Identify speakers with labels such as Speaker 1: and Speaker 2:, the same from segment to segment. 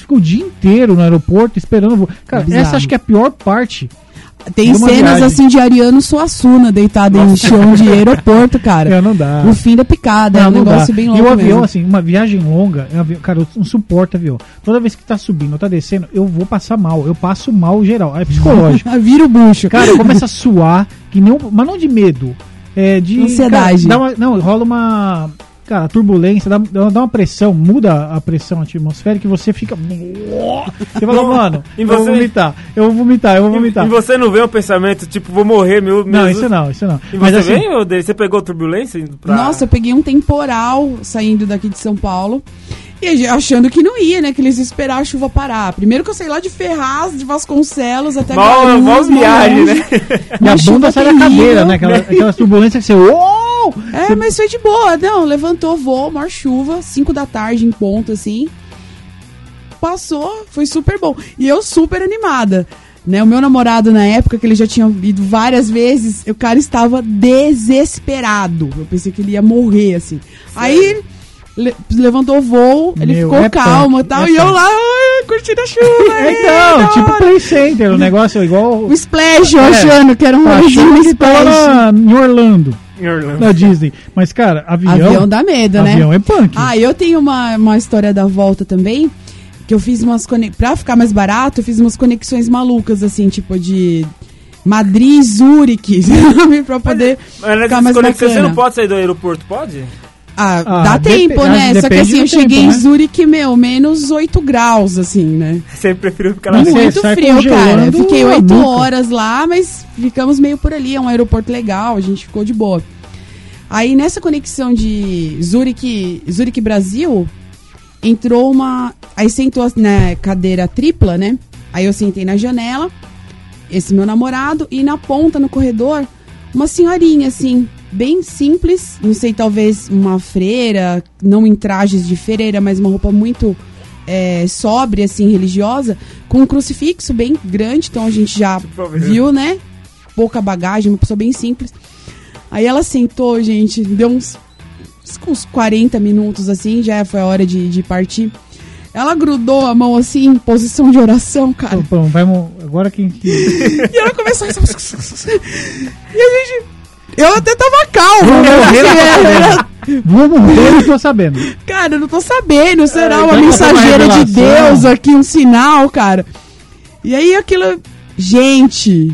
Speaker 1: fica o dia inteiro no aeroporto esperando. o voo. Cara,
Speaker 2: É bizarro.
Speaker 1: essa acho que é a pior parte.
Speaker 2: Tem
Speaker 1: Numa
Speaker 2: cenas
Speaker 1: viagem.
Speaker 2: assim de Ariano Suassuna deitado em chão de aeroporto, cara.
Speaker 1: É, não dá.
Speaker 2: O fim da picada, é um
Speaker 1: Ah, não
Speaker 2: negócio
Speaker 1: dá.
Speaker 2: bem louco.
Speaker 1: E o avião,
Speaker 2: mesmo.
Speaker 1: assim, uma viagem longa, é um avião- cara, eu não suporto avião. Toda vez que tá subindo ou tá descendo, eu vou passar mal. Eu passo mal geral. É psicológico.
Speaker 2: Vira o bucho.
Speaker 1: Cara, eu começo a suar, que nem um- mas não de medo. É de.
Speaker 2: Ansiedade.
Speaker 1: cara, dá uma- não, rola uma. Cara, turbulência, dá, dá dá uma pressão, muda a pressão atmosférica e você fica. Você fala, mano,
Speaker 3: E
Speaker 1: eu
Speaker 3: você-
Speaker 1: vou vomitar, eu vou vomitar, eu vou vomitar.
Speaker 3: E você não vê o pensamento, tipo, vou morrer, meu...
Speaker 1: Não,
Speaker 3: meu-
Speaker 1: isso não, isso não.
Speaker 3: E
Speaker 1: Mas
Speaker 3: você
Speaker 1: assim,
Speaker 3: veio, Odeir? Você pegou turbulência indo pra...
Speaker 2: Nossa, eu peguei um temporal saindo daqui de São Paulo. E a gente- achando que não ia, né? Que eles iam esperar a chuva parar. Primeiro que eu saí lá de Ferraz, de Vasconcelos, até
Speaker 3: Mal,
Speaker 2: Guarulhos,
Speaker 3: mal
Speaker 2: mó
Speaker 3: viagem,
Speaker 2: longe.
Speaker 3: né?
Speaker 1: minha
Speaker 2: uma
Speaker 1: bunda
Speaker 2: chuva
Speaker 1: sai da
Speaker 2: terrível.
Speaker 1: cadeira, né? Aquela, aquelas turbulências que você. Uou!
Speaker 2: É, mas foi de boa. Não, levantou voo, maior chuva, 5 da tarde em ponto, assim. Passou, foi super bom. E eu super animada. Né, o meu namorado, na época, que ele já tinha ido várias vezes, o cara estava desesperado. Eu pensei que ele ia morrer, assim. Aí le- levantou o voo, ele
Speaker 1: Meu,
Speaker 2: ficou
Speaker 1: é
Speaker 2: calmo e
Speaker 1: punk,
Speaker 2: tal.
Speaker 1: é
Speaker 2: e eu
Speaker 1: punk.
Speaker 2: lá, ai, curtindo a
Speaker 1: É,
Speaker 2: chuva. aí,
Speaker 1: então,
Speaker 2: da
Speaker 1: tipo
Speaker 2: hora.
Speaker 1: play center,
Speaker 3: Uhum.
Speaker 1: o negócio é igual.
Speaker 2: o Splash, eu
Speaker 1: É,
Speaker 2: achando que era um
Speaker 1: Achando
Speaker 2: anjinho
Speaker 1: que tava na-
Speaker 2: Splash.
Speaker 1: em Orlando,
Speaker 3: Em Orlando.
Speaker 1: na Disney. Mas, cara, avião.
Speaker 2: Avião dá medo, né?
Speaker 1: avião é punk.
Speaker 2: Ah, eu tenho uma, uma história da volta também, que eu fiz umas conexões. Pra ficar mais barato, eu fiz umas conexões malucas, assim, tipo de Madrid e Zurique, sabe? Pra poder
Speaker 3: Mas nessa
Speaker 2: ficar mais
Speaker 3: desconexão,
Speaker 2: bacana.
Speaker 3: você não pode sair do aeroporto, pode?
Speaker 2: Ah,
Speaker 1: Ah,
Speaker 2: dá
Speaker 1: depe-
Speaker 2: tempo,
Speaker 1: ah,
Speaker 2: né? Só que
Speaker 1: depende
Speaker 2: assim, eu
Speaker 1: do tempo,
Speaker 2: cheguei em
Speaker 1: né?
Speaker 2: Zurique, meu, menos 8 graus, assim, né?
Speaker 3: Você preferiu ficar lá
Speaker 1: Mas
Speaker 3: dentro?
Speaker 1: você
Speaker 2: Muito
Speaker 1: sai
Speaker 2: frio, cara.
Speaker 1: congelando
Speaker 2: Fiquei
Speaker 1: a
Speaker 2: oito
Speaker 1: nuca.
Speaker 2: horas lá, mas ficamos meio por ali. É um aeroporto legal, a gente ficou de boa. Aí nessa conexão de Zurique, Zurique Brasil, entrou uma. Aí sentou na cadeira tripla, né? Aí eu sentei na janela, esse meu namorado, e na ponta, no corredor, uma senhorinha, assim, bem simples. Não sei, talvez uma freira, não em trajes de freira, mas uma roupa muito é, sóbria, assim, religiosa, com um crucifixo bem grande, então a gente já
Speaker 3: Provavelmente.
Speaker 2: viu, né? Pouca bagagem, uma pessoa bem simples. Aí ela sentou, gente, deu uns, uns 40 minutos assim, já foi a hora de, de partir. Ela grudou a mão assim, em posição de oração, cara.
Speaker 1: Pô, vai mo- agora quem. que-
Speaker 2: E ela começou a. E a gente. Eu até tava calmo, né?
Speaker 1: Vou morrer, não tô sabendo.
Speaker 2: Cara, eu não tô sabendo.
Speaker 3: É,
Speaker 2: Será uma
Speaker 1: vai
Speaker 3: então
Speaker 1: que ela tá
Speaker 2: mensageira
Speaker 1: na
Speaker 2: de
Speaker 1: revelação.
Speaker 2: Deus aqui, um sinal, cara. E aí aquilo. Gente!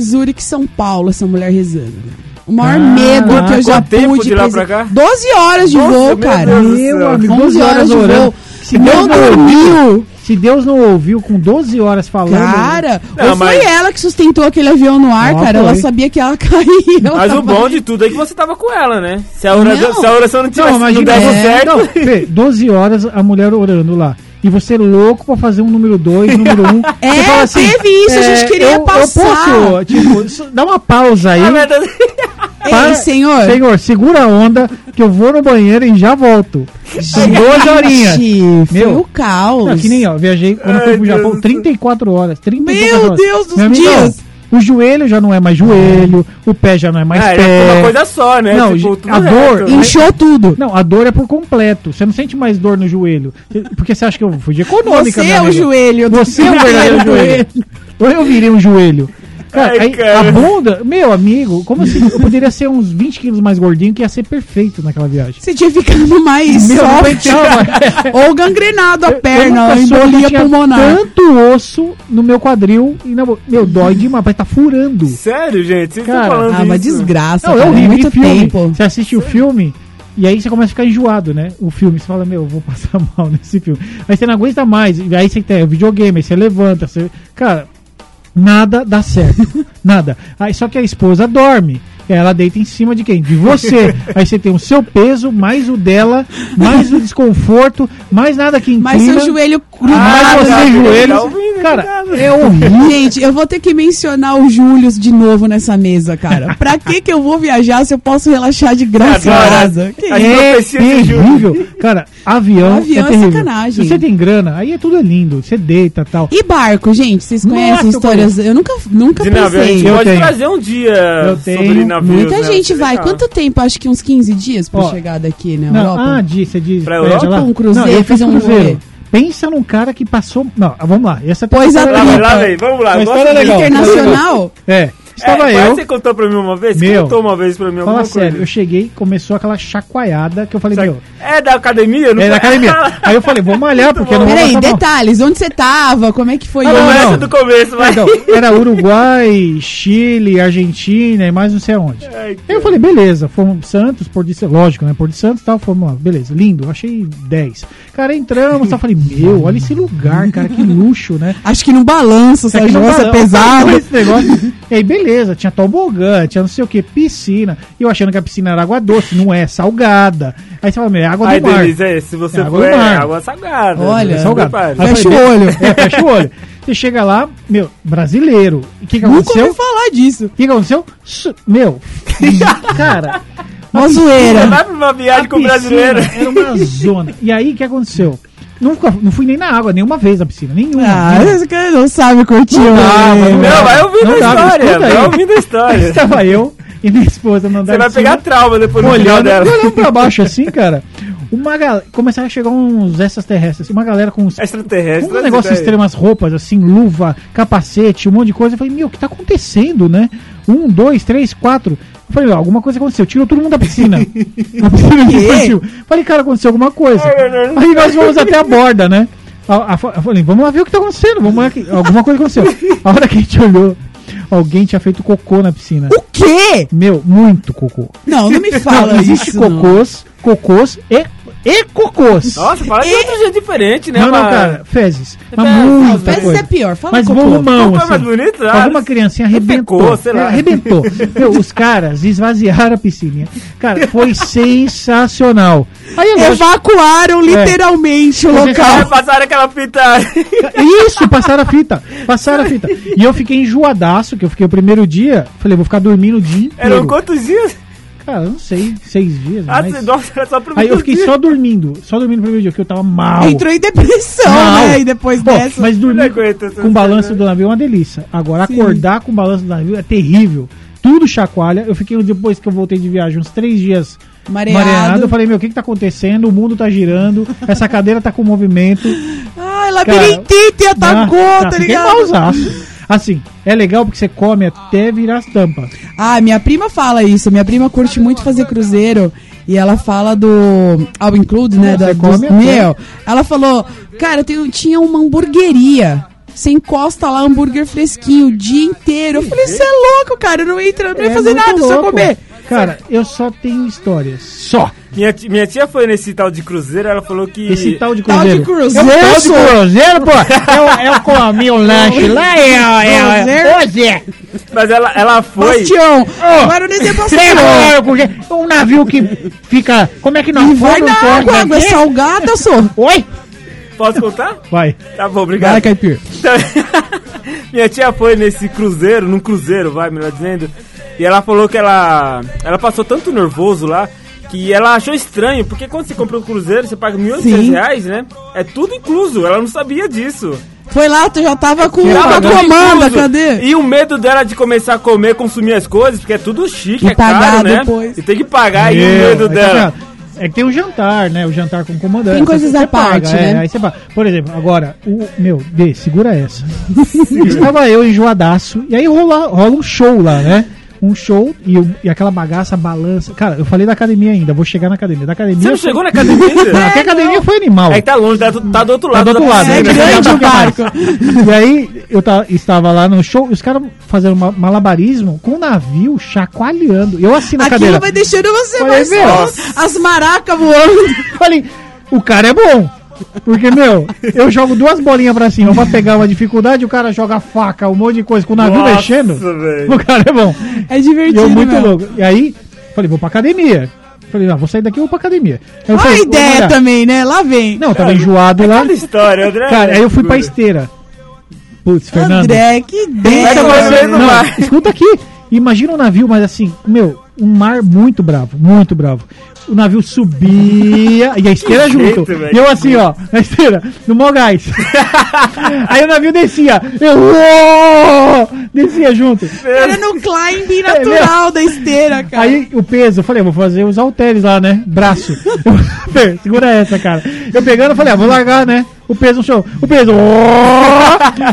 Speaker 2: Zurique, São Paulo, essa mulher rezando. né? O maior
Speaker 1: Caraca,
Speaker 2: medo que eu já
Speaker 3: Ah, quanto tempo
Speaker 2: pude.
Speaker 3: de lá
Speaker 2: presen-
Speaker 3: pra cá?
Speaker 2: 12 horas de
Speaker 3: Nossa,
Speaker 2: voo,
Speaker 3: meu
Speaker 2: cara.
Speaker 3: Deus do
Speaker 1: Meu
Speaker 3: céu.
Speaker 1: amigo,
Speaker 2: 11 horas de
Speaker 1: orando.
Speaker 2: voo.
Speaker 1: Se Deus
Speaker 2: Não
Speaker 1: não ouviu,
Speaker 2: dormiu.
Speaker 1: se Deus não ouviu com 12 horas falando.
Speaker 2: Cara,
Speaker 3: Não,
Speaker 2: ou foi
Speaker 3: mas-
Speaker 2: ela que sustentou aquele avião no ar,
Speaker 1: Não,
Speaker 2: cara. Ela
Speaker 1: foi.
Speaker 2: sabia que ela caía. ela
Speaker 3: Mas o
Speaker 2: tava-
Speaker 3: bom de tudo é que você tava com ela, né? Se a
Speaker 2: Não.
Speaker 3: oração não, se a oração não tivesse
Speaker 1: Não,
Speaker 3: não,
Speaker 1: imagina
Speaker 3: desse
Speaker 1: é.
Speaker 3: certo...
Speaker 1: Não, Fê, 12 horas a mulher orando lá. E você louco pra fazer um número 2, número 1. Um.
Speaker 2: É,
Speaker 1: Você fala
Speaker 3: assim,
Speaker 1: é,
Speaker 2: teve isso, a gente
Speaker 3: é,
Speaker 2: queria
Speaker 1: eu,
Speaker 2: passar. É
Speaker 1: Eu posso, tipo, isso- dá uma pausa aí.
Speaker 3: Ah, mas tá-
Speaker 2: Ei, senhor.
Speaker 1: Senhor, segura a onda que eu vou no banheiro e já volto. São
Speaker 2: Gente,
Speaker 1: duas horinhas.
Speaker 2: Foi
Speaker 1: Meu.
Speaker 2: o caos.
Speaker 1: Não, que nem ó, viajei quando
Speaker 3: Ai,
Speaker 1: fui pro
Speaker 3: Deus do
Speaker 1: Japão,
Speaker 3: céu.
Speaker 1: 34 horas. 34
Speaker 2: Meu
Speaker 1: horas.
Speaker 2: Deus dos
Speaker 1: Meu amigão,
Speaker 2: dias.
Speaker 1: O joelho já não é mais joelho, o pé já não é mais
Speaker 3: Ah,
Speaker 1: pé.
Speaker 3: era uma coisa só, né?
Speaker 1: Não,
Speaker 3: Tipo,
Speaker 1: ge-
Speaker 3: tudo
Speaker 1: a dor-
Speaker 3: reto.
Speaker 2: Inchou tudo.
Speaker 1: Não, a dor é por completo. Você não sente mais dor no joelho. Porque você acha que eu fui de econômica,
Speaker 2: Você
Speaker 1: meu
Speaker 2: é o
Speaker 1: amigo.
Speaker 2: joelho. do-
Speaker 1: Você é o verdadeiro joelho. Ou eu virei um joelho. Cara,
Speaker 3: Ai,
Speaker 1: aí,
Speaker 3: cara.
Speaker 1: a bunda, meu amigo, como se eu poderia ser uns 20 quilos mais gordinho que ia ser perfeito naquela viagem.
Speaker 2: Você tinha ficado mais
Speaker 1: Meu, não
Speaker 2: soft.
Speaker 1: aguentava.
Speaker 2: Ou gangrenado a perna,
Speaker 1: nunca
Speaker 2: ou
Speaker 1: soube que
Speaker 2: embolia
Speaker 1: tinha
Speaker 2: pulmonar.
Speaker 1: Tanto osso no meu quadril e na bo- Meu, dói demais, parece que tá furando.
Speaker 3: Sério, gente? Vocês
Speaker 1: Cara,
Speaker 3: estão falando
Speaker 2: Ah, uma
Speaker 3: isso?
Speaker 2: desgraça.
Speaker 1: Não, é
Speaker 2: cara,
Speaker 1: horrível.
Speaker 2: muito
Speaker 1: e filme.
Speaker 2: tempo.
Speaker 1: Você assiste o filme e aí você começa a ficar enjoado, né? O filme, você fala, meu, eu vou passar mal nesse filme. Aí você não aguenta mais. E aí você tem o videogame, aí você levanta, você. Cara, nada dá certo. nada. Aí, só que a esposa dorme. Ela deita em cima de quem? De você. aí você tem o seu peso, mais o dela, mais o desconforto, mais nada que inclina.
Speaker 2: Mas seu joelho
Speaker 1: mais
Speaker 2: grudado.
Speaker 1: você
Speaker 3: tá,
Speaker 1: joelho.
Speaker 3: tá ouvindo,
Speaker 1: Cara,
Speaker 3: cuidado.
Speaker 1: é horrível.
Speaker 2: Gente, eu vou ter que mencionar o Júlio de novo nessa mesa, cara. Pra que que eu vou viajar se eu posso relaxar de graça em
Speaker 3: Agora,
Speaker 2: casa? Que
Speaker 3: a
Speaker 2: isso?
Speaker 3: gente-
Speaker 1: É
Speaker 3: profecia de
Speaker 1: terrível. Cara, avião,
Speaker 2: Avião é
Speaker 1: é terrível.
Speaker 2: sacanagem.
Speaker 1: Se você tem grana, aí é tudo é lindo. Você deita e tal.
Speaker 2: E barco, gente? Vocês
Speaker 1: Nossa,
Speaker 2: conhecem
Speaker 1: eu
Speaker 2: histórias? Eu nunca, nunca
Speaker 3: De navio, a gente
Speaker 2: pensei.
Speaker 1: Eu
Speaker 3: pode
Speaker 1: tenho.
Speaker 3: trazer um dia
Speaker 1: Eu
Speaker 3: sobre
Speaker 1: tenho.
Speaker 3: navios.
Speaker 2: Muita
Speaker 3: né?
Speaker 2: gente vai.
Speaker 3: Legal.
Speaker 2: Quanto tempo? Acho que uns 15 dias pra
Speaker 1: Ó,
Speaker 2: chegar daqui na
Speaker 1: Não,
Speaker 2: Europa.
Speaker 1: ah, diz, você diz.
Speaker 3: Pra
Speaker 1: pede
Speaker 3: Europa
Speaker 1: lá.
Speaker 2: ou um cruzeiro?
Speaker 1: Não, eu fiz
Speaker 2: Fiz um
Speaker 1: um cruzeiro.
Speaker 2: rolê.
Speaker 1: Pensa num cara que passou. Não, vamos lá. Essa tem
Speaker 2: Pois é.
Speaker 1: uma
Speaker 2: a
Speaker 1: história
Speaker 3: Lá vai,
Speaker 1: legal.
Speaker 3: lá vem, vamos lá.
Speaker 1: Uma
Speaker 3: gosto
Speaker 1: história
Speaker 3: de-
Speaker 1: legal.
Speaker 2: Internacional?
Speaker 1: É.
Speaker 3: É,
Speaker 1: Estava
Speaker 3: mas
Speaker 1: eu.
Speaker 3: Você contou pra mim uma vez? Você
Speaker 1: Meu.
Speaker 3: contou uma vez pra mim alguma
Speaker 1: Fala
Speaker 3: coisa.
Speaker 1: sério, eu cheguei, começou aquela chacoalhada que eu falei,
Speaker 3: Sabe-
Speaker 1: meu.
Speaker 3: É da academia? Não
Speaker 1: É da
Speaker 3: foi-
Speaker 1: academia. Aí eu falei, vou malhar, porque eu não vou
Speaker 2: Peraí,
Speaker 1: passar mal.
Speaker 2: detalhes. Onde você tava? Como é que foi?
Speaker 1: Ah, não,
Speaker 2: isso?
Speaker 3: Começa
Speaker 1: não.
Speaker 3: do começo, vai.
Speaker 1: Então, era Uruguai, Chile, Argentina e mais não sei aonde.
Speaker 3: Ai,
Speaker 1: Eu falei, beleza, fomos pro Santos, Porto de Santos, lógico, né? Porto de Santos e tal, fomos lá, beleza, lindo, achei 10. Cara, entramos, eu falei, meu, olha esse lugar, cara, que luxo, né?
Speaker 2: Acho que não balança, essa
Speaker 1: Aqui no
Speaker 2: jossa é
Speaker 1: balão, olha
Speaker 2: pesada.
Speaker 1: Esse negócio. E aí, beleza, tinha tobogã, tinha não sei o que, piscina. E eu achando que a piscina era água doce, não é, salgada. Aí você fala, meu, é água
Speaker 3: Ai,
Speaker 1: do mar.
Speaker 3: Denise, é, se você
Speaker 1: É água
Speaker 3: for,
Speaker 1: do
Speaker 3: é
Speaker 1: mar. é
Speaker 3: água salgada.
Speaker 2: Olha,
Speaker 3: né?
Speaker 1: salgado.
Speaker 3: Prepare.
Speaker 1: Aí eu
Speaker 2: Fecha o olho.
Speaker 1: É, fecha o olho. Você chega lá, meu, brasileiro. E o que, que
Speaker 2: Nunca
Speaker 1: aconteceu?
Speaker 2: ouvi falar disso.
Speaker 1: O que, que aconteceu? Su- Meu, cara,
Speaker 2: Uma
Speaker 3: Você
Speaker 2: zoeira.
Speaker 3: vai pra uma viagem com
Speaker 1: piscina
Speaker 3: brasileiro.
Speaker 1: Era uma zona. E aí, o que aconteceu? Nunca, não fui nem na água, nenhuma vez na piscina, nenhuma.
Speaker 2: Ah,
Speaker 1: nenhuma.
Speaker 2: esse cara não sabe né? curtir.
Speaker 1: é Ah, Não dá,
Speaker 2: mano.
Speaker 1: mano.
Speaker 3: Não, vai ouvindo
Speaker 1: Não
Speaker 3: a
Speaker 1: dá,
Speaker 3: história.
Speaker 1: escuta aí. Tá,
Speaker 3: Vai ouvindo a história.
Speaker 1: Estava eu e minha esposa no andar
Speaker 3: Você vai
Speaker 1: de cima,
Speaker 3: pegar trauma depois no final
Speaker 1: tá. olhando,
Speaker 3: dela.
Speaker 1: olhando pra baixo assim, cara. Uma galera, começaram a chegar uns extraterrestres, assim, uma galera com uns
Speaker 3: Extraterrestre.
Speaker 1: um negócio
Speaker 3: essa ideia.
Speaker 1: extremo, as roupas, assim, luva, capacete, um monte de coisa. Eu falei, meu, o que tá acontecendo, né? Um, dois, três, quatro. Eu falei, ó, alguma coisa aconteceu. Tirou todo mundo da piscina. Na piscina de infantil. Falei, cara, aconteceu alguma coisa. Aí nós fomos até a borda, né? A- a- Eu falei, vamos lá ver o que tá acontecendo. Vamos lá que- alguma coisa aconteceu. A hora que a gente olhou, alguém tinha feito cocô na piscina.
Speaker 2: O quê?
Speaker 1: Meu, muito cocô.
Speaker 2: Não, não me
Speaker 1: é- Não,
Speaker 2: fala
Speaker 1: existe
Speaker 2: isso. não.
Speaker 1: cocôs, cocôs e, e cocôs.
Speaker 3: Nossa, fala de outro jeito diferente, né?
Speaker 1: Não, não,
Speaker 3: mas-
Speaker 1: cara, fezes. Mas
Speaker 3: Fezes,
Speaker 1: muita
Speaker 2: Fezes
Speaker 1: coisa.
Speaker 2: é pior, fala
Speaker 1: Mas
Speaker 2: cocô.
Speaker 1: volumão,
Speaker 3: Cocô é
Speaker 1: assim.
Speaker 3: mais bonito, ah,
Speaker 1: Alguma criancinha arrebentou.
Speaker 3: pecou, sei lá.
Speaker 1: É, Arrebentou. Meu, os caras esvaziaram a piscininha. Cara, foi sensacional. Aí é lógico,
Speaker 2: Evacuaram literalmente o
Speaker 3: Ah,
Speaker 2: local.
Speaker 3: Passaram aquela fita.
Speaker 1: Isso, passaram a fita. Passaram a fita. E eu fiquei enjoadaço, que eu fiquei o primeiro dia. Falei, vou ficar dormindo o dia inteiro.
Speaker 3: Eram quantos dias?
Speaker 1: Cara, eu não sei, seis dias,
Speaker 3: um Ah,
Speaker 1: mas...
Speaker 3: Nossa, era só pro
Speaker 1: Aí eu fiquei
Speaker 3: dia.
Speaker 1: só dormindo. Só dormindo no primeiro dia, porque eu tava mal.
Speaker 2: Entrou em depressão,
Speaker 1: Mal.
Speaker 2: né? E depois
Speaker 1: é- Pô,
Speaker 2: dessa.
Speaker 1: Mas
Speaker 3: Não
Speaker 1: dormir
Speaker 3: aguento essa
Speaker 1: com o balanço
Speaker 3: cena.
Speaker 1: do navio é uma delícia. Agora,
Speaker 2: Sim.
Speaker 1: acordar com o balanço do navio é terrível. Tudo chacoalha. Eu fiquei, um depois que eu voltei de viagem, uns três dias
Speaker 2: Mareado.
Speaker 1: Eu falei, meu, o que que tá acontecendo? O mundo tá girando. Essa cadeira tá com movimento.
Speaker 2: Ai, labirintite atacou,
Speaker 1: Ah,
Speaker 2: tá
Speaker 1: fiquei
Speaker 2: ligado?
Speaker 1: mausaço. Assim, é legal porque você come até virar as tampas.
Speaker 2: Ah, minha prima fala isso. Minha prima curte muito fazer cruzeiro. E ela fala do All Include, né?
Speaker 1: Você
Speaker 2: Da, dos,
Speaker 1: come até.
Speaker 2: meu. Ela falou, cara, eu tenho- tinha uma hamburgueria. Você encosta lá hambúrguer fresquinho o dia inteiro. Eu falei, você é louco, cara. Eu não entro, eu não ia
Speaker 1: É
Speaker 2: fazer
Speaker 1: muito
Speaker 2: nada, só
Speaker 1: louco.
Speaker 2: comer.
Speaker 1: Cara, eu só tenho histórias. Só.
Speaker 3: Minha, ti- minha tia foi nesse tal de cruzeiro, ela falou que.
Speaker 1: Esse tal de
Speaker 2: Tal de
Speaker 1: cruzeiro.
Speaker 2: cruzeiro,
Speaker 1: É um tal de
Speaker 2: só.
Speaker 1: cruzeiro, pô. Eu, eu comi é o lanche lá, é, é, é. Ô, Zé.
Speaker 3: Mas ela, ela foi.
Speaker 2: Bastião.
Speaker 1: Ô, é
Speaker 2: Agora eu nem sei
Speaker 1: Sei lá, eu conge- um navio que fica. Como é que não
Speaker 2: E vai
Speaker 1: afunda
Speaker 2: na
Speaker 1: um torre
Speaker 2: água, a água é
Speaker 1: daqui?
Speaker 2: salgada, sou.
Speaker 1: Oi?
Speaker 3: Posso contar?
Speaker 1: Vai.
Speaker 3: Tá bom, obrigado.
Speaker 2: Vai, Caipira.
Speaker 3: Então, minha tia foi nesse cruzeiro, num cruzeiro, vai, melhor dizendo. E ela falou que ela. Ela passou tanto nervoso lá que ela achou estranho, porque quando você compra um cruzeiro, você paga R$ 1.800,
Speaker 2: Sim.
Speaker 3: reais, né? É tudo incluso, ela não sabia disso.
Speaker 2: Foi lá, tu já tava com
Speaker 3: Tava
Speaker 2: a
Speaker 3: tudo
Speaker 2: comanda,
Speaker 3: incluso.
Speaker 2: cadê?
Speaker 3: E o medo dela de começar a comer, consumir as coisas, porque é tudo chique,
Speaker 2: E
Speaker 3: é caro,
Speaker 2: pagar
Speaker 3: né?
Speaker 2: depois.
Speaker 3: E tem que pagar, e o
Speaker 1: Meu,
Speaker 3: medo
Speaker 1: aí tá
Speaker 3: dela.
Speaker 1: vendo? É que tem o jantar, né? O jantar com o comandante.
Speaker 2: Tem coisas
Speaker 1: Você
Speaker 2: à parte,
Speaker 1: paga, é,
Speaker 2: né?
Speaker 1: aí você paga. Por exemplo, agora, o. Meu, Dê, segura essa. Estava eu enjoadaço, e aí rola, rola um show lá, né? Um show e, o- e aquela bagaça balança. Cara, eu falei da academia ainda, vou chegar na academia. Da academia.
Speaker 3: Você não
Speaker 1: eu fui-
Speaker 3: chegou na academia?
Speaker 1: Não, é
Speaker 3: ainda?
Speaker 1: que a academia foi animal.
Speaker 3: é que tá longe, tá, do- tá do outro lado.
Speaker 1: Tá do outro
Speaker 3: da
Speaker 1: lado.
Speaker 3: piscina,
Speaker 1: né?
Speaker 2: É
Speaker 3: né?
Speaker 2: grande o barco.
Speaker 1: E aí, eu ta- estava lá no show, e os caras fazendo ma- malabarismo com o navio chacoalhando. Eu assim na
Speaker 2: Aquilo
Speaker 1: cadeira.
Speaker 2: vai deixando você
Speaker 1: Falei,
Speaker 2: mais
Speaker 1: meu.
Speaker 2: solto. As maracas voando.
Speaker 1: Falei, o cara é bom. Porque, meu, eu jogo duas bolinhas pra cima pra pegar uma dificuldade, o cara joga faca, um monte de coisa com o navio
Speaker 3: Nossa,
Speaker 1: mexendo.
Speaker 3: velho.
Speaker 1: O cara é né? bom.
Speaker 2: É
Speaker 1: E
Speaker 2: divertido.
Speaker 1: eu muito
Speaker 2: mesmo.
Speaker 1: louco. E aí, falei, vou pra academia. Falei, não, vou sair daqui, eu vou pra academia. Aí eu
Speaker 2: Olha
Speaker 1: falei,
Speaker 2: a
Speaker 1: vou
Speaker 2: ideia
Speaker 1: malhar.
Speaker 2: também, né? Lá vem.
Speaker 1: Não, eu tava enjoado lá.
Speaker 3: Cada história, André.
Speaker 1: Cara, aí eu fui pra
Speaker 3: Segura.
Speaker 1: esteira. Putz, Fernando.
Speaker 2: André, que
Speaker 3: Mas
Speaker 2: ideia.
Speaker 3: eu vou
Speaker 2: mano.
Speaker 3: ver no
Speaker 1: Não,
Speaker 3: mar.
Speaker 1: escuta aqui. Imagina um navio, mas assim, meu, um mar muito bravo, muito bravo. O navio subia e a esteira
Speaker 3: Que
Speaker 1: junto.
Speaker 3: jeito, velho.
Speaker 1: e eu assim, ó, na esteira, no maior gás. Aí o navio descia. Eu uou, descia junto.
Speaker 2: Era no climb
Speaker 1: É,
Speaker 2: natural da esteira, cara.
Speaker 1: Aí o peso, eu falei, eu vou fazer os halteres lá, né? Braço. Eu- Fer, Segura essa, cara. Eu pegando, eu falei, ah, vou largar, né? O peso no chão. O peso.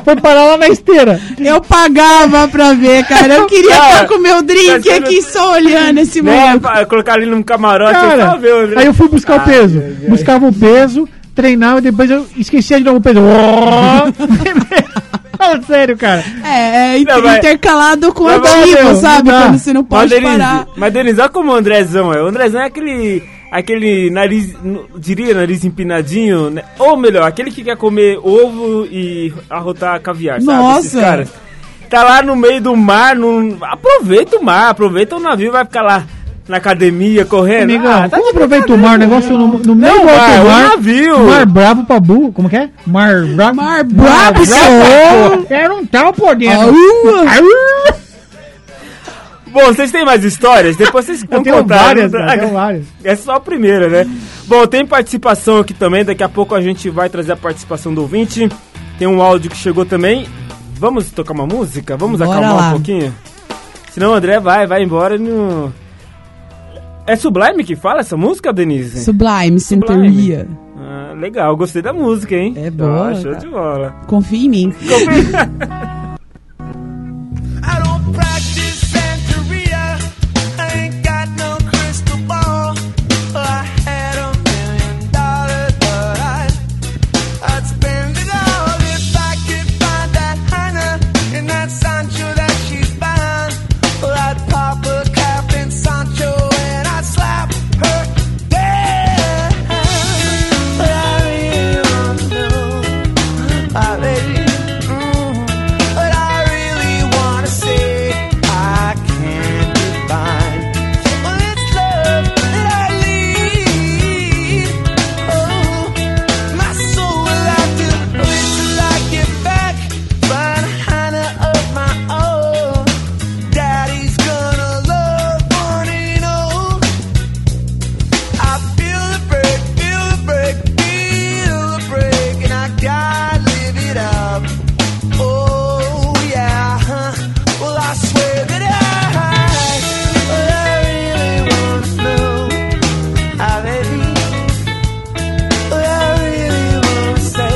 Speaker 1: foi parar lá na esteira.
Speaker 2: Eu pagava pra ver, cara. Eu queria
Speaker 3: Cara,
Speaker 2: estar com meu drink
Speaker 3: cara,
Speaker 2: aqui só olhando esse
Speaker 3: Né?
Speaker 2: momento.
Speaker 3: pa- Colocar ali num camarote.
Speaker 1: Cara,
Speaker 3: só ver o André.
Speaker 1: aí eu fui buscar o
Speaker 3: Ai,
Speaker 1: peso.
Speaker 3: ai, ai.
Speaker 1: Buscava o peso, treinava e depois eu esquecia de novo o peso. Fala sério, cara.
Speaker 2: É, é inter-
Speaker 3: Não, mas-
Speaker 2: intercalado com
Speaker 1: Não, mas, meu,
Speaker 2: arquivo,
Speaker 1: não
Speaker 2: sabe?
Speaker 1: dá.
Speaker 2: Quando você não
Speaker 3: Mas,
Speaker 2: pode
Speaker 3: Denise,
Speaker 2: parar.
Speaker 3: mas Denise, olha como o Andrezão é. O Andrezão é aquele. Aquele nariz. n- Diria nariz empinadinho, né? Ou melhor, aquele que quer comer ovo e arrotar caviar, sabe? Esses
Speaker 2: Nossa!
Speaker 3: caras. Tá lá no meio do mar, num... aproveita o mar, aproveita o navio, vai ficar lá na academia correndo.
Speaker 1: Amigão,
Speaker 3: Ah, tá
Speaker 1: como aproveita o mar? O negócio no, no meio
Speaker 3: Não,
Speaker 1: do
Speaker 3: mar,
Speaker 1: alto
Speaker 3: o
Speaker 1: mar.
Speaker 3: navio.
Speaker 1: Mar bravo pra burro. Como que é? Mar bravo.
Speaker 2: Mar brabo,
Speaker 1: senhor. Era um tal por dentro.
Speaker 2: Aú!
Speaker 1: Aú!
Speaker 3: Bom, vocês têm mais histórias? Depois vocês
Speaker 1: Eu
Speaker 3: vão
Speaker 1: tenho
Speaker 3: contar. né?
Speaker 1: várias,
Speaker 3: Não-
Speaker 1: cara, tenho várias.
Speaker 3: É só a primeira, né? Bom, tem participação aqui também. Daqui a pouco a gente vai trazer a participação do ouvinte. Tem um áudio que chegou também. Vamos tocar uma música? Vamos
Speaker 2: Bora
Speaker 3: acalmar
Speaker 2: lá.
Speaker 3: um pouquinho? Senão o André vai, vai embora e não. É Sublime que fala essa música, Denise?
Speaker 2: Sublime, Centuria.
Speaker 3: Ah, legal, gostei da música, hein?
Speaker 2: É boa,
Speaker 3: Ah, show
Speaker 2: cara.
Speaker 3: de bola.
Speaker 2: Confia em mim.
Speaker 4: I don't practice Santeria. I ain't got no crystal ball. I had a million dollars, but I, I'd spend it all if I could find that Hannah in that Sancho that she's buying. Well, I'd pop a cap in Sancho and I'd slap her down. I really don't know. I really, mm, but I really wanna say I can't define. Well, it's love that I lead. Oh, my soul will have to wait till I get back. Find Hannah of my own. Daddy's gonna love one and all. I feel the break, feel the break, feel the break, and I gotta live it up. Oh yeah, huh? well I swear that I, well, I really wanna know, I really, well, I really wanna say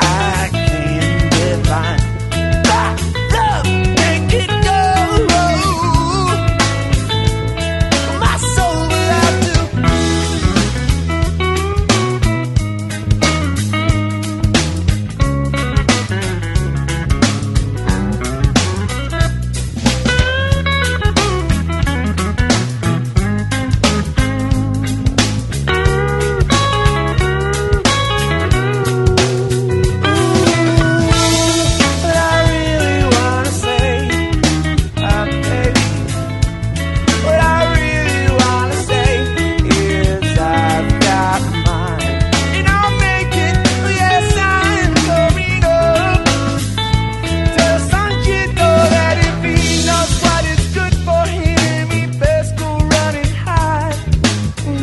Speaker 4: I can't define. Ah, Love, make it go. My soul will have to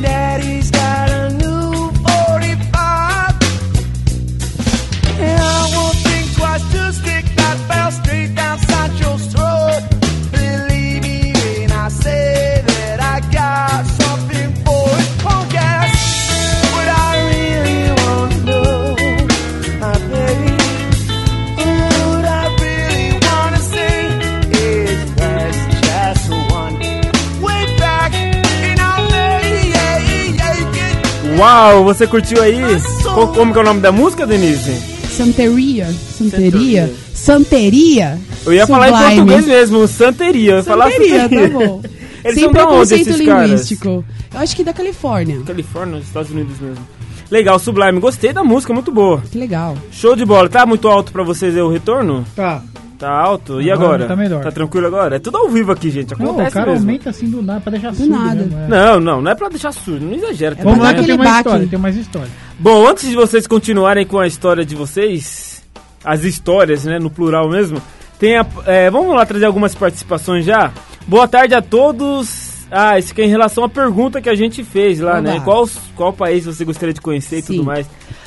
Speaker 4: Daddy's got a new 45 and I won't think twice to stick that bell straight down Sancho's throat. Believe me when I say that I got something for his punk ass. What I really want to know, my baby, what I really want to say is there's just one way back, and I may make it.
Speaker 3: Uau, você curtiu aí? Co- Como que é o nome da música, Denise?
Speaker 2: Santeria. Santeria. Santeria.
Speaker 3: Eu ia falar em
Speaker 2: Sublime.
Speaker 3: português mesmo, Santeria. Eu ia falar
Speaker 2: Santeria,
Speaker 3: Santeria.
Speaker 2: tá bom.
Speaker 3: Eles
Speaker 2: Sem
Speaker 3: são da onde, esses
Speaker 2: preconceito
Speaker 3: caras?
Speaker 2: linguístico. Eu acho que da Califórnia.
Speaker 3: Califórnia, nos Estados Unidos mesmo. Legal, Sublime. Gostei da música, muito boa.
Speaker 2: Que legal.
Speaker 3: Show de bola. Tá muito alto pra vocês aí o retorno?
Speaker 1: Tá.
Speaker 3: Tá alto? E
Speaker 1: Agora
Speaker 3: agora?
Speaker 1: tá melhor.
Speaker 3: tranquilo agora? É tudo ao vivo aqui, gente.
Speaker 1: Não,
Speaker 3: Acontece
Speaker 1: o cara
Speaker 3: mesmo.
Speaker 1: aumenta assim do nada pra deixar surdo
Speaker 2: nada.
Speaker 1: mesmo, é.
Speaker 3: Não, não, não é pra deixar surdo, não exagera. também,
Speaker 1: Vamos lá
Speaker 2: dar
Speaker 1: que eu tenho
Speaker 2: aquele
Speaker 3: né?
Speaker 1: mais
Speaker 2: baque.
Speaker 1: história, tem mais história.
Speaker 3: Bom, antes de vocês continuarem com a história de vocês, as histórias, né, no plural mesmo, tem a, é, vamos lá trazer algumas participações já. Boa tarde a todos. Ah, isso aqui é em relação à pergunta que a gente fez lá,
Speaker 2: Vamos
Speaker 3: né?
Speaker 2: lá.
Speaker 3: Qual, qual país você gostaria de conhecer e tudo
Speaker 2: Sim.
Speaker 3: mais.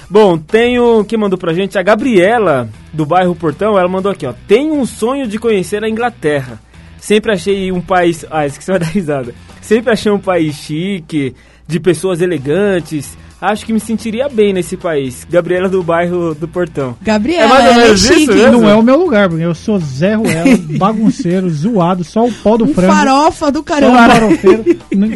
Speaker 3: Bom, tem o que mandou pra gente a Gabriela do bairro Portão, ela mandou aqui, ó. Tenho um sonho de conhecer a Inglaterra. Sempre achei um país, ah, isso que você vai dar risada. Sempre achei um país chique, de pessoas elegantes, acho que me sentiria bem nesse país. Gabriela do bairro do Portão.
Speaker 2: Gabriela,
Speaker 3: É mais ou
Speaker 2: ela
Speaker 3: menos
Speaker 2: chique.
Speaker 3: isso, né?
Speaker 1: Não é o meu lugar, porque eu sou Zé Ruela, bagunceiro, zoado, só o pó do
Speaker 2: Um
Speaker 1: frango.
Speaker 2: farofa do
Speaker 1: só o
Speaker 2: caramba.
Speaker 1: farofeiro. Não-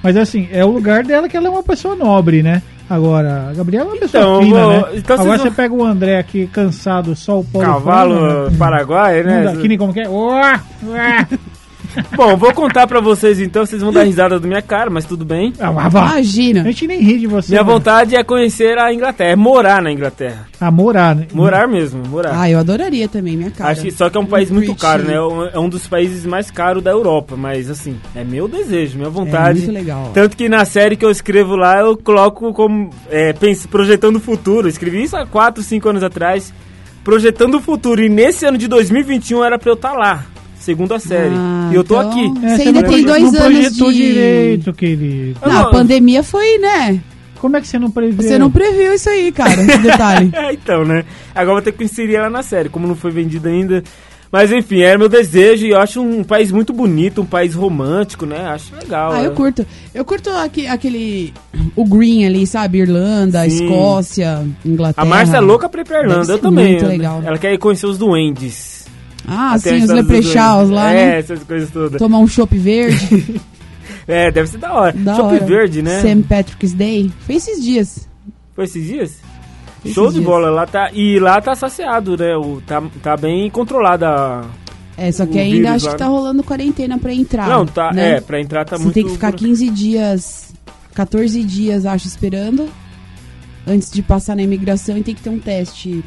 Speaker 1: Mas assim, é o lugar dela que ela é uma pessoa nobre, né? Agora, a Gabriela é uma pessoa
Speaker 3: Então,
Speaker 1: fina,
Speaker 3: vou-
Speaker 1: né?
Speaker 3: então vocês
Speaker 1: Agora
Speaker 3: vão-
Speaker 1: você pega o André aqui, cansado, só o pó do frango,
Speaker 3: Cavalo
Speaker 1: né?
Speaker 3: paraguaio,
Speaker 1: Não
Speaker 3: né?
Speaker 1: dá, que nem como que é. Uá, uá.
Speaker 3: Bom, vou contar pra vocês então, vocês vão dar risada da minha cara, mas tudo bem.
Speaker 1: Ah, vá, vá. A
Speaker 2: Imagina.
Speaker 1: gente nem ri de você.
Speaker 3: Minha
Speaker 1: né?
Speaker 3: vontade é conhecer a Inglaterra, é morar na Inglaterra.
Speaker 1: A morar, né?
Speaker 3: Morar mesmo, morar.
Speaker 2: Ah, eu adoraria também, minha cara.
Speaker 3: Acho que só que é um país muito
Speaker 2: British.
Speaker 3: caro, né? É um- É um dos países mais caros da Europa, mas assim, é meu desejo, minha
Speaker 2: É
Speaker 3: vontade.
Speaker 2: muito legal.
Speaker 3: Tanto que na série que eu escrevo lá, eu coloco como. É, penso- projetando o futuro. Eu Escrevi isso há 4, 5 anos atrás. Projetando o futuro. E nesse ano de 2021 era pra eu estar lá. Segundo a série.
Speaker 2: Ah,
Speaker 3: e eu tô
Speaker 2: então-
Speaker 3: aqui.
Speaker 2: Você ainda
Speaker 1: É, não
Speaker 2: tem
Speaker 1: proje-
Speaker 2: dois
Speaker 1: não
Speaker 2: anos
Speaker 1: projetou
Speaker 2: de-
Speaker 1: direito, querido.
Speaker 2: Não, a
Speaker 3: Não.
Speaker 2: pandemia foi, né?
Speaker 1: Como é que você não prevê?
Speaker 2: Você não previu isso aí, cara, esse detalhe.
Speaker 3: É, então, né? Agora vou ter que inserir ela na série, como não foi vendida ainda. Mas enfim, era meu desejo e eu acho um país muito bonito, um país romântico, né? Acho legal.
Speaker 2: Ah, eu
Speaker 3: é.
Speaker 2: curto. Eu curto aque- aquele. O Green ali, sabe? Irlanda,
Speaker 3: Sim.
Speaker 2: Escócia, Inglaterra.
Speaker 3: A Márcia é louca pra ir pra
Speaker 2: Deve
Speaker 3: Irlanda, eu
Speaker 2: ser
Speaker 3: também.
Speaker 2: muito legal. né?
Speaker 3: Ela quer ir conhecer os duendes.
Speaker 2: Ah,
Speaker 3: Até a
Speaker 2: sim, os
Speaker 3: história dos
Speaker 2: leprechauns
Speaker 3: duendes.
Speaker 2: lá,
Speaker 3: É,
Speaker 2: né?
Speaker 3: essas coisas todas.
Speaker 2: Tomar um chopp verde.
Speaker 3: É, deve ser da hora.
Speaker 2: da
Speaker 3: Shopping
Speaker 2: hora.
Speaker 3: verde, né?
Speaker 2: St. Patrick's Day. Foi esses dias.
Speaker 3: Foi esses dias?
Speaker 2: Esses
Speaker 3: Show de
Speaker 2: dias.
Speaker 3: bola, lá tá. E lá tá saciado, né? O, tá, tá bem controlada. a-
Speaker 2: É, só que
Speaker 3: O vírus
Speaker 2: ainda acho
Speaker 3: lá,
Speaker 2: que tá
Speaker 3: né?
Speaker 2: rolando quarentena pra entrar.
Speaker 3: Não, tá.
Speaker 2: né?
Speaker 3: É, pra entrar tá
Speaker 2: Você
Speaker 3: muito.
Speaker 2: tem que ficar 15 dias, 14 dias, acho, esperando. Antes de passar na imigração e tem que ter um teste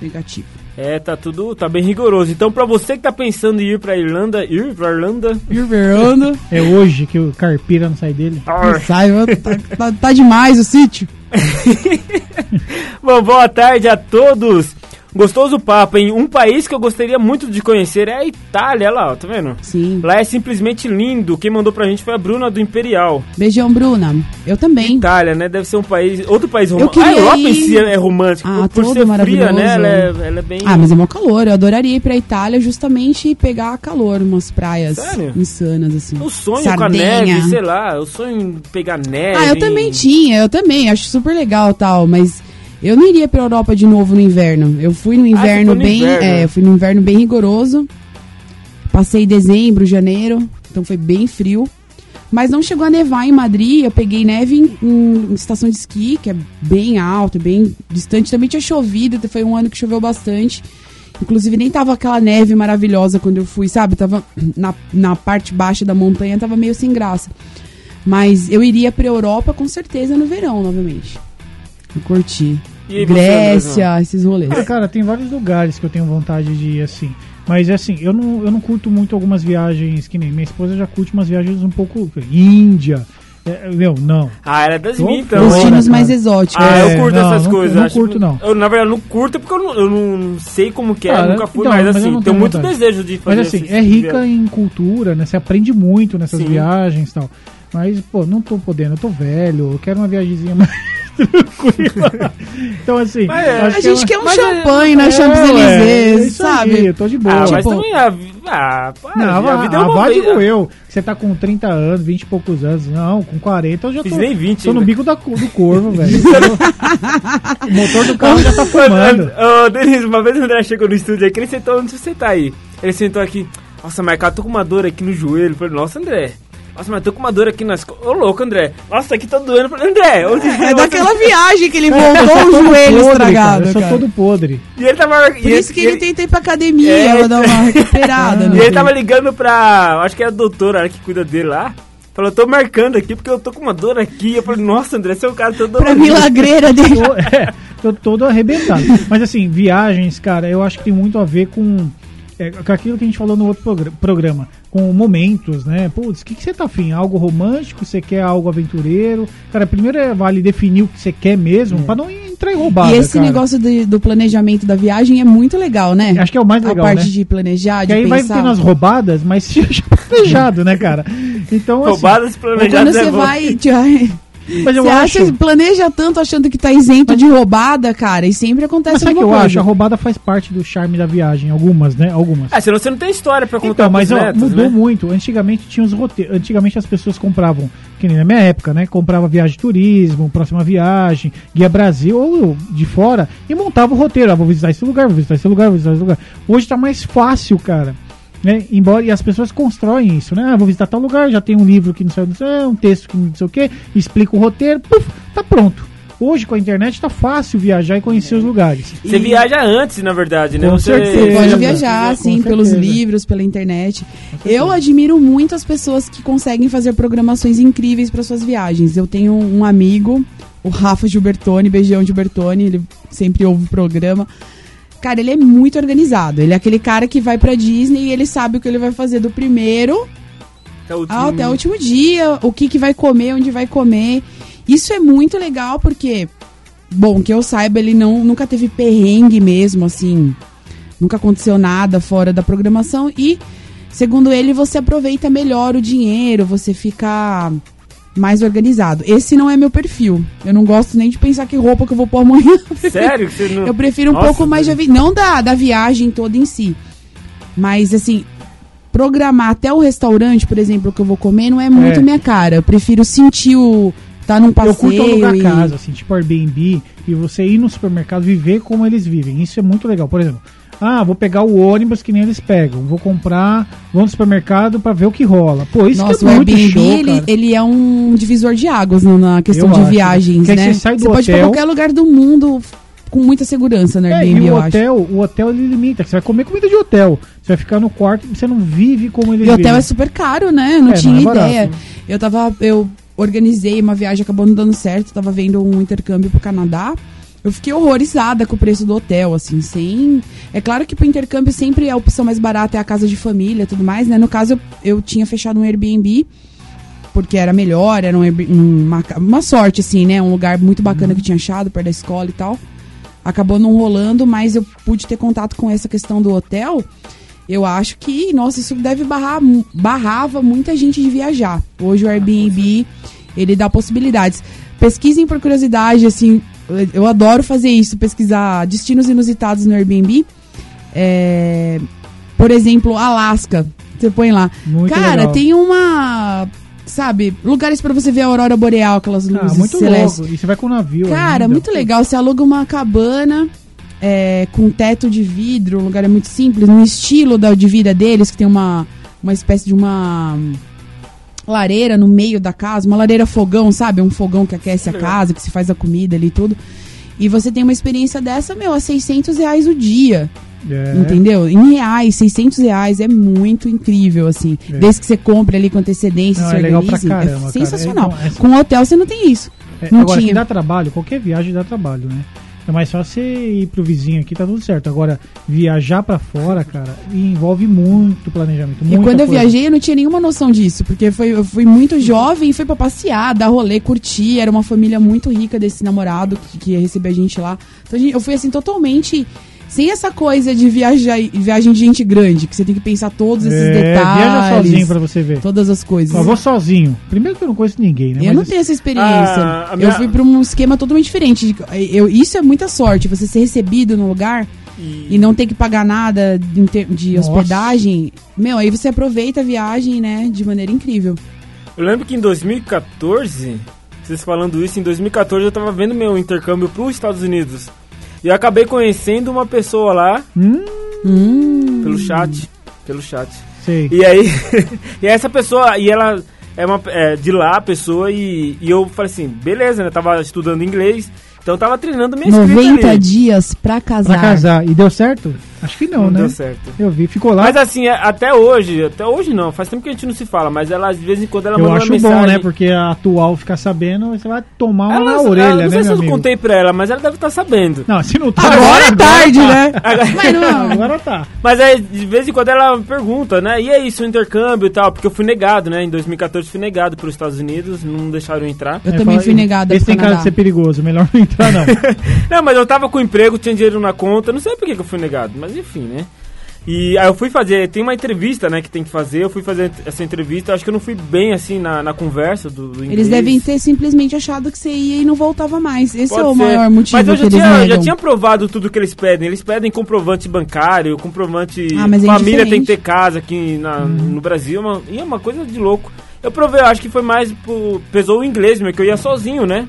Speaker 2: negativo.
Speaker 3: É, tá tudo. Tá bem rigoroso. Então, pra você que tá pensando em ir pra Irlanda, ir pra Irlanda.
Speaker 2: Irverando.
Speaker 1: É hoje que o Carpira não sai dele.
Speaker 3: Arr.
Speaker 2: Sai, tá, tá- tá demais o sítio.
Speaker 3: Bom, boa tarde a todos. Gostoso papo, hein? Um país que eu gostaria muito de conhecer é a Itália, olha lá, ó, tá vendo?
Speaker 2: Sim.
Speaker 3: Lá é simplesmente lindo. Quem mandou pra gente foi a Bruna do Imperial.
Speaker 2: Beijão, Bruna. Eu também.
Speaker 3: Itália, né? Deve ser um país. Outro país romântico.
Speaker 2: queria
Speaker 3: A Europa em
Speaker 2: ir-
Speaker 3: si é é romântica.
Speaker 2: Ah,
Speaker 3: por
Speaker 2: todo
Speaker 3: ser fria,
Speaker 2: maravilhoso.
Speaker 3: né? Ela é, ela é bem.
Speaker 2: Ah, mas é mó calor. Eu adoraria ir pra Itália justamente e pegar calor, umas praias
Speaker 3: Sério?
Speaker 2: insanas, assim.
Speaker 3: O sonho
Speaker 2: Sardenha.
Speaker 3: com a neve, sei lá. Eu sonho em pegar neve.
Speaker 2: Ah, eu também tinha, eu também, acho super legal tal, mas eu não iria pra Europa de novo no inverno. Eu fui no inverno
Speaker 3: Ah, foi no
Speaker 2: bem.
Speaker 3: inverno.
Speaker 2: É, eu fui no inverno bem rigoroso. Passei dezembro, janeiro, então foi bem frio. Mas não chegou a nevar em Madrid, eu peguei neve em, em estação de esqui, que é bem alto, bem distante. Também tinha chovido, foi um ano que choveu bastante. Inclusive, nem tava aquela neve maravilhosa quando eu fui, sabe? Tava na, na parte baixa da montanha, tava meio sem graça. Mas eu iria pra Europa com certeza no verão, novamente. Eu curti.
Speaker 3: E aí, você,
Speaker 2: Grécia, esses rolês.
Speaker 3: É.
Speaker 1: Ah, cara, tem vários lugares que eu tenho vontade de ir assim. Mas assim, eu não, eu não curto muito algumas viagens, que nem minha esposa já curte umas viagens um pouco. Índia. É, meu, não.
Speaker 3: Ah, ela é das
Speaker 1: Tô
Speaker 3: minhas, então.
Speaker 1: fora.
Speaker 2: Destinos
Speaker 1: cara.
Speaker 2: mais exóticos.
Speaker 3: Ah, eu
Speaker 1: É,
Speaker 3: curto
Speaker 1: não,
Speaker 3: essas
Speaker 1: não-
Speaker 3: coisas.
Speaker 1: não
Speaker 3: acho-
Speaker 1: curto, não.
Speaker 3: Eu, na verdade, não curto porque eu não, eu não sei como que é,
Speaker 1: Cara,
Speaker 3: nunca fui,
Speaker 1: então,
Speaker 3: mas
Speaker 1: mas
Speaker 3: assim,
Speaker 1: eu não
Speaker 3: tenho
Speaker 1: tenho
Speaker 3: muito
Speaker 1: vontade.
Speaker 3: desejo de fazer
Speaker 1: Mas assim,
Speaker 3: esses-
Speaker 1: é rica
Speaker 3: viagens.
Speaker 1: em cultura, né? Você aprende muito nessas
Speaker 3: Sim.
Speaker 1: viagens e tal. Mas, pô, não tô podendo, eu tô velho, eu quero uma viagemzinha mais tranquila. Então, assim,
Speaker 3: Mas é,
Speaker 1: acho
Speaker 2: A
Speaker 1: que
Speaker 2: gente
Speaker 1: eu-
Speaker 2: quer um
Speaker 3: mas é-
Speaker 2: champanhe na
Speaker 1: É,
Speaker 2: Champs-Élysées,
Speaker 1: é isso
Speaker 2: sabe?
Speaker 1: aí, eu tô de boa.
Speaker 3: Ah, mas
Speaker 2: Tipo-
Speaker 3: também a, vi- ah, pá,
Speaker 1: Não, ah,
Speaker 3: a vida é uma
Speaker 1: vá
Speaker 3: vez.
Speaker 1: digo eu. que Você tá com 30 anos, 20 e poucos anos. Não, com 40 eu já tô.
Speaker 3: Fiz nem 20
Speaker 1: Tô no
Speaker 3: ainda.
Speaker 1: bico da, cu- do corvo, velho. o motor do carro já tá fumando.
Speaker 3: Ô, ô, Denis, uma vez o André chegou no estúdio aqui, ele sentou onde você tá aí. Ele sentou aqui, nossa, mas cara, tô com uma dor aqui no joelho. Eu falei, nossa, André. Nossa, mas tô com uma dor aqui nas costas. Ô, louco, André. Nossa, aqui tá doendo. Eu falei, André, onde
Speaker 2: É
Speaker 3: você- tá?
Speaker 2: daquela viagem que ele
Speaker 1: tá- É, Eu sou
Speaker 2: voltou o
Speaker 1: todo
Speaker 2: joelho
Speaker 1: podre,
Speaker 2: estragado.
Speaker 1: cara, Eu sou
Speaker 2: cara.
Speaker 1: todo podre.
Speaker 3: E ele tava.
Speaker 2: Por isso que ele, tenta ir pra academia,
Speaker 3: É,
Speaker 2: ela dá uma recuperada.
Speaker 3: E
Speaker 2: né?
Speaker 1: Uhum.
Speaker 3: ele
Speaker 1: tá
Speaker 3: tava ligando pra. Acho que era a doutora ela que cuida dele lá. Falou, tô marcando aqui porque eu tô com uma dor aqui. Eu falei, nossa, André, seu cara todo
Speaker 2: Pra milagreira dele.
Speaker 1: Tô, é, tô todo arrebentado. Mas assim, viagens, cara, eu acho que tem muito a ver com, é, com aquilo que a gente falou no outro progra- programa. Com momentos, né? Putz, o que, que você tá afim? Algo romântico? Você quer algo aventureiro? Cara, primeiro é, vale definir o que você quer
Speaker 3: Hum.
Speaker 1: mesmo, pra não entrar em roubada,
Speaker 2: E esse
Speaker 1: cara.
Speaker 2: negócio de- do planejamento da viagem é muito legal, né?
Speaker 1: Acho que é o mais legal,
Speaker 2: A parte
Speaker 1: né?
Speaker 2: de planejar, de
Speaker 1: Que aí vai
Speaker 2: pensar.
Speaker 1: tendo as roubadas, mas já planejado, tá né, cara? Então, assim,
Speaker 3: Roubadas
Speaker 2: Ou quando
Speaker 3: planejadas
Speaker 2: você
Speaker 3: é bom.
Speaker 2: vai. te- ai,
Speaker 1: né, Mas eu
Speaker 2: Você
Speaker 1: acho.
Speaker 2: acha, planeja tanto achando que tá isento de roubada, cara, e sempre
Speaker 1: Mas
Speaker 2: acontece
Speaker 1: sabe o que eu
Speaker 2: alguma
Speaker 1: acho? A
Speaker 2: coisa.
Speaker 1: roubada faz parte do charme da viagem. Algumas, né? Algumas.
Speaker 3: Ah, senão você não tem história pra contar
Speaker 1: Então, mas
Speaker 3: pros
Speaker 1: ó,
Speaker 3: netos,
Speaker 1: mudou
Speaker 3: né?
Speaker 1: muito. Antigamente tinha os roteiros. Antigamente as pessoas compravam, que nem na minha época, né? Comprava viagem de turismo, próxima viagem, guia Brasil ou de fora e montava o roteiro. Ah, vou visitar esse lugar, vou visitar esse lugar, vou visitar esse lugar. Hoje tá mais fácil, cara. Né? Embora e as pessoas constroem isso, né? Ah, vou visitar tal lugar, já tem um livro que não sei, não sei, um texto que não sei o que, explica o roteiro, puf, tá pronto. Hoje com a internet tá fácil viajar e
Speaker 3: É.
Speaker 1: conhecer os lugares.
Speaker 3: Você
Speaker 2: E-
Speaker 3: viaja antes, na verdade, né?
Speaker 1: Com
Speaker 3: Você-
Speaker 1: certeza.
Speaker 2: Você pode
Speaker 1: Beleza.
Speaker 2: viajar,
Speaker 1: Com
Speaker 2: sim, pelos
Speaker 1: certeza.
Speaker 2: livros, pela internet. Eu admiro muito as pessoas que conseguem fazer programações incríveis para suas viagens. Eu tenho um amigo, o Rafa Gilbertoni, beijão Gilbertoni, ele sempre ouve o programa. Cara, ele é muito organizado. Ele é aquele cara que vai pra Disney e ele sabe o que ele vai fazer do primeiro
Speaker 3: Até o último-
Speaker 2: ah, até o último dia, o que, que vai comer, onde vai comer. Isso é muito legal porque, bom, que eu saiba, ele não, nunca teve perrengue mesmo, assim. Nunca aconteceu nada fora da programação. E, segundo ele, você aproveita melhor o dinheiro, você fica mais organizado. Esse não é meu perfil. Eu não gosto nem de pensar que roupa que eu vou pôr amanhã.
Speaker 3: Sério? que Você não...
Speaker 2: Eu prefiro um
Speaker 3: Nossa,
Speaker 2: pouco mais de
Speaker 3: Deus.
Speaker 2: avi... não da, da viagem toda em si. Mas assim, programar até o restaurante, por exemplo, que eu vou comer, não é muito
Speaker 1: É.
Speaker 2: minha cara. Eu prefiro sentir o tá num passeio
Speaker 1: eu curto alugar
Speaker 2: e
Speaker 1: casa, assim, tipo Airbnb, e você ir no supermercado e ver como eles vivem. Isso é muito legal. Por exemplo, ah, vou pegar o ônibus que nem eles pegam, vou comprar, vou no supermercado pra ver o que rola. Pô, isso
Speaker 2: Nossa,
Speaker 1: que é
Speaker 2: o
Speaker 1: muito
Speaker 2: Airbnb,
Speaker 1: show,
Speaker 2: ele,
Speaker 1: cara.
Speaker 2: ele é um divisor de águas no- na questão
Speaker 1: Eu
Speaker 2: de
Speaker 1: acho.
Speaker 2: viagens,
Speaker 1: Porque aí
Speaker 2: né?
Speaker 1: você sai do
Speaker 2: pode ir pra
Speaker 1: hotel-
Speaker 2: qualquer lugar do mundo com muita segurança no
Speaker 1: É,
Speaker 2: Airbnb,
Speaker 1: e o
Speaker 2: eu acho.
Speaker 1: hotel, o hotel ele limita, que você vai comer comida de hotel, você vai ficar no quarto, você não vive como eles
Speaker 2: E hotel
Speaker 1: vivem.
Speaker 2: é super caro, né? Eu não
Speaker 1: É, não
Speaker 2: tinha
Speaker 1: é barato,
Speaker 2: ideia. Eu tava. Eu organizei uma viagem, acabou não dando certo. Tava vendo um intercâmbio pro Canadá. Eu fiquei horrorizada com o preço do hotel, assim, sem. É claro que pro intercâmbio sempre a opção mais barata é a casa de família e tudo mais, né? No caso, eu, eu tinha fechado um Airbnb, porque era melhor, era um Airbnb- uma, ca- uma sorte, assim, né? Um lugar muito bacana que eu tinha achado, perto da escola e tal. Acabou não rolando, mas eu pude ter contato com essa questão do hotel. Eu acho que, nossa, isso deve barrar, mu- barrava muita gente de viajar. Hoje o Airbnb, ele dá possibilidades. Pesquisem por curiosidade, assim, eu- eu adoro fazer isso, pesquisar destinos inusitados no Airbnb. É, por exemplo, Alasca. Você põe lá.
Speaker 1: Muito
Speaker 2: Cara,
Speaker 1: legal.
Speaker 2: tem uma, sabe, lugares pra você ver a aurora boreal, aquelas
Speaker 1: Ah,
Speaker 2: luzes
Speaker 1: muito
Speaker 2: celestes.
Speaker 1: louco. E você vai com o navio
Speaker 2: Cara,
Speaker 1: ainda.
Speaker 2: muito legal. Você aluga uma cabana é, com teto de vidro, o lugar é muito simples, no estilo da, de vida deles, que tem uma, uma espécie de uma hum, lareira no meio da casa, uma lareira fogão, sabe? Um fogão que aquece a casa, que se faz a comida ali e tudo. E você tem uma experiência dessa, meu, a 600 reais o dia,
Speaker 1: É.
Speaker 2: entendeu? Em reais, 600 reais é muito incrível, assim.
Speaker 1: É.
Speaker 2: Desde que você compre ali com antecedência,
Speaker 1: Não,
Speaker 2: se
Speaker 1: é legal pra
Speaker 2: organize,
Speaker 1: caramba, cara.
Speaker 2: é sensacional.
Speaker 1: Então, essa-
Speaker 2: Com hotel você não tem isso.
Speaker 1: É,
Speaker 2: Não
Speaker 1: agora,
Speaker 2: tinha.
Speaker 1: se dá trabalho, qualquer viagem dá trabalho, né? É mais fácil você ir pro vizinho aqui, tá tudo certo. Agora, viajar pra fora, cara, envolve muito planejamento.
Speaker 2: E
Speaker 1: muita
Speaker 2: quando eu
Speaker 1: coisa.
Speaker 2: viajei, eu não tinha nenhuma noção disso, porque foi, eu fui muito jovem e fui pra passear, dar rolê, curtir. Era uma família muito rica desse namorado que, que ia receber a gente lá. Então a gente- eu fui assim totalmente sem essa coisa de viajar, viagem de gente grande, que você tem que pensar todos esses
Speaker 1: É,
Speaker 2: detalhes.
Speaker 1: Viaja sozinho pra você ver.
Speaker 2: Todas as coisas.
Speaker 1: Eu vou sozinho. Primeiro que eu não conheço ninguém, né?
Speaker 2: Eu
Speaker 1: Mas
Speaker 2: não
Speaker 1: assim,
Speaker 2: tenho essa experiência.
Speaker 3: Ah, a
Speaker 2: Eu
Speaker 3: minha-
Speaker 2: fui pra um esquema totalmente diferente. de- Eu, isso é muita sorte, você ser recebido no lugar e, não ter que pagar nada de, inte- de
Speaker 1: Nossa.
Speaker 2: hospedagem. Meu, aí você aproveita a viagem, né, de maneira incrível.
Speaker 3: Eu lembro que em 2014, vocês falando isso, em 2014 eu tava vendo meu intercâmbio pros Estados Unidos. E eu acabei conhecendo uma pessoa lá
Speaker 2: Hum,
Speaker 3: pelo chat. Pelo chat.
Speaker 1: sei.
Speaker 3: E aí, e essa pessoa, e ela é, uma, é de lá a pessoa, e, e eu falei assim, beleza, né? Tava estudando inglês, então eu tava treinando minha escrita
Speaker 2: 90
Speaker 3: ali.
Speaker 2: dias pra casar.
Speaker 1: Pra casar. E deu certo? Acho que não,
Speaker 3: Não
Speaker 1: né?
Speaker 3: deu certo.
Speaker 1: Eu vi, ficou lá.
Speaker 3: Mas assim, a- até hoje, até hoje não, faz tempo que a gente não se fala, mas ela de vez em quando ela
Speaker 1: eu
Speaker 3: manda uma
Speaker 1: acho
Speaker 3: mensagem.
Speaker 1: bom, né? Porque a atual ficar sabendo, você vai tomar uma na orelha,
Speaker 3: não sei
Speaker 1: né,
Speaker 3: se
Speaker 1: meu
Speaker 3: eu
Speaker 1: amigo?
Speaker 3: contei pra ela, mas ela deve estar sabendo.
Speaker 1: Não, se não tá.
Speaker 2: Agora é tarde, né? Mas
Speaker 1: Agora,
Speaker 2: não.
Speaker 1: agora tá.
Speaker 3: Mas aí, de vez em quando ela pergunta, né? E aí, seu intercâmbio e tal? Porque eu fui negado, né? Em 2014 fui negado pelos Estados Unidos, não deixaram eu entrar.
Speaker 2: Eu
Speaker 1: É,
Speaker 2: também
Speaker 1: fala-
Speaker 2: fui negada
Speaker 1: Esse
Speaker 2: pro
Speaker 1: tem cara
Speaker 2: Canadá.
Speaker 1: de ser perigoso, melhor não entrar, não.
Speaker 3: Não, mas eu tava com emprego, tinha dinheiro na conta, não sei por que que eu fui negado, mas enfim, né? E aí eu fui fazer, tem uma entrevista, né, que tem que fazer. Eu fui fazer essa entrevista, acho que eu não fui bem assim na, na conversa do, do
Speaker 2: Eles
Speaker 3: inglês.
Speaker 2: devem ter simplesmente achado que você ia e não voltava mais. Esse
Speaker 3: Pode
Speaker 2: é o
Speaker 3: ser.
Speaker 2: maior motivo
Speaker 3: Mas eu
Speaker 2: que
Speaker 3: já
Speaker 2: eles
Speaker 3: tinha, eu já
Speaker 2: negam.
Speaker 3: tinha provado tudo que eles pedem. Eles pedem comprovante bancário, comprovante.
Speaker 2: Ah, mas é Hum.
Speaker 3: família tem
Speaker 2: diferente.
Speaker 3: que ter casa aqui na- no Brasil. Uma, e é uma coisa de louco. Eu provei, eu acho que foi mais. Pro, pesou o inglês, meu, que eu ia sozinho, né?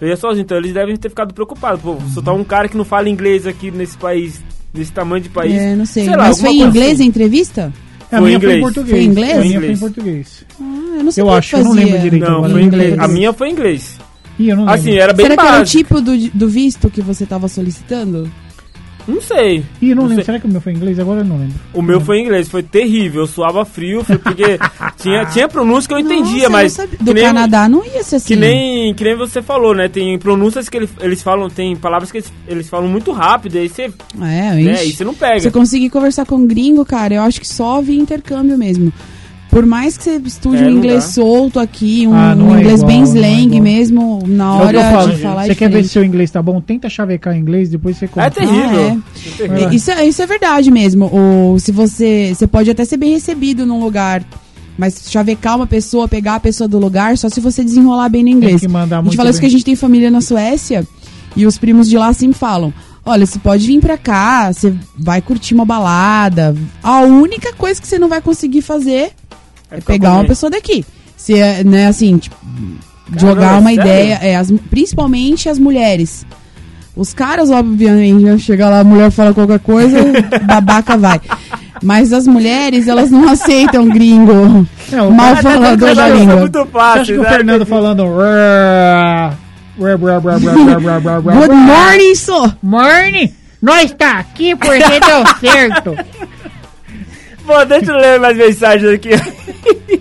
Speaker 3: Eu ia sozinho, então eles devem ter ficado preocupados. Pô, só tá um cara que não fala inglês aqui nesse país, nesse tamanho de país.
Speaker 2: É, não sei.
Speaker 3: lá,
Speaker 2: Mas
Speaker 3: alguma
Speaker 2: foi em
Speaker 3: coisa
Speaker 2: inglês
Speaker 3: assim.
Speaker 2: a entrevista?
Speaker 1: A
Speaker 3: Foi
Speaker 1: minha foi
Speaker 3: inglês.
Speaker 1: em português.
Speaker 2: Foi em inglês?
Speaker 1: A minha foi em
Speaker 3: Inglês.
Speaker 1: português.
Speaker 2: Ah, eu não sei
Speaker 1: Eu
Speaker 2: como
Speaker 1: acho,
Speaker 2: que
Speaker 1: eu não
Speaker 2: fazia.
Speaker 1: lembro direito.
Speaker 3: Não,
Speaker 1: agora.
Speaker 3: foi em inglês.
Speaker 2: Inglês.
Speaker 3: A minha foi em inglês.
Speaker 1: Ih, eu não lembro.
Speaker 3: Assim, era bem
Speaker 2: Hum. Será que era o
Speaker 3: básico.
Speaker 2: tipo do, do visto que você tava solicitando? tipo-
Speaker 3: Não sei.
Speaker 1: Ih, eu não,
Speaker 3: não
Speaker 1: lembro.
Speaker 3: sei.
Speaker 1: Será que o meu foi em inglês? Agora eu não lembro.
Speaker 3: O meu foi em inglês, foi terrível. Eu suava frio, foi porque tinha, tinha pronúncia que eu entendia,
Speaker 2: Nossa,
Speaker 3: mas.
Speaker 2: eu não sabia.
Speaker 3: que
Speaker 2: Do
Speaker 3: nem- um-
Speaker 2: Canadá não ia ser assim.
Speaker 3: Que nem, que nem você falou, né? Tem pronúncias que ele- eles falam, tem palavras que eles, eles falam muito rápido, aí você,
Speaker 2: É,
Speaker 3: né,
Speaker 2: ixi.
Speaker 3: aí você não pega.
Speaker 2: Você conseguir conversar com um gringo, cara, eu acho que só via intercâmbio mesmo. Por mais que você estude
Speaker 3: É,
Speaker 2: um
Speaker 3: não
Speaker 2: inglês
Speaker 3: dá.
Speaker 2: solto aqui, um,
Speaker 1: Ah, não
Speaker 2: um
Speaker 1: é
Speaker 2: inglês
Speaker 1: igual,
Speaker 2: bem
Speaker 1: não é
Speaker 2: slang
Speaker 1: igual.
Speaker 2: mesmo, na
Speaker 1: É o que
Speaker 2: hora
Speaker 1: eu falo,
Speaker 2: de falar é
Speaker 1: Você quer ver se
Speaker 2: diferente.
Speaker 1: seu inglês tá bom? Tenta chavecar em inglês, depois você
Speaker 3: É
Speaker 1: conta.
Speaker 3: terrível.
Speaker 2: E- Isso, Ah, é- isso é verdade mesmo. Ou se você. Você pode até ser bem recebido num lugar. Mas chavecar uma pessoa, pegar a pessoa do lugar, só se você desenrolar bem no inglês.
Speaker 1: que mandar
Speaker 2: a gente
Speaker 1: muito
Speaker 2: fala isso
Speaker 1: bem.
Speaker 2: que a gente tem família na Suécia e os primos de lá sempre falam: olha, você pode vir pra cá, você vai curtir uma balada. A única coisa que você não vai conseguir fazer
Speaker 3: É
Speaker 2: é
Speaker 3: ficar
Speaker 2: pegar
Speaker 3: com
Speaker 2: uma
Speaker 3: medo.
Speaker 2: pessoa daqui. Se, é, né, assim, tipo, jogar uma
Speaker 3: sério?
Speaker 2: ideia, é, as- principalmente as mulheres. Os caras, obviamente, né, chega lá, a mulher fala qualquer coisa, babaca vai. Mas as mulheres, elas não aceitam gringo.
Speaker 1: É, o
Speaker 2: mal
Speaker 1: cara-
Speaker 2: falador da
Speaker 1: cara-
Speaker 3: É
Speaker 2: língua.
Speaker 3: muito
Speaker 1: Você acha
Speaker 3: fácil,
Speaker 1: que o
Speaker 3: né?
Speaker 1: Fernando falando. "Rá, rá, rá, rá, rá, rá, rá, rá,
Speaker 2: Good
Speaker 1: rá."
Speaker 2: morning, so.
Speaker 1: Morning! Nós tá aqui porque deu certo!
Speaker 3: Pô, deixa eu ler mais mensagens aqui.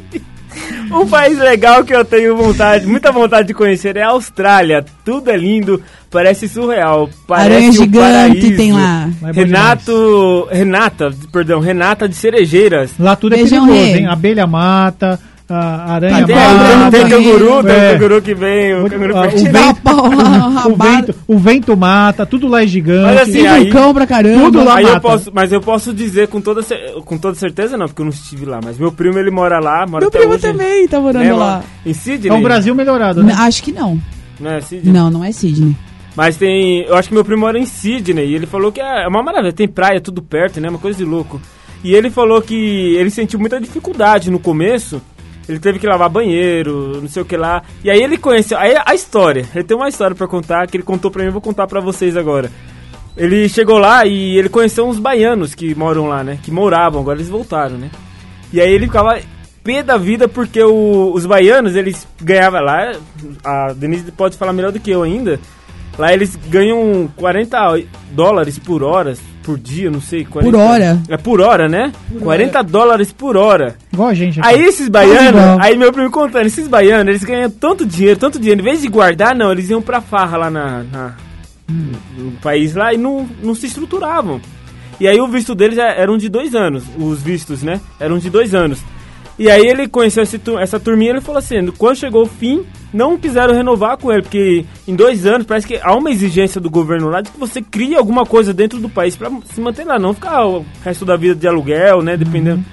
Speaker 3: Um país legal que eu tenho vontade, muita vontade de conhecer é a Austrália. Tudo é lindo, parece surreal. Parece
Speaker 2: Aranha
Speaker 3: um
Speaker 2: gigante
Speaker 3: paraíso.
Speaker 2: tem lá.
Speaker 1: Lá é bom
Speaker 3: Renato. Renata, perdão, Renata de Cerejeiras.
Speaker 1: Lá tudo é
Speaker 2: Beijão,
Speaker 1: perigoso,
Speaker 2: rei.
Speaker 1: hein? Abelha mata, a aranha
Speaker 2: Cadê
Speaker 3: Tem,
Speaker 2: a
Speaker 1: mata.
Speaker 2: aranha?
Speaker 3: tem canguru, tem
Speaker 1: É.
Speaker 3: canguru que vem, o
Speaker 1: Muito-
Speaker 3: canguru
Speaker 1: ah,
Speaker 3: que
Speaker 1: o
Speaker 3: vem.
Speaker 2: Dá
Speaker 1: vento-
Speaker 2: uma paula,
Speaker 1: O
Speaker 2: rabada,
Speaker 1: vento, o vento mata, tudo lá é gigante.
Speaker 3: Mas assim,
Speaker 2: tem
Speaker 3: aí-
Speaker 2: vulcão pra caramba.
Speaker 1: Tudo lá
Speaker 3: Aí eu
Speaker 1: mata.
Speaker 3: posso, mas eu posso dizer com toda, cer- com toda certeza, não, porque eu não estive lá, mas meu primo ele mora lá, mora
Speaker 2: Meu
Speaker 3: até
Speaker 2: primo
Speaker 3: hoje,
Speaker 2: também tá morando
Speaker 3: né,
Speaker 2: lá.
Speaker 3: Em Sydney.
Speaker 1: é um Brasil melhorado,
Speaker 2: N-
Speaker 1: né?
Speaker 2: Acho que não.
Speaker 3: Né, Sydney.
Speaker 2: Não, não é Sidney.
Speaker 3: Mas tem. Eu acho que meu primo mora em Sydney. E ele falou que é uma maravilha. Tem praia, tudo perto, né? Uma coisa de louco. E ele falou que ele sentiu muita dificuldade no começo. Ele teve que lavar banheiro, não sei o que lá. E aí ele conheceu. Aí a história. Ele tem uma história pra contar que ele contou pra mim. Eu vou contar pra vocês agora. Ele chegou lá e ele conheceu uns baianos que moram lá, né? Que moravam, agora eles voltaram, né? E aí ele ficava pé da vida porque o- os baianos, eles ganhavam lá, a Denise pode falar melhor do que eu ainda, lá eles ganham 40 dólares por hora, por dia, não sei. 40
Speaker 2: hora?
Speaker 3: É por hora, né? 40 dólares por hora.
Speaker 1: Igual a gente aqui.
Speaker 3: Aí esses baianos,
Speaker 2: Igual.
Speaker 3: aí meu primo contando, esses baianos, eles ganham tanto dinheiro, tanto dinheiro, em vez de guardar, não, eles iam pra farra lá na, na- no país lá e não, não se estruturavam. E aí o visto deles é- eram de dois anos, os vistos, né? Eram de dois anos. E aí ele conheceu esse tu- essa turminha ele falou assim, quando chegou o fim, não quiseram renovar com ele, porque em dois anos parece que há uma exigência do governo lá de que você crie alguma coisa dentro do país pra se manter lá, não ficar o resto da vida de aluguel, né? Dependendo.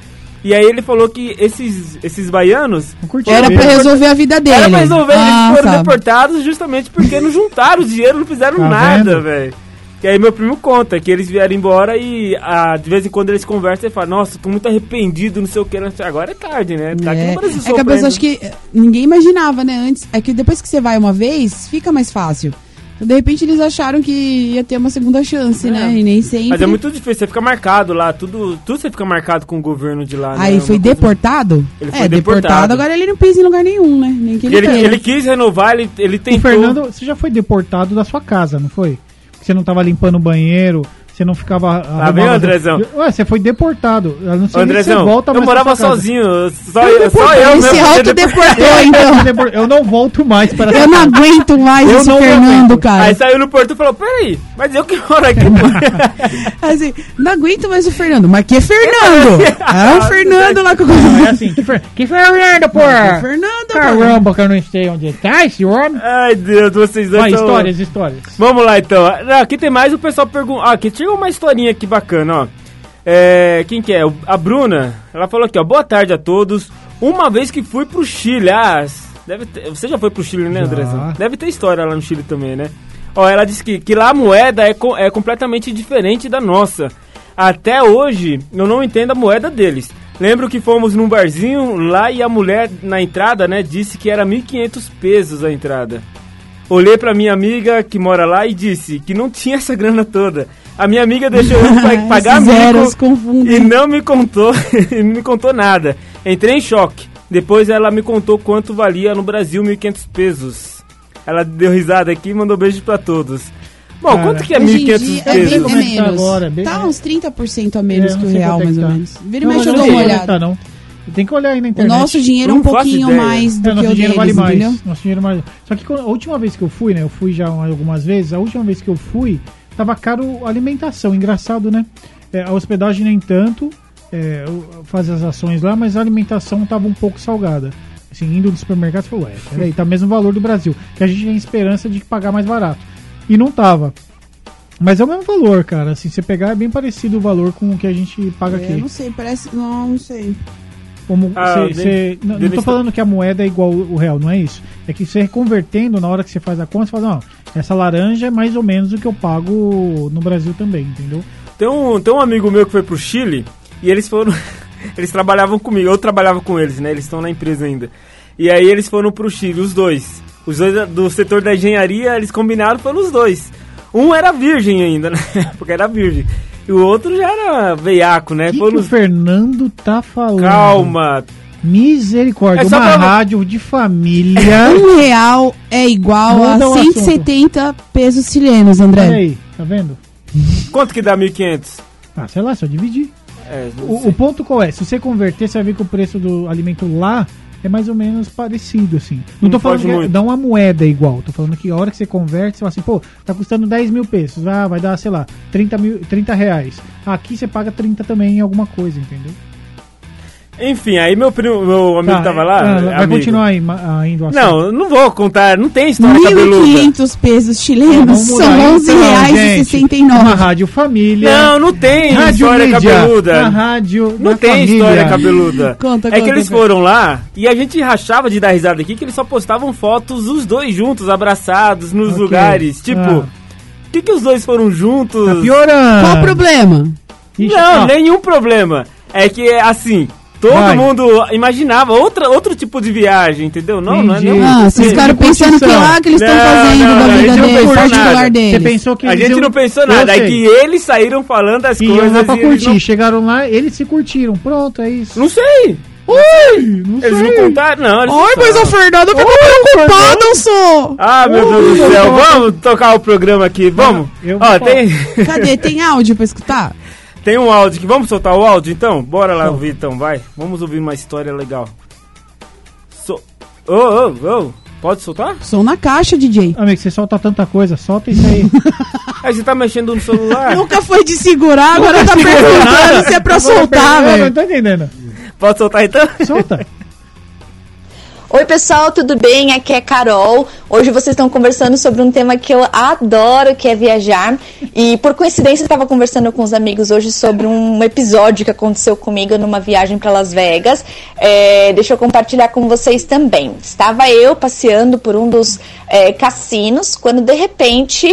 Speaker 3: E aí ele falou que esses, esses baianos
Speaker 1: Não curtiu
Speaker 2: Era
Speaker 1: mesmo.
Speaker 2: pra resolver a vida dele.
Speaker 3: era pra resolver,
Speaker 2: Ah,
Speaker 3: eles foram
Speaker 2: tá.
Speaker 3: deportados justamente porque não juntaram o dinheiro, não fizeram
Speaker 1: Tá
Speaker 3: nada,
Speaker 1: vendo?
Speaker 3: velho. E aí meu primo conta que eles vieram embora e ah, de vez em quando eles conversam e falam, nossa, tô muito arrependido, não sei o que, não sei- agora é tarde, né? Tá aqui
Speaker 2: É,
Speaker 3: no Brasil
Speaker 2: é que a
Speaker 3: sofrendo.
Speaker 2: pessoa acho que eh, ninguém imaginava, né? Antes, é que depois que você vai uma vez, fica mais fácil. Então, de repente eles acharam que ia ter uma segunda chance, né? E nem sempre.
Speaker 3: Mas é muito difícil, você fica marcado lá, tudo, tudo você fica marcado com o governo de lá. né?
Speaker 2: Aí
Speaker 3: Uma
Speaker 2: foi
Speaker 3: coisa-
Speaker 2: deportado?
Speaker 3: Ele foi
Speaker 2: é, deportado.
Speaker 3: deportado.
Speaker 2: Agora ele não pisa em lugar nenhum, né? Nem que
Speaker 3: E
Speaker 2: ele,
Speaker 3: Ele,
Speaker 2: queira.
Speaker 3: ele quis renovar, ele, ele tentou...
Speaker 1: O Fernando, você já foi deportado da sua casa, não foi? Porque você não tava limpando o banheiro, você não ficava. arrumava-
Speaker 3: vem, Ah, Andrezão.
Speaker 1: Ué, você foi deportado. Eu não sei nem se
Speaker 3: Andrezão,
Speaker 1: você tá volta
Speaker 3: eu
Speaker 1: mais pra
Speaker 3: morava
Speaker 1: sua casa.
Speaker 3: sozinho, é só
Speaker 2: Ele
Speaker 3: eu, só eu
Speaker 2: ele
Speaker 3: mesmo.
Speaker 2: se
Speaker 3: podia
Speaker 2: autodeportou, então.
Speaker 1: Eu não volto mais para
Speaker 2: Eu não aguento mais
Speaker 1: Eu
Speaker 2: esse
Speaker 1: não
Speaker 2: Fernando,
Speaker 1: aguento.
Speaker 2: cara.
Speaker 3: Aí saiu no porto e falou, peraí, mas eu que moro aqui, pô.
Speaker 2: Assim, não aguento mais o Fernando. Mas que Fernando? É o Fernando lá com o
Speaker 1: É assim, que, Fer- que Fernando, porra!
Speaker 2: Fernando,
Speaker 3: assim.
Speaker 2: cara.
Speaker 1: Caramba, que eu não sei onde tá esse homem.
Speaker 3: Ai, Deus, vocês dois
Speaker 1: Vai,
Speaker 3: são-
Speaker 1: histórias, histórias.
Speaker 3: Vamos lá, então. Ah, Aqui tem mais, o pessoal pergunta... Ah, aqui, chega uma historinha aqui bacana, ó. É, quem que é? O- A Bruna. Ela falou aqui, ó. Boa tarde a todos. Uma vez que fui pro Chile. Ah, deve ter- você já foi pro Chile, né,
Speaker 1: Já.
Speaker 3: Andressa? Deve ter história lá no Chile também, né? Ó, ela disse que, que lá a moeda é, co- é completamente diferente da nossa. Até hoje, eu não entendo a moeda deles. Lembro que fomos num barzinho lá e a mulher na entrada, né, disse que era 1.500 pesos a entrada. Olhei pra minha amiga que mora lá e disse que não tinha essa grana toda. A minha amiga deixou eu pa- pagar
Speaker 2: Esses zeros
Speaker 3: mico
Speaker 2: confundem.
Speaker 3: e não me contou, e não me contou nada. Entrei em choque. Depois ela me contou quanto valia no Brasil 1.500 pesos. Ela deu risada aqui e mandou beijo pra todos. Bom,
Speaker 1: Cara,
Speaker 3: quanto que é
Speaker 2: Hoje em
Speaker 3: 1.500
Speaker 2: dia é, bem,
Speaker 1: como
Speaker 3: pesos?
Speaker 1: é que tá
Speaker 2: menos.
Speaker 1: agora, é bem-
Speaker 2: tá uns 30% a
Speaker 1: É,
Speaker 2: menos
Speaker 1: eu
Speaker 2: que
Speaker 1: não
Speaker 2: o
Speaker 1: sei
Speaker 2: real,
Speaker 1: quanto é
Speaker 2: mais
Speaker 1: que
Speaker 2: ou
Speaker 1: tá.
Speaker 2: menos. Vira e
Speaker 1: Não,
Speaker 2: mexe, eu
Speaker 1: mas não
Speaker 2: dou uma
Speaker 1: sei quanto
Speaker 2: olhada.
Speaker 1: tá, não. Tem que olhar aí na
Speaker 2: O
Speaker 1: internet.
Speaker 2: nosso dinheiro é
Speaker 3: Eu
Speaker 2: um
Speaker 3: não faço
Speaker 2: pouquinho
Speaker 3: ideia.
Speaker 2: mais do
Speaker 1: É,
Speaker 2: que
Speaker 1: nosso
Speaker 2: o
Speaker 1: dinheiro
Speaker 2: deles,
Speaker 1: vale mais.
Speaker 2: entendeu?
Speaker 1: Nosso dinheiro vale- Só que quando- a última vez que eu fui, né? Eu fui já algumas vezes. A última vez que eu fui, tava caro a alimentação. Engraçado, né? É, a hospedagem nem tanto. É, eu- fazer as ações lá, mas a alimentação tava um pouco salgada. Assim, indo no supermercado, você falou, ué, peraí, tá mesmo valor do Brasil. Que a gente tem esperança de pagar mais barato. E não tava. Mas é o mesmo valor, cara. Assim, você pegar é bem parecido o valor com o que a gente paga
Speaker 2: Eu
Speaker 1: aqui.
Speaker 2: É, não sei, parece. Não, não sei.
Speaker 1: Como
Speaker 3: Ah,
Speaker 1: cê-
Speaker 3: o
Speaker 1: cê-
Speaker 3: Denis-
Speaker 1: não, não
Speaker 3: Denis
Speaker 1: tô
Speaker 3: tá-
Speaker 1: falando que a moeda é igual o real, não é isso. É que você convertendo na hora que você faz a conta, você fala, não, essa laranja é mais ou menos o que eu pago no Brasil também, entendeu?
Speaker 3: Tem um, tem um amigo meu que foi pro Chile e eles foram. eles trabalhavam comigo, eu trabalhava com eles, né? Eles estão na empresa ainda. E aí eles foram pro Chile, os dois. Os dois da- do setor da engenharia, eles combinaram pelos dois. Um era virgem ainda, né? Porque era virgem. E o outro já era veiaco, né?
Speaker 1: O que,
Speaker 3: Foi
Speaker 1: que o
Speaker 3: nos.
Speaker 1: Fernando tá falando?
Speaker 3: Calma,
Speaker 1: Misericórdia,
Speaker 3: É só
Speaker 1: uma
Speaker 3: pra-
Speaker 1: rádio de família.
Speaker 2: Um real é igual
Speaker 1: Muda o
Speaker 2: a 170 pesos chilenos, André.
Speaker 1: Olha aí, tá vendo?
Speaker 3: quanto que dá 1.500?
Speaker 1: Ah, sei lá, só dividir.
Speaker 3: É, não
Speaker 1: O,
Speaker 3: sei.
Speaker 1: o ponto qual é? Se você converter, você vai ver que o preço do alimento lá é mais ou menos parecido, assim. Não,
Speaker 3: Não
Speaker 1: tô falando
Speaker 3: pode
Speaker 1: que é-
Speaker 3: muito.
Speaker 1: dá uma moeda igual. Tô falando que a hora que você converte, você fala assim, pô, tá custando 10 mil pesos. Ah, vai dar, sei lá, 30, mil, 30 reais. Aqui você paga 30 também em alguma coisa, entendeu?
Speaker 3: Enfim, aí meu primo, meu amigo
Speaker 1: Tá,
Speaker 3: tava lá.
Speaker 1: ah, vai
Speaker 3: amigo.
Speaker 1: continuar aí, ma- ainda o assunto.
Speaker 3: Não, eu não vou contar, não tem história cabeluda.
Speaker 2: 1.500 pesos chilenos
Speaker 1: Vamos
Speaker 2: são
Speaker 1: mudar,
Speaker 2: 11
Speaker 1: então,
Speaker 2: reais e
Speaker 1: gente. Uma
Speaker 2: 69.
Speaker 1: rádio família.
Speaker 3: Não, não tem
Speaker 1: rádio
Speaker 3: história
Speaker 1: mídia,
Speaker 3: cabeluda.
Speaker 1: A rádio
Speaker 3: Não
Speaker 1: da
Speaker 3: tem
Speaker 1: família. Tá
Speaker 3: história cabeluda.
Speaker 2: Conta,
Speaker 3: é
Speaker 2: conta,
Speaker 3: que eles
Speaker 2: conta.
Speaker 3: foram lá e a gente rachava de dar risada aqui que eles só postavam fotos os dois juntos, abraçados nos
Speaker 1: Ok.
Speaker 3: lugares. Tipo,
Speaker 1: Ah.
Speaker 3: o que, que os dois foram juntos?
Speaker 1: Tá piorando.
Speaker 2: Qual o problema?
Speaker 1: Ixi,
Speaker 3: Não,
Speaker 1: ó,
Speaker 3: nenhum problema. É que é assim. Todo
Speaker 1: Vai.
Speaker 3: mundo imaginava outra, outro tipo de viagem, entendeu? Não, não é
Speaker 1: Entendi.
Speaker 3: nenhum.
Speaker 2: Ah, vocês
Speaker 1: Sim,
Speaker 2: ficaram
Speaker 1: de
Speaker 2: pensando que é
Speaker 1: construção.
Speaker 2: lá que eles estão
Speaker 3: Não,
Speaker 2: fazendo
Speaker 3: não,
Speaker 2: da
Speaker 3: não, a
Speaker 2: vida
Speaker 3: gente não
Speaker 2: deles,
Speaker 3: pensou
Speaker 2: particular
Speaker 3: nada.
Speaker 1: Você
Speaker 2: deles.
Speaker 1: pensou que
Speaker 3: A
Speaker 1: eles
Speaker 3: gente
Speaker 1: iam-
Speaker 3: não pensou
Speaker 1: Ah, Eu
Speaker 3: nada. É
Speaker 1: sei.
Speaker 3: que eles saíram falando as
Speaker 1: E iam
Speaker 3: coisas.
Speaker 1: lá pra
Speaker 3: e eles
Speaker 1: curtir. Chegaram lá, eles se curtiram. Pronto, é isso.
Speaker 3: Não, não sei.
Speaker 1: Não
Speaker 3: Eles não
Speaker 1: sei.
Speaker 3: contaram, não. Eles não sabem.
Speaker 2: Fernando fica preocupado, eu sou.
Speaker 3: Ah, meu Deus do céu, vamos tocar o programa aqui, vamos?
Speaker 1: Uh! eu vou
Speaker 3: Ó,
Speaker 1: falar.
Speaker 3: tem,
Speaker 2: Cadê? Tem áudio pra escutar?
Speaker 3: tem um áudio aqui, vamos soltar o áudio então? Bora lá ouvir então, vai. Vamos ouvir uma história legal. So... Ô, ô, ô, pode soltar?
Speaker 2: Som na caixa, DJ.
Speaker 1: Amigo, você solta tanta coisa, solta isso aí.
Speaker 3: Aí você tá mexendo no celular?
Speaker 2: Nunca foi de segurar, agora tá perguntando se é pra soltar,
Speaker 1: Eu Não
Speaker 2: velho.
Speaker 1: tô entendendo.
Speaker 3: Pode soltar então?
Speaker 1: Solta.
Speaker 5: Oi, pessoal, tudo bem? Aqui é Carol. Hoje vocês estão conversando sobre um tema que eu adoro, que é viajar. E por coincidência, eu estava conversando com os amigos hoje sobre um episódio que aconteceu comigo numa viagem para Las Vegas. É, deixa eu compartilhar com vocês também. Estava eu passeando por um dos é, cassinos quando de repente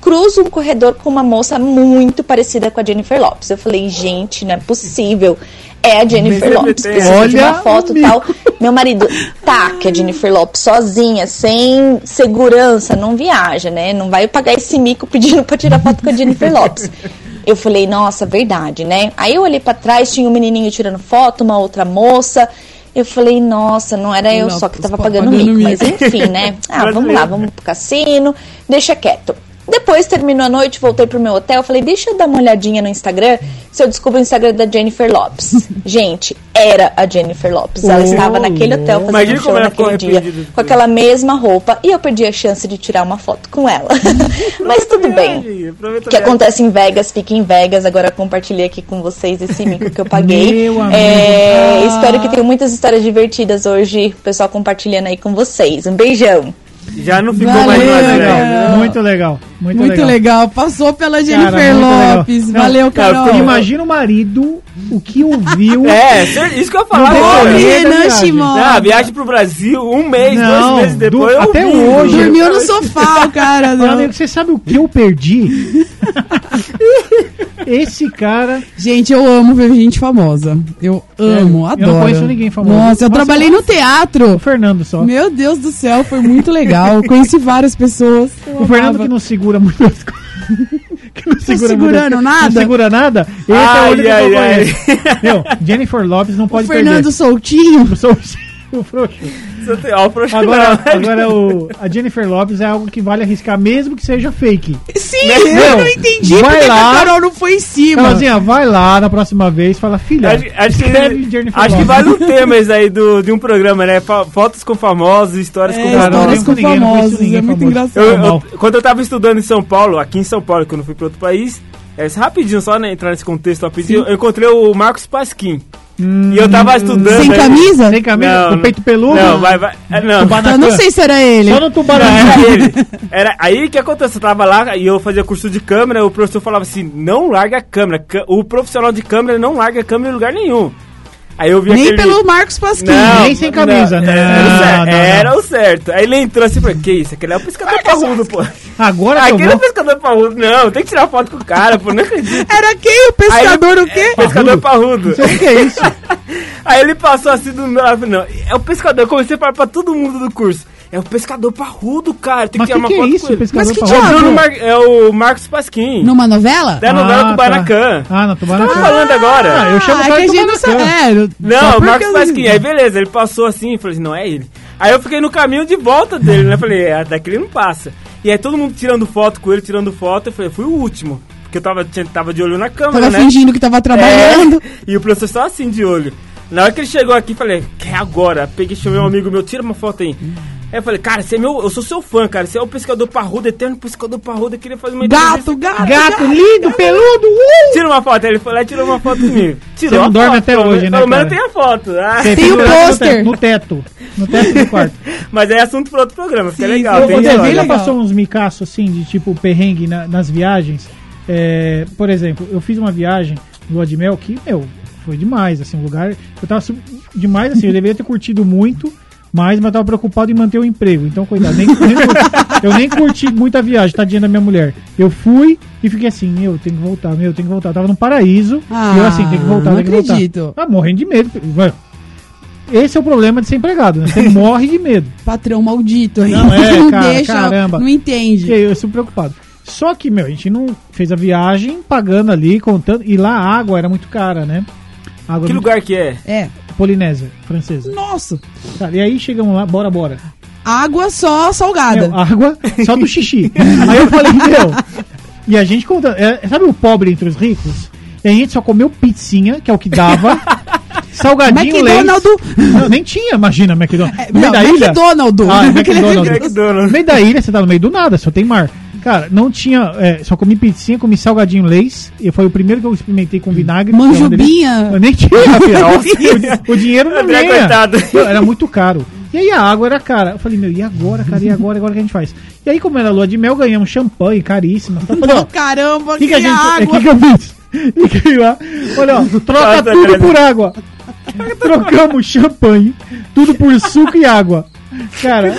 Speaker 5: cruzo um corredor com uma moça muito parecida com a Jennifer Lopes. Eu falei, gente, não é possível. É a Jennifer
Speaker 3: Mas
Speaker 5: Lopes.
Speaker 3: tem-
Speaker 5: Preciso de
Speaker 1: Olha
Speaker 5: uma foto
Speaker 1: o
Speaker 5: e tal. Meu marido, tá, que a Jennifer Lopes sozinha, sem segurança, não viaja, né? Não vai pagar esse mico pedindo pra tirar foto com a Jennifer Lopes. Eu falei, nossa, verdade, né? Aí eu olhei pra trás, tinha um menininho tirando foto, uma outra moça. Eu falei, nossa, não era eu
Speaker 2: Não,
Speaker 5: só que tava
Speaker 2: pô,
Speaker 5: pagando
Speaker 2: pagando
Speaker 5: mico, mas
Speaker 2: mico.
Speaker 5: enfim, né? Ah, vamos lá, vamos pro cassino, deixa quieto. Depois terminou a noite, voltei pro meu hotel, falei, deixa eu dar uma olhadinha no Instagram, se eu descubro o Instagram da Jennifer Lopes. Gente, era a Jennifer Lopes. Ela
Speaker 1: Oh,
Speaker 5: estava naquele hotel
Speaker 3: Uh, imagina
Speaker 5: fazendo um
Speaker 3: como
Speaker 5: show
Speaker 3: ela ficou
Speaker 5: naquele dia,
Speaker 3: arrependida de
Speaker 5: com aquela mesma roupa, e eu perdi a chance de tirar uma foto com ela. Mas tudo bem. O
Speaker 3: né?
Speaker 5: que acontece em Vegas, fica em Vegas. Agora eu compartilhei aqui com vocês esse mico que eu paguei.
Speaker 1: Meu amigo.
Speaker 5: É, Espero que tenham muitas histórias divertidas hoje, o pessoal compartilhando aí com vocês. Um beijão.
Speaker 3: Já não ficou
Speaker 2: Valeu,
Speaker 3: mais né?
Speaker 1: Muito
Speaker 3: brasileiro.
Speaker 1: legal,
Speaker 2: Tá Legal.
Speaker 1: muito legal. Muito,
Speaker 2: Muito legal. Passou pela Jennifer
Speaker 1: muito legal.
Speaker 2: Lopes.
Speaker 1: Não,
Speaker 2: Valeu,
Speaker 3: cara,
Speaker 2: Carol.
Speaker 3: eu fiquei
Speaker 1: Imagina o marido, o que ouviu.
Speaker 3: É, cê- isso que eu falava.
Speaker 1: Não
Speaker 3: cara.
Speaker 2: Ô,
Speaker 1: dorme. né,
Speaker 2: Renan
Speaker 1: Ah, viagem.
Speaker 2: Shimon.
Speaker 3: Não, a Ah, viagem pro Brasil, um mês,
Speaker 1: Não,
Speaker 3: dois meses depois.
Speaker 1: do-
Speaker 3: eu
Speaker 1: até
Speaker 3: vi.
Speaker 1: hoje.
Speaker 2: Dormiu no sofá, o cara.
Speaker 1: Meu
Speaker 2: não.
Speaker 1: amigo, você sabe o que eu perdi? Esse cara.
Speaker 2: Gente, eu amo ver gente famosa. Eu amo,
Speaker 1: eu não
Speaker 2: adoro.
Speaker 1: conheço ninguém famoso.
Speaker 2: Nossa, eu
Speaker 1: Nossa,
Speaker 2: trabalhei no
Speaker 1: O
Speaker 2: teatro.
Speaker 1: Fernando só.
Speaker 2: Meu Deus do céu, foi muito legal. Eu Conheci várias pessoas.
Speaker 1: o Fernando que não segura muito as coisas. Que não
Speaker 2: segurando
Speaker 1: muito-
Speaker 2: nada?
Speaker 1: Não segura nada? Esse é
Speaker 3: Ai,
Speaker 1: o único que
Speaker 3: ai,
Speaker 1: eu
Speaker 3: ai.
Speaker 1: conheço. Meu, Jennifer Lopes não
Speaker 2: O
Speaker 1: pode
Speaker 2: Fernando
Speaker 1: perder.
Speaker 2: Soltinho.
Speaker 1: Eu sou o frouxo.
Speaker 3: Só tem- ó, o Frouxo
Speaker 1: Agora,
Speaker 3: não.
Speaker 1: agora o, a Jennifer Lopes é algo que vale arriscar, mesmo que seja fake. Então,
Speaker 2: Sim,
Speaker 3: Meu,
Speaker 2: eu não entendi
Speaker 1: Né? vai
Speaker 2: porque que
Speaker 1: lá.
Speaker 2: a Carol não foi em cima.
Speaker 1: Carolzinha, assim, vai lá na próxima vez e fala, filha,
Speaker 3: Acho, acho que,
Speaker 1: escreve Jennifer
Speaker 3: acho que
Speaker 1: Lopes.
Speaker 3: vale um tema isso aí do, de um programa, né? Fa- Fotos com famosos, histórias
Speaker 2: É,
Speaker 3: com
Speaker 1: Cara, não
Speaker 2: histórias
Speaker 1: lembro
Speaker 2: com
Speaker 1: ninguém, não conheço
Speaker 2: famosos.
Speaker 1: ninguém
Speaker 2: É muito
Speaker 1: famoso.
Speaker 2: engraçado.
Speaker 3: Eu- eu-
Speaker 1: Normal.
Speaker 3: quando eu tava estudando em São Paulo, aqui em São Paulo, quando eu fui pra outro país, é, rapidinho, só né, entrar nesse contexto rapidinho, eu encontrei o Marcos Pasquim. e eu tava estudando.
Speaker 2: Hum, Sem
Speaker 3: aí-
Speaker 2: camisa?
Speaker 1: Sem camisa,
Speaker 3: Não,
Speaker 1: com peito peludo.
Speaker 3: Não, vai, vai. é, Não,
Speaker 1: Tubarão.
Speaker 2: Eu não sei se era ele.
Speaker 1: Só no tubarão.
Speaker 3: era ele. Era aí que aconteceu. Eu tava lá e eu fazia curso de câmera, o professor falava assim: não larga a câmera. Cã- O profissional de câmera não larga a câmera em lugar nenhum. Aí eu vi
Speaker 2: Nem
Speaker 3: aquele.
Speaker 2: pelo Marcos Pasquim.
Speaker 3: Não,
Speaker 1: Nem sem camisa,
Speaker 3: não,
Speaker 1: né?
Speaker 3: Era, o
Speaker 1: Não,
Speaker 3: certo,
Speaker 1: não,
Speaker 3: era o certo. Aí ele entrou assim pra que isso? Aquele é o pescador parrudo, pô.
Speaker 1: Agora que eu
Speaker 3: Aquele é
Speaker 1: vou...
Speaker 3: o pescador parrudo, não, tem que tirar foto com o cara, pô, não acredito. É,
Speaker 2: Era quem? O pescador o quê?
Speaker 1: É.
Speaker 3: Pescador
Speaker 1: Não
Speaker 3: parrudo.
Speaker 1: sei o que é isso.
Speaker 3: Aí ele passou assim do nada, não. É o pescador, eu comecei a falar pra todo mundo do curso. É o pescador parrudo, cara, tem
Speaker 1: Mas
Speaker 3: que
Speaker 1: o
Speaker 3: tirar
Speaker 1: que, que
Speaker 3: uma
Speaker 1: é
Speaker 3: foto com
Speaker 1: isso,
Speaker 3: ele.
Speaker 1: pescador?
Speaker 2: Mas que
Speaker 1: parrudo?
Speaker 3: É o,
Speaker 2: diabo?
Speaker 3: Bruno Mar- é o Marcos Pasquim,
Speaker 2: Numa novela?
Speaker 3: da É novela
Speaker 1: Ah,
Speaker 3: Kubanacan.
Speaker 1: tá. Ah, não,
Speaker 3: Tô
Speaker 1: Tubaracan.
Speaker 3: falando agora.
Speaker 1: eu chamo o
Speaker 2: ah,
Speaker 1: cara
Speaker 2: é que
Speaker 1: de né?
Speaker 2: a gente não sabe.
Speaker 1: Kubanacan.
Speaker 2: É, eu- só
Speaker 3: Não, o
Speaker 2: porque
Speaker 3: Marcos
Speaker 2: eu-
Speaker 3: Pasquim. Aí beleza, ele passou assim, falei assim, não é ele. Aí eu fiquei no caminho de volta dele, né? Falei, é, daqui ele não passa. E aí todo mundo tirando foto com ele, tirando foto, eu falei, fui o último. Porque eu tava, tinha- tava de olho na câmera,
Speaker 2: Tava assim,
Speaker 3: né?
Speaker 2: fingindo que tava
Speaker 3: É,
Speaker 2: trabalhando.
Speaker 3: e o professor só assim de olho. Na hora que ele chegou aqui, falei, que é agora? Peguei, chamei um amigo meu, tira uma foto aí. Aí eu falei, cara, você é meu, eu sou seu fã, cara. Você é o pescador parrudo, eterno pescador parrudo. Eu queria fazer uma
Speaker 2: Gato,
Speaker 3: entrevista.
Speaker 2: gato,
Speaker 1: Gato lindo, peludo, uh!
Speaker 3: Tira uma foto. Aí ele foi lá e tirou uma foto comigo. Tirou
Speaker 1: não
Speaker 3: a
Speaker 1: dorme
Speaker 3: foto,
Speaker 1: até
Speaker 3: pelo
Speaker 1: hoje,
Speaker 3: menos-
Speaker 1: né,
Speaker 3: Pelo menos
Speaker 1: cara?
Speaker 3: tem a foto. Ah,
Speaker 2: Tem o
Speaker 1: Pendurado no
Speaker 2: pôster.
Speaker 1: teto, No teto. No teto do quarto.
Speaker 3: mas é assunto para outro programa, fica
Speaker 2: Sim,
Speaker 3: legal.
Speaker 2: sim.
Speaker 3: tem
Speaker 1: Ô,
Speaker 2: bem
Speaker 1: Zé,
Speaker 3: história.
Speaker 1: você já
Speaker 2: legal.
Speaker 1: passou uns micaços assim, de tipo perrengue na- nas viagens? É, por exemplo, eu fiz uma viagem lua de mel que, meu, foi demais, assim, um lugar. Eu tava su- demais, assim, eu deveria ter curtido muito, mas eu tava preocupado em manter o emprego. Então, coitado, nem, nem cur- eu nem curti muito a viagem, tadinha da minha mulher. Eu fui e fiquei assim, meu, tenho que voltar, meu, tenho que voltar. Eu tava num paraíso e eu assim, tenho que voltar,
Speaker 2: Ah,
Speaker 1: tenho que
Speaker 2: não
Speaker 1: voltar.
Speaker 2: acredito.
Speaker 1: Ah, morrendo de medo. Mano, Esse é o problema de ser empregado, né? Você morre de medo.
Speaker 2: Patrão maldito aí.
Speaker 1: Não, é, cara, caramba.
Speaker 2: Não entende.
Speaker 1: Fiquei, eu estou preocupado. Só que, meu, a gente não fez a viagem pagando ali, contando. E lá a água era muito cara, né? A Água
Speaker 3: Que
Speaker 1: era
Speaker 3: lugar que é?
Speaker 2: É.
Speaker 1: muito- Polinésia, francesa.
Speaker 2: Nossa.
Speaker 1: Tá, e aí chegamos lá, bora, bora.
Speaker 2: Água só salgada.
Speaker 1: Meu, água só do xixi. aí eu falei, meu. E a gente contando. é, sabe o pobre entre os ricos? E a gente só comeu pizzinha, que é o que dava. Salgadinho leite.
Speaker 2: McDonald's.
Speaker 1: Não, nem tinha, imagina, McDonald's.
Speaker 2: É,
Speaker 1: No meio
Speaker 2: não,
Speaker 1: da ilha-
Speaker 2: McDonald's.
Speaker 1: Ah, McDonald's. No
Speaker 3: McDonald's.
Speaker 1: meio da ilha, você tá no meio do nada, só tem mar. Cara, não tinha. é, só comi pizzinha, comi salgadinho Lays. E foi o primeiro que eu experimentei com vinagre. que é uma
Speaker 2: Manjubinha.
Speaker 1: delícia. Eu nem tinha, filho. o, o dinheiro não
Speaker 3: André,
Speaker 1: vinha.
Speaker 3: coitado.
Speaker 1: Não, Era muito caro. E aí a água era cara. Eu falei, meu, e agora, cara? E agora? E agora o que a gente faz? E aí, como era lua de mel, ganhamos champanhe caríssimo. Tá falando, ó,
Speaker 2: Ô, caramba,
Speaker 1: que, que a gente. é,
Speaker 2: água.
Speaker 1: que, que eu fiz? Liguei lá. Olha, ó, troca
Speaker 3: Nossa,
Speaker 1: tudo
Speaker 3: cara.
Speaker 1: por água. Trocamos champanhe, tudo por suco e água. Cara,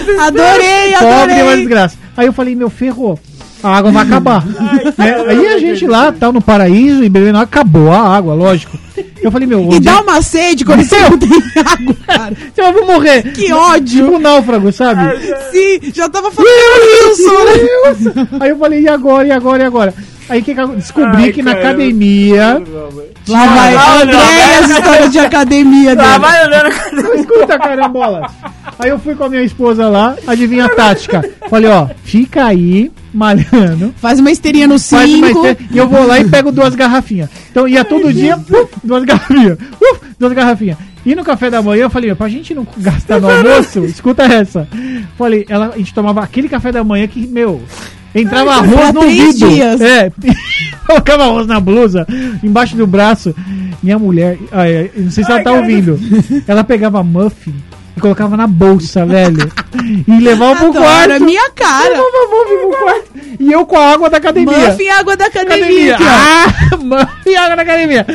Speaker 1: pobre
Speaker 2: Adorei,
Speaker 1: é uma
Speaker 2: adorei.
Speaker 1: desgraça. Aí eu falei, meu, ferrou. A água vai acabar. Né?
Speaker 2: tá
Speaker 1: Aí a gente lá, tal, no paraíso, e bebendo, água, acabou a água, lógico. Eu falei, meu,
Speaker 2: E
Speaker 1: onde é
Speaker 2: dá uma sede quando você não tem água, cara.
Speaker 1: que eu vou morrer?
Speaker 2: Que ódio.
Speaker 1: Tipo um náufrago, sabe?
Speaker 2: Sim, já tava falando do sono.
Speaker 1: Aí eu falei, e agora, e agora, e agora? Aí que que eu descobri
Speaker 3: Ai,
Speaker 1: que na
Speaker 3: cara.
Speaker 1: academia.
Speaker 2: Lá vai,
Speaker 3: não,
Speaker 2: André,
Speaker 3: não.
Speaker 2: as histórias né? de academia dele.
Speaker 3: Lá Ah, vai andando.
Speaker 1: Não escuta, carambola. Aí eu fui com a minha esposa lá, adivinha a tática. Falei, ó, fica aí, malhando.
Speaker 2: Faz uma esteirinha no
Speaker 1: faz uma
Speaker 2: cinco.
Speaker 1: este- e eu vou lá e pego duas garrafinhas. Então ia todo dia, puf, duas garrafinhas. Uf, duas garrafinhas. E no café da manhã eu falei, pra gente não gastar no almoço, escuta essa. Falei, ela, a gente tomava aquele café da manhã que, meu, entrava
Speaker 2: Ai,
Speaker 1: arroz
Speaker 2: dura
Speaker 1: no
Speaker 2: três
Speaker 1: vidro.
Speaker 2: dias.
Speaker 1: É, colocava arroz na blusa, embaixo ah, é, do braço. Minha mulher, ai, ai, não sei se ela tá ouvindo, ela pegava muffin e e colocava na bolsa, velho. E levava pro
Speaker 2: Adoro, é
Speaker 1: quarto.
Speaker 2: minha cara.
Speaker 1: Levava muffin pro quarto. E eu com a água da academia.
Speaker 2: Muffin água da
Speaker 1: academia.
Speaker 2: academia. aqui, ó.
Speaker 1: Ah, muffin água da academia.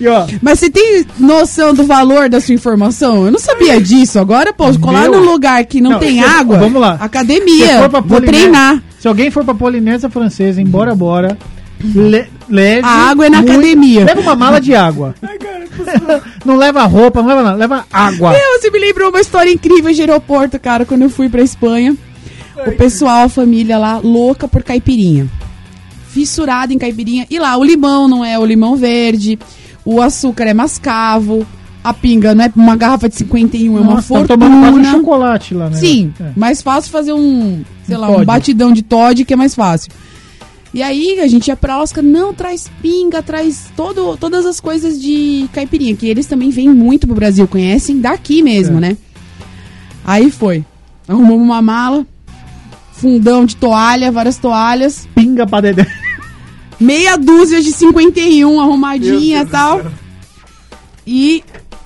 Speaker 1: E ó,
Speaker 2: Mas você tem noção do valor da sua informação? Eu não sabia disso. Agora, pô, colar
Speaker 1: Meu.
Speaker 2: num lugar que não, é-
Speaker 1: Não,
Speaker 2: tem
Speaker 1: se-
Speaker 2: água.
Speaker 1: vamos lá.
Speaker 2: Academia.
Speaker 1: for pra
Speaker 2: Vou
Speaker 1: Polinésia-
Speaker 2: treinar.
Speaker 1: Se alguém for pra Polinésia Francesa, embora, bora. Le, leve
Speaker 2: A água é na academia.
Speaker 1: Leva uma mala de água. não leva roupa, não leva nada, leva água.
Speaker 2: Meu, você me lembrou uma história incrível de aeroporto, cara, quando eu fui pra Espanha. O pessoal, a família lá, louca por caipirinha. Fissurada em caipirinha. E lá, o limão não é o limão verde, o açúcar é mascavo, a pinga não é uma garrafa de 51, é uma
Speaker 1: Nossa, tão
Speaker 2: fortuna.
Speaker 1: tomando quase um chocolate lá, né?
Speaker 2: Sim,
Speaker 1: É.
Speaker 2: mais fácil fazer um, sei
Speaker 1: Um
Speaker 2: lá, um
Speaker 1: Todd.
Speaker 2: batidão de Todd que é mais fácil. E aí a gente ia pra Oscar, não, traz pinga, traz todo, todas as coisas de caipirinha, que eles também vêm muito pro Brasil, conhecem daqui mesmo,
Speaker 1: É.
Speaker 2: né? Aí foi. Arrumamos uma mala, fundão de toalha, várias toalhas,
Speaker 1: Pinga pra dedé.
Speaker 2: meia dúzia de 51 arrumadinha e tal. E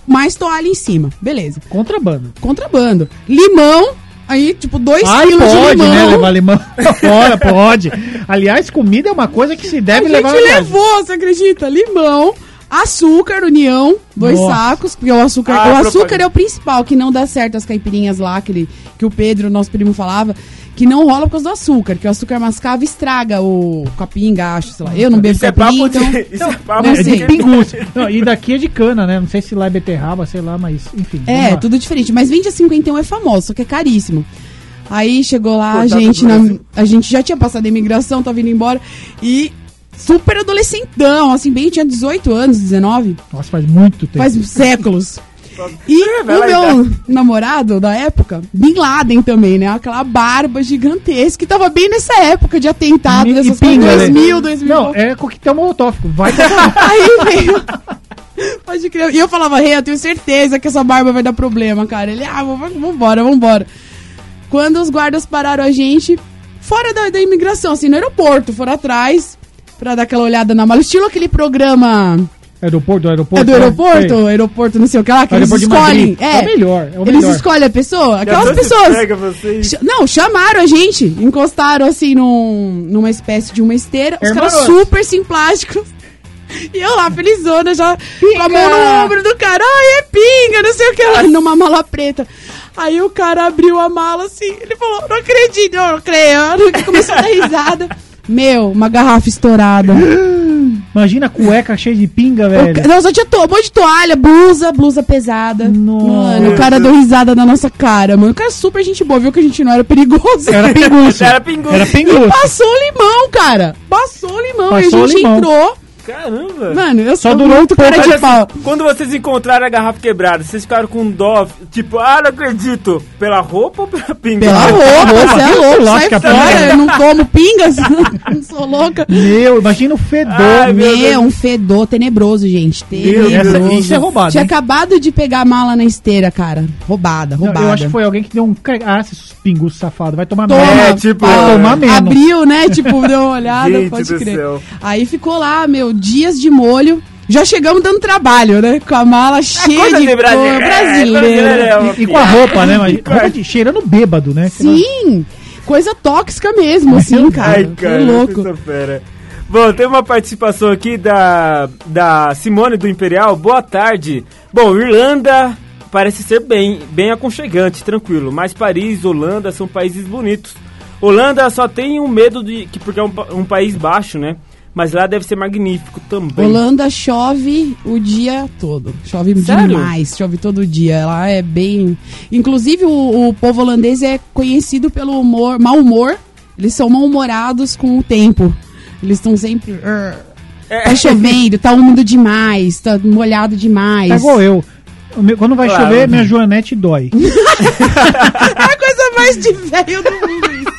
Speaker 2: mais toalha em cima. Beleza.
Speaker 1: Contrabando.
Speaker 2: Contrabando. Limão, aí, tipo, dois
Speaker 1: Ai,
Speaker 2: quilos de
Speaker 1: pode,
Speaker 2: limão.
Speaker 1: né? Levar limão pra fora, pode. Aliás, comida é uma coisa que se deve
Speaker 2: a
Speaker 1: levar
Speaker 2: gente
Speaker 1: na viagem.
Speaker 2: levou, você acredita? Limão, açúcar, união, dois
Speaker 1: Nossa.
Speaker 2: sacos, porque o açúcar,
Speaker 3: Ah,
Speaker 2: o açúcar
Speaker 3: propaganda.
Speaker 2: é o principal, que não dá certo as caipirinhas lá, aquele que o Pedro, nosso primo, falava, que não rola por causa do açúcar, que o açúcar mascavo estraga o capinga, acho, sei lá. Eu não bebo
Speaker 3: Isso é
Speaker 2: capim,
Speaker 3: papo
Speaker 2: então...
Speaker 3: de. Isso é papo
Speaker 2: não
Speaker 1: É
Speaker 2: sei.
Speaker 1: de pingus. Não, e daqui é de cana, né? Não sei se lá é beterraba, sei lá, mas enfim. vamos
Speaker 2: É,
Speaker 1: lá.
Speaker 2: tudo diferente. Mas vende a 51 é famoso, só que é caríssimo. Aí chegou lá, a
Speaker 3: Pô, tá
Speaker 2: gente,
Speaker 3: no
Speaker 2: na-
Speaker 3: Brasil.
Speaker 2: a gente já tinha passado a imigração, tava indo embora. E super adolescentão, assim, bem, tinha 18 anos, 19.
Speaker 1: Nossa, faz muito tempo.
Speaker 2: Faz séculos. E
Speaker 1: É,
Speaker 2: o
Speaker 3: vai lá,
Speaker 2: meu namorado da época, Bin Laden também, né? Aquela barba gigantesca que tava bem nessa época de atentado,
Speaker 1: E- e
Speaker 2: dessas
Speaker 1: pinga, né?
Speaker 2: coisas. 2000, 2000. e
Speaker 1: Não,
Speaker 2: pouco.
Speaker 1: é coquetel molotófico. Vai que
Speaker 2: Aí veio. Pode crer. E eu falava, Rei, eu tenho certeza que essa barba vai dar problema, cara. Ele, ah, vamos- vambora, vambora. Quando os guardas pararam a gente, fora da, da imigração, assim, no aeroporto, foram atrás pra dar aquela olhada na mala. Estilo aquele programa
Speaker 1: Aeroporto, aeroporto.
Speaker 2: é do
Speaker 1: né?
Speaker 2: aeroporto,
Speaker 1: Sei.
Speaker 2: aeroporto não sei o que lá, que eles
Speaker 1: Aeroporto de
Speaker 2: escolhem.
Speaker 1: Madrid. É o melhor, é o
Speaker 2: Eles
Speaker 1: melhor.
Speaker 2: escolhem a pessoa, aquelas
Speaker 3: Doce
Speaker 2: pessoas.
Speaker 3: Pega vocês.
Speaker 2: Ch- Não, chamaram a gente, encostaram assim num- numa espécie de uma esteira, os
Speaker 1: Hermanos.
Speaker 2: caras super simplásticos. E eu lá, felizona, já com a mão no ombro do cara, ai, é pinga, não sei o que lá, numa mala preta. Aí o cara abriu a mala assim, ele falou, não acredito, não creio, Ele começou a dar risada. Meu, uma garrafa estourada.
Speaker 1: Imagina a cueca cheia de pinga,
Speaker 2: O ca-
Speaker 1: velho.
Speaker 2: Não, só tinha to... um monte de toalha, blusa, blusa pesada.
Speaker 1: Nossa.
Speaker 2: Mano, o cara deu risada na nossa cara, mano. O cara é super gente boa, viu que a gente não era perigoso.
Speaker 1: Era pinguço.
Speaker 3: Era pinguço.
Speaker 1: Era
Speaker 2: E
Speaker 1: pinguço.
Speaker 2: passou o limão, cara. Passou o limão. e
Speaker 1: Passou
Speaker 2: a
Speaker 1: o
Speaker 2: gente
Speaker 1: limão.
Speaker 2: entrou.
Speaker 3: Caramba.
Speaker 2: Mano, eu
Speaker 1: Só
Speaker 2: sou
Speaker 1: durou
Speaker 2: muito
Speaker 1: um pouco,
Speaker 2: cara
Speaker 3: Olha
Speaker 2: de
Speaker 3: assim,
Speaker 2: pau.
Speaker 3: quando vocês encontraram a garrafa quebrada, vocês ficaram com dó, tipo, ah, não acredito, pela roupa ou pela pinga?
Speaker 2: Pela roupa,
Speaker 1: roupa,
Speaker 2: você é louco,
Speaker 1: lá
Speaker 2: sai
Speaker 1: que a
Speaker 2: fora,
Speaker 1: pinga-
Speaker 2: eu não tomo pingas, não sou louca.
Speaker 1: Meu, imagina o fedor.
Speaker 3: Ai, meu
Speaker 2: Meu,
Speaker 3: Deus.
Speaker 2: um fedor tenebroso, gente.
Speaker 1: Meu,
Speaker 2: Tenebroso.
Speaker 1: essa, isso é roubado.
Speaker 2: Tinha
Speaker 1: hein?
Speaker 2: acabado de pegar a mala na esteira, cara. Roubada,
Speaker 1: Não,
Speaker 2: roubada.
Speaker 1: eu acho que foi alguém que deu um. ca- Ah, esses pingus safado. Vai tomar
Speaker 2: Toma.
Speaker 1: merda.
Speaker 3: É, tipo,
Speaker 1: Vai
Speaker 3: é.
Speaker 1: tomar menos.
Speaker 2: Abriu, né? Tipo, deu uma olhada,
Speaker 3: Gente
Speaker 2: pode
Speaker 3: do
Speaker 2: crer.
Speaker 3: céu.
Speaker 2: Aí ficou lá, meu, dias de molho. Já chegamos dando trabalho, né? Com a mala cheia
Speaker 3: coisa
Speaker 2: de
Speaker 3: de brasile-
Speaker 2: cor
Speaker 3: é,
Speaker 2: brasileira.
Speaker 3: brasileira, é uma
Speaker 1: E, e com a roupa, né? Mas roupa de, cheirando bêbado, né? Que
Speaker 2: Sim, coisa tóxica mesmo, assim, cara.
Speaker 3: Ai,
Speaker 2: Foi
Speaker 3: cara,
Speaker 2: louco.
Speaker 3: essa fera. Bom, tem uma participação aqui da, da Simone do Imperial. Boa tarde. Bom, Irlanda parece ser bem, bem aconchegante, tranquilo. Mas Paris, Holanda são países bonitos. Holanda só tem um medo de que porque é um, pa- um país baixo, né? Mas lá deve ser magnífico também.
Speaker 2: Holanda chove o dia todo. Chove
Speaker 3: Sério?
Speaker 2: demais, chove todo dia. Ela é bem. Inclusive, o, o povo holandês é conhecido pelo humor, mau humor. Eles são mal-humorados com o tempo. Eles estão sempre. Tá chovendo, tá úmido demais, tá molhado demais.
Speaker 1: Tá igual eu. O meu- Quando vai
Speaker 3: Claro.
Speaker 1: chover, minha joanete dói.
Speaker 2: É a coisa mais de velho do mundo isso.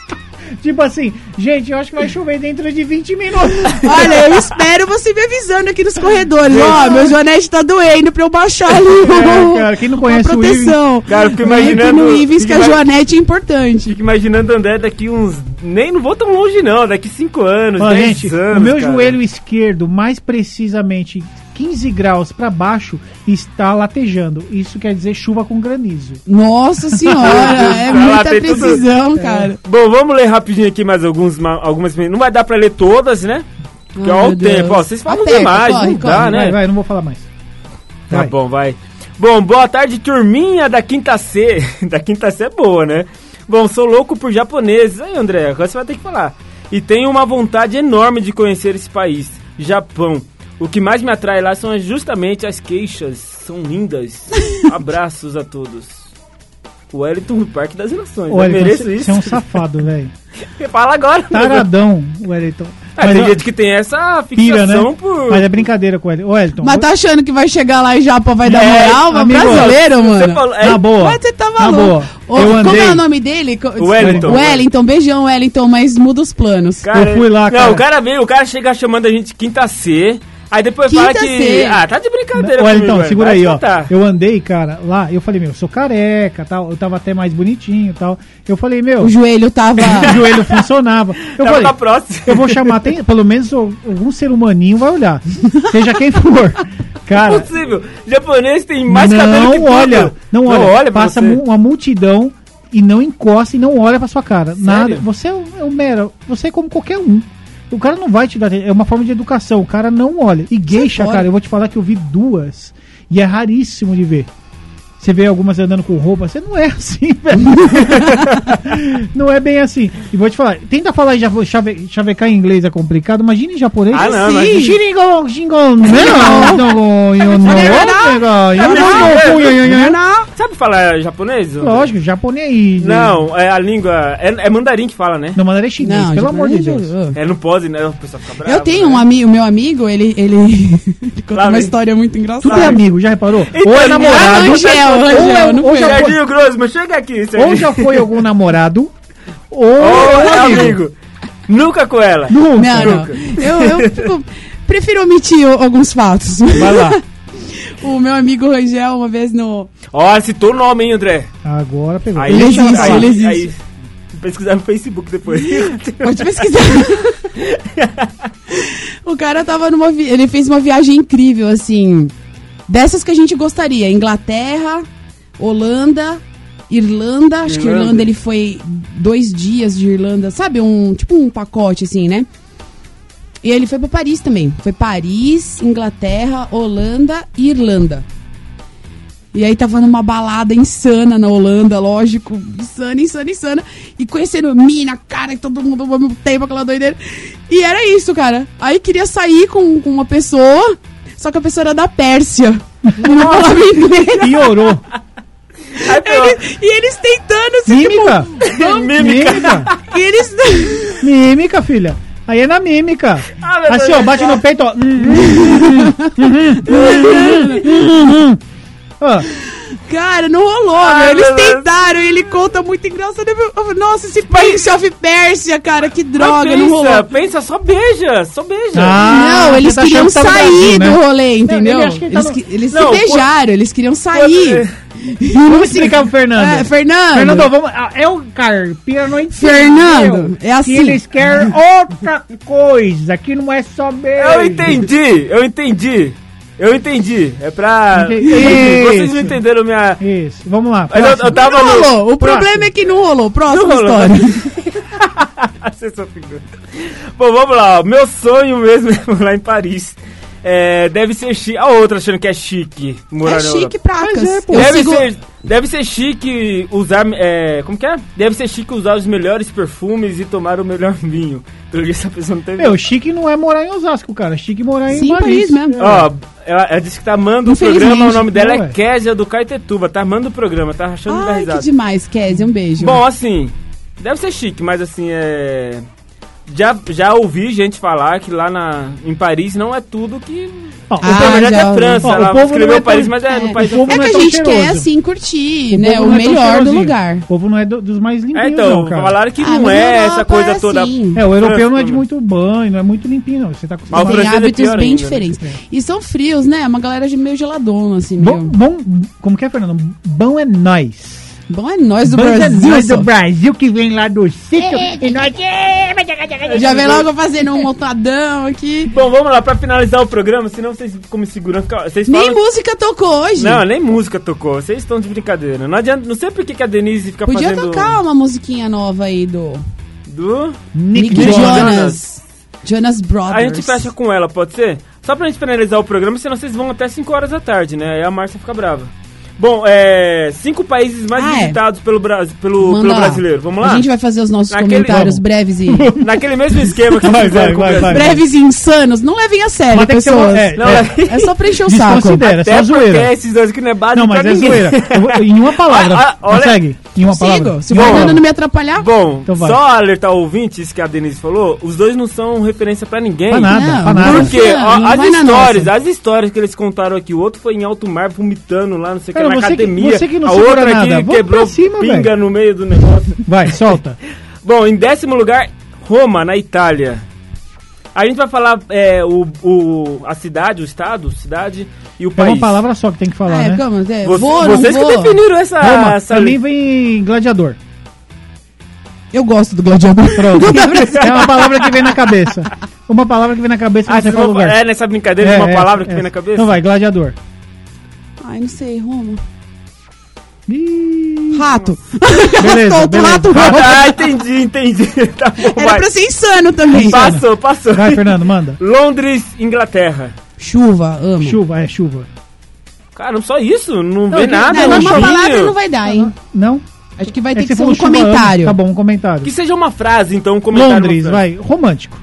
Speaker 1: tipo assim, gente, eu acho que vai chover dentro de 20 minutos.
Speaker 2: Olha, eu espero você me avisando aqui nos corredores. Ó, meu Joanete tá doendo pra eu baixar ali. o-
Speaker 1: É, cara, quem não
Speaker 2: a
Speaker 1: conhece o Ives-
Speaker 2: proteção.
Speaker 3: Cara, eu fico
Speaker 2: Vai aqui
Speaker 3: imaginando-
Speaker 2: no Ives que a
Speaker 3: Fica-
Speaker 2: Joanete é importante.
Speaker 3: Fico imaginando André daqui uns. Nem não vou tão longe, não. Daqui 5 anos,
Speaker 1: Ó,
Speaker 3: 10
Speaker 1: gente,
Speaker 3: anos.
Speaker 1: o meu
Speaker 3: cara.
Speaker 1: joelho esquerdo, mais precisamente 15 graus para baixo está latejando. Isso quer dizer chuva com granizo.
Speaker 2: Nossa senhora, é
Speaker 3: Vai lá,
Speaker 2: muita
Speaker 3: tem tudo-
Speaker 2: precisão,
Speaker 1: É.
Speaker 2: cara.
Speaker 3: Bom, vamos ler rapidinho aqui mais alguns, ma- algumas. Não vai dar pra ler todas, né? Porque
Speaker 2: Ai,
Speaker 3: ó, o
Speaker 2: meu Deus.
Speaker 3: tempo, ó, vocês falam
Speaker 2: Aperta,
Speaker 3: demais,
Speaker 2: corre,
Speaker 3: não
Speaker 2: corre,
Speaker 3: dá,
Speaker 2: vai,
Speaker 3: né?
Speaker 1: Vai, vai, não vou falar mais.
Speaker 3: Tá
Speaker 1: Vai.
Speaker 3: bom, vai. Bom, boa tarde, turminha da quinta C. da quinta C é boa, né? Bom, sou louco por japoneses. Aí, André, agora você vai ter que falar. E tenho uma vontade enorme de conhecer esse país, Japão. O que mais me atrai lá são justamente as queixas. São lindas. Abraços a todos. Wellington do Parque das Relações.
Speaker 1: Ô,
Speaker 3: eu
Speaker 1: Wellington,
Speaker 3: mereço
Speaker 1: você-
Speaker 3: isso.
Speaker 1: você é um safado, velho.
Speaker 3: Fala agora.
Speaker 1: Taradão, Wellington.
Speaker 3: Ah,
Speaker 1: Mas,
Speaker 3: tem
Speaker 1: ó,
Speaker 3: gente que tem essa
Speaker 1: pira, né?
Speaker 3: fixação por.
Speaker 1: Mas é brincadeira com o Wellington. Ô, Wellington,
Speaker 2: Mas
Speaker 1: ô-
Speaker 2: tá achando que vai chegar lá e Japa vai dar
Speaker 1: É,
Speaker 2: moral? Mas
Speaker 1: amigo,
Speaker 2: brasileiro,
Speaker 3: Você
Speaker 2: mano.
Speaker 3: falou- é,
Speaker 1: na boa.
Speaker 2: Mas você tá
Speaker 1: Na
Speaker 2: maluco.
Speaker 1: boa.
Speaker 2: Ô,
Speaker 1: eu
Speaker 2: Como
Speaker 1: andei.
Speaker 2: é o nome dele? Co-
Speaker 3: Wellington.
Speaker 2: Wellington, beijão, Wellington, mas muda os planos.
Speaker 1: Eu fui lá, cara.
Speaker 3: Não, o cara veio, o cara chega chamando a gente quinta C, aí depois fala
Speaker 2: Quinta
Speaker 3: que.
Speaker 2: C.
Speaker 3: Ah, tá de brincadeira,
Speaker 1: Ô,
Speaker 3: comigo,
Speaker 1: Wellington,
Speaker 3: velho.
Speaker 1: então, segura
Speaker 3: Vai
Speaker 1: aí, ó.
Speaker 3: escutar.
Speaker 1: Eu andei, cara, lá, eu falei, meu, sou careca, tal, eu tava até mais bonitinho e tal. Eu falei, meu,
Speaker 2: O joelho tava.
Speaker 1: o joelho funcionava. Eu
Speaker 3: Tava
Speaker 1: falei,
Speaker 3: Tá na próxima.
Speaker 1: eu vou chamar, tem, pelo menos o- algum ser humaninho vai olhar. Seja quem for.
Speaker 3: Não é
Speaker 1: Cara,
Speaker 3: possível. Japonês tem mais
Speaker 1: não
Speaker 3: cabelo que tudo.
Speaker 1: olha, não olha,
Speaker 3: pra
Speaker 1: passa
Speaker 3: você.
Speaker 1: mu- uma multidão e não encosta e não olha pra sua cara. Nada.
Speaker 3: Sério?
Speaker 1: Você é um, é um mero, você é como qualquer um. O cara não vai te dar, é uma forma de educação, o cara não olha. E geisha,
Speaker 2: fora.
Speaker 1: cara, eu vou te falar que eu vi duas e é raríssimo de ver. Você vê algumas andando com roupa, você não é assim, velho. não é bem assim. E vou te falar, tenta falar em japo- chave- chavecar em inglês é complicado, imagina em japonês.
Speaker 3: Ah, não, mas-
Speaker 1: Xingo, xingo, não, não, eu não, eu não, eu não, eu não, eu não.
Speaker 3: Sabe falar japonês? André?
Speaker 1: Lógico, japonês.
Speaker 3: Não, é a língua. É, é mandarim que fala, né?
Speaker 1: Não, mandarim é chinês,
Speaker 2: Não,
Speaker 1: pelo
Speaker 2: já-
Speaker 1: amor de Deus.
Speaker 3: É, não pode, né? O pessoal fica bravo.
Speaker 2: Eu tenho um
Speaker 3: né?
Speaker 2: amigo, meu amigo, ele, ele, ele conta
Speaker 3: Lá
Speaker 2: uma
Speaker 3: vem.
Speaker 2: história muito engraçada.
Speaker 1: Tudo é amigo, já reparou?
Speaker 3: Então,
Speaker 1: ou é namorado,
Speaker 2: Angel,
Speaker 1: ou, é-
Speaker 2: Angel, não
Speaker 1: ou
Speaker 2: foi.
Speaker 1: já foi,
Speaker 3: Serginho Grosman, chega aqui,
Speaker 1: ou
Speaker 3: Serginho.
Speaker 1: já foi algum namorado, ou
Speaker 3: Ô,
Speaker 1: é
Speaker 3: amigo.
Speaker 1: amigo.
Speaker 3: Nunca com ela.
Speaker 1: Nunca.
Speaker 2: Não, não. Eu, eu fico- prefiro omitir o- alguns fatos.
Speaker 1: Vai lá.
Speaker 2: O meu amigo Rangel, uma vez no.
Speaker 3: Ó, citou o nome, hein, André.
Speaker 1: Agora pegou.
Speaker 3: Aí,
Speaker 2: Ele existe,
Speaker 3: aí,
Speaker 2: ele
Speaker 3: aí,
Speaker 2: existe.
Speaker 3: pesquisar no Facebook depois.
Speaker 2: Pode pesquisar. o cara tava numa. vi- Ele fez uma viagem incrível, assim. Dessas que a gente gostaria: Inglaterra, Holanda, Irlanda. Acho que
Speaker 3: Irlanda.
Speaker 2: Irlanda ele foi dois dias de Irlanda, sabe? Um, tipo um pacote, assim, né? E ele foi pra Paris também. Foi Paris, Inglaterra, Holanda e Irlanda. E aí tava numa balada insana na Holanda, lógico. Insana, insana, insana. E conhecendo mina, cara, e todo mundo ao mesmo tempo, aquela doideira. E era isso, cara. Aí queria sair com, com uma pessoa, só que a pessoa era da Pérsia. Não falava inglês.
Speaker 1: Piorou.
Speaker 3: Aí, pronto.
Speaker 2: Ele- e eles tentando se
Speaker 1: Mímica. Mímica.
Speaker 2: E eles.
Speaker 1: Mímica, filha. Aí é na mímica.
Speaker 3: Ah, meu
Speaker 1: assim,
Speaker 3: Deus.
Speaker 1: ó, bate no peito, ó. Ó,
Speaker 2: Cara, não rolou,
Speaker 3: Ai,
Speaker 2: meu. Eles
Speaker 3: meu Deus.
Speaker 2: tentaram e ele conta muito engraçado. Eu falei, Nossa, esse Prince of Pérsia, cara, que droga,
Speaker 3: Mas
Speaker 2: não
Speaker 3: pensa,
Speaker 2: rolou.
Speaker 3: pensa, só beija, só beija.
Speaker 1: Ah,
Speaker 2: não, eles
Speaker 1: você tá
Speaker 2: queriam
Speaker 1: achando que tá no
Speaker 2: sair
Speaker 1: Brasil, né?
Speaker 2: do rolê, entendeu?
Speaker 1: ele acha que ele tá
Speaker 2: eles
Speaker 1: no-
Speaker 2: que- eles
Speaker 3: Não,
Speaker 2: se beijaram, eles queriam sair.
Speaker 1: Vamos explicar pro Fernando.
Speaker 2: É, Fernando.
Speaker 1: Fernando, vamos. ah, Eu, cara, Pia não entendeu.
Speaker 2: Fernando, é assim.
Speaker 1: Que eles querem outra coisa, que não é só beijo.
Speaker 3: Eu entendi, eu entendi. Eu entendi. É pra.
Speaker 1: Entendi.
Speaker 3: Entendi. Vocês não
Speaker 1: Isso.
Speaker 3: entenha minha.
Speaker 1: Isso, vamos lá.
Speaker 3: Mas eu,
Speaker 1: próximo.
Speaker 3: eu tava
Speaker 2: Não
Speaker 3: no.
Speaker 2: rolou. O problema é que não rolou. Próxima
Speaker 3: Não rolou.
Speaker 2: história. É
Speaker 3: Você só ficou. Bom, vamos lá. ó. Meu sonho mesmo é morar em Paris. É, deve ser chique. A outra achando que é chique morar
Speaker 2: É
Speaker 3: na
Speaker 2: chique
Speaker 3: Europa.
Speaker 2: pracas.
Speaker 1: Mas é, pô.
Speaker 2: Eu
Speaker 3: Deve,
Speaker 2: sigo-
Speaker 3: ser, deve ser chique usar. É, como que é? Deve ser chique usar os melhores perfumes e tomar o melhor vinho. Pelo que essa pessoa não teve.
Speaker 1: Meu, chique não é morar em Osasco, cara. Chique é morar em
Speaker 2: Sim, Paris né? mesmo.
Speaker 3: Ó, ela, ela disse que tá amando o
Speaker 2: Infelizmente,
Speaker 3: programa, o nome dela
Speaker 1: não,
Speaker 3: é
Speaker 1: ué.
Speaker 3: Kézia do Caetetuba, tá amando o programa, tá achando da
Speaker 2: Ai, que
Speaker 3: risada.
Speaker 2: demais, Kézia. Um beijo.
Speaker 3: Bom, assim, deve ser chique, mas assim, é... Já, já ouvi gente falar que lá na, em Paris não é tudo que...
Speaker 1: Ó, o
Speaker 2: Ah,
Speaker 3: na
Speaker 1: povo-
Speaker 3: verdade
Speaker 2: já
Speaker 3: é
Speaker 2: ouvi.
Speaker 3: França,
Speaker 1: Ó, o
Speaker 3: ela
Speaker 1: povo não
Speaker 3: escreveu
Speaker 1: é tão-
Speaker 3: Paris, mas é, no
Speaker 2: é.
Speaker 3: país
Speaker 1: o povo
Speaker 2: é
Speaker 1: não é
Speaker 2: que a
Speaker 1: tão
Speaker 2: gente quer,
Speaker 1: cheiroso.
Speaker 2: assim, curtir,
Speaker 1: o
Speaker 2: né?
Speaker 1: povo
Speaker 2: O
Speaker 1: não é tão
Speaker 2: melhor do
Speaker 1: cheirosinho.
Speaker 2: lugar.
Speaker 1: O povo não é do- dos mais limpinhos,
Speaker 3: É, então,
Speaker 1: não, cara.
Speaker 3: falaram que
Speaker 2: Ah,
Speaker 3: não
Speaker 2: mas
Speaker 3: é
Speaker 2: na
Speaker 3: essa
Speaker 2: Europa
Speaker 3: coisa
Speaker 2: é
Speaker 3: toda...
Speaker 2: assim.
Speaker 1: É, o europeu não é
Speaker 3: França,
Speaker 1: de
Speaker 3: né?
Speaker 1: muito banho, não é muito limpinho, não. Você tá acostumado.
Speaker 3: Mas
Speaker 2: Tem
Speaker 3: o francês é
Speaker 2: hábitos
Speaker 3: pior
Speaker 2: bem
Speaker 3: ainda, né?
Speaker 2: diferentes. E são É frios, né? Uma galera de meio geladona, assim,
Speaker 1: Bom,
Speaker 2: meio.
Speaker 1: bom, como que é, Fernando? Bom é nós.
Speaker 2: Bom é nós do
Speaker 1: Banda
Speaker 2: Brasil.
Speaker 1: nós
Speaker 2: só. É,
Speaker 1: do Brasil que vem lá do sítio e nós.
Speaker 2: Já vem logo fazendo um montadão aqui.
Speaker 3: Bom, vamos lá, pra finalizar o programa, senão vocês ficam me segurando. fica- Vocês
Speaker 2: Nem
Speaker 3: falam...
Speaker 2: música tocou hoje.
Speaker 3: Não, nem música tocou. Vocês estão de brincadeira. Não adianta. Não sei por que que a Denise fica
Speaker 2: Podia
Speaker 3: tá fazendo.
Speaker 2: tocar uma musiquinha nova aí do
Speaker 3: Do.
Speaker 2: Nick,
Speaker 3: Nick
Speaker 2: Jonas. É, Jonas Brothers.
Speaker 3: A gente fecha com ela, pode ser? Só pra gente finalizar o programa, senão vocês vão até 5 horas da tarde, né? Aí a Márcia fica brava. Bom, é. Cinco países mais
Speaker 2: Ah, é.
Speaker 3: visitados pelo, Bras... pelo,
Speaker 2: Manda
Speaker 3: pelo
Speaker 2: lá.
Speaker 3: brasileiro. Vamos lá?
Speaker 2: A gente vai fazer os nossos
Speaker 3: Naquele-
Speaker 2: comentários
Speaker 3: Vamos.
Speaker 2: breves e.
Speaker 3: Naquele mesmo esquema que
Speaker 1: Vai,
Speaker 3: vocês fizeram
Speaker 1: vai,
Speaker 3: com o
Speaker 1: vai,
Speaker 3: Brasil.
Speaker 1: vai.
Speaker 2: breves e insanos. Não levem a sério,
Speaker 1: Mas tem que ser uma-
Speaker 2: pessoas.
Speaker 1: é,
Speaker 3: Não,
Speaker 1: é.
Speaker 3: é-
Speaker 2: É só preencher o saco.
Speaker 1: Desconsidera, é
Speaker 3: Até
Speaker 1: só zoeira.
Speaker 3: porque esses dois aqui não é base
Speaker 1: Não,
Speaker 3: pra
Speaker 1: mas é
Speaker 3: ninguém.
Speaker 1: zoeira. Eu vou- em uma palavra.
Speaker 3: Ah, ah, olha-
Speaker 1: consegue? Em uma palavra.
Speaker 2: Sigo. Se
Speaker 1: Em
Speaker 2: o
Speaker 1: uma
Speaker 2: Fernando
Speaker 1: palavra.
Speaker 2: não me atrapalhar.
Speaker 3: Bom,
Speaker 1: Então vai.
Speaker 3: só alertar o ouvinte, isso que a Denise falou, os dois não são referência pra ninguém.
Speaker 1: Pra nada,
Speaker 2: Não,
Speaker 1: pra nada.
Speaker 2: por
Speaker 3: Porque
Speaker 2: Não,
Speaker 3: ó,
Speaker 2: não
Speaker 3: as
Speaker 2: vai na
Speaker 3: histórias,
Speaker 2: nossa.
Speaker 3: as histórias que eles contaram aqui, o outro foi em alto mar vomitando lá, não sei o que,
Speaker 1: Cara,
Speaker 3: na
Speaker 1: você que-
Speaker 3: academia.
Speaker 1: você que não
Speaker 3: a
Speaker 1: segura
Speaker 3: outra aqui
Speaker 1: nada. Vamos
Speaker 3: quebrou
Speaker 1: pra cima,
Speaker 3: pinga
Speaker 1: velho.
Speaker 3: no meio do negócio.
Speaker 1: Vai, solta.
Speaker 3: Bom, em décimo lugar, Roma, na Itália. A gente vai falar é, o, o- a cidade, o estado, cidade e o
Speaker 1: É
Speaker 3: país.
Speaker 1: uma palavra só que tem que falar,
Speaker 2: Ah, é,
Speaker 1: né?
Speaker 2: como, é,
Speaker 3: Você-
Speaker 2: vou, não
Speaker 3: vocês que
Speaker 2: vou.
Speaker 3: definiram essa,
Speaker 1: Roma,
Speaker 3: essa
Speaker 1: também vem gladiador.
Speaker 2: Eu gosto do gladiador.
Speaker 1: Pronto. é uma palavra que vem na cabeça. Uma palavra que vem na cabeça
Speaker 3: Ah,
Speaker 1: você
Speaker 3: vocês
Speaker 1: fala o
Speaker 3: vão-
Speaker 1: lugar.
Speaker 3: é nessa brincadeira de uma
Speaker 1: É,
Speaker 3: palavra
Speaker 1: é,
Speaker 3: que
Speaker 1: é.
Speaker 3: vem na cabeça?
Speaker 1: Então vai, gladiador.
Speaker 2: Ai, não sei, Roma.
Speaker 1: Ih,
Speaker 2: Rato.
Speaker 1: Beleza,
Speaker 2: Solta o
Speaker 1: beleza.
Speaker 2: rato,
Speaker 3: Ah,
Speaker 2: Roma.
Speaker 3: tá, entendi, entendi. Tá bom,
Speaker 2: Era
Speaker 3: vai.
Speaker 2: pra ser insano também.
Speaker 3: Passou, passou.
Speaker 1: Vai, Fernando, manda.
Speaker 3: Londres, Inglaterra.
Speaker 2: Chuva, amo.
Speaker 1: Chuva, é chuva.
Speaker 3: Cara, só isso? Não, vem
Speaker 1: não,
Speaker 3: nada,
Speaker 2: Não,
Speaker 3: um
Speaker 2: uma
Speaker 3: joguinho.
Speaker 2: palavra não vai dar, hein?
Speaker 1: Não?
Speaker 2: Acho que vai
Speaker 1: Ah, É
Speaker 2: ter
Speaker 1: que
Speaker 2: que
Speaker 1: você
Speaker 2: ser
Speaker 1: falou
Speaker 2: um
Speaker 1: chuva,
Speaker 2: comentário.
Speaker 1: amo. Tá bom, um comentário.
Speaker 3: Que seja uma frase, então, um comentário.
Speaker 1: Londres,
Speaker 3: uma frase.
Speaker 1: vai. Romântico.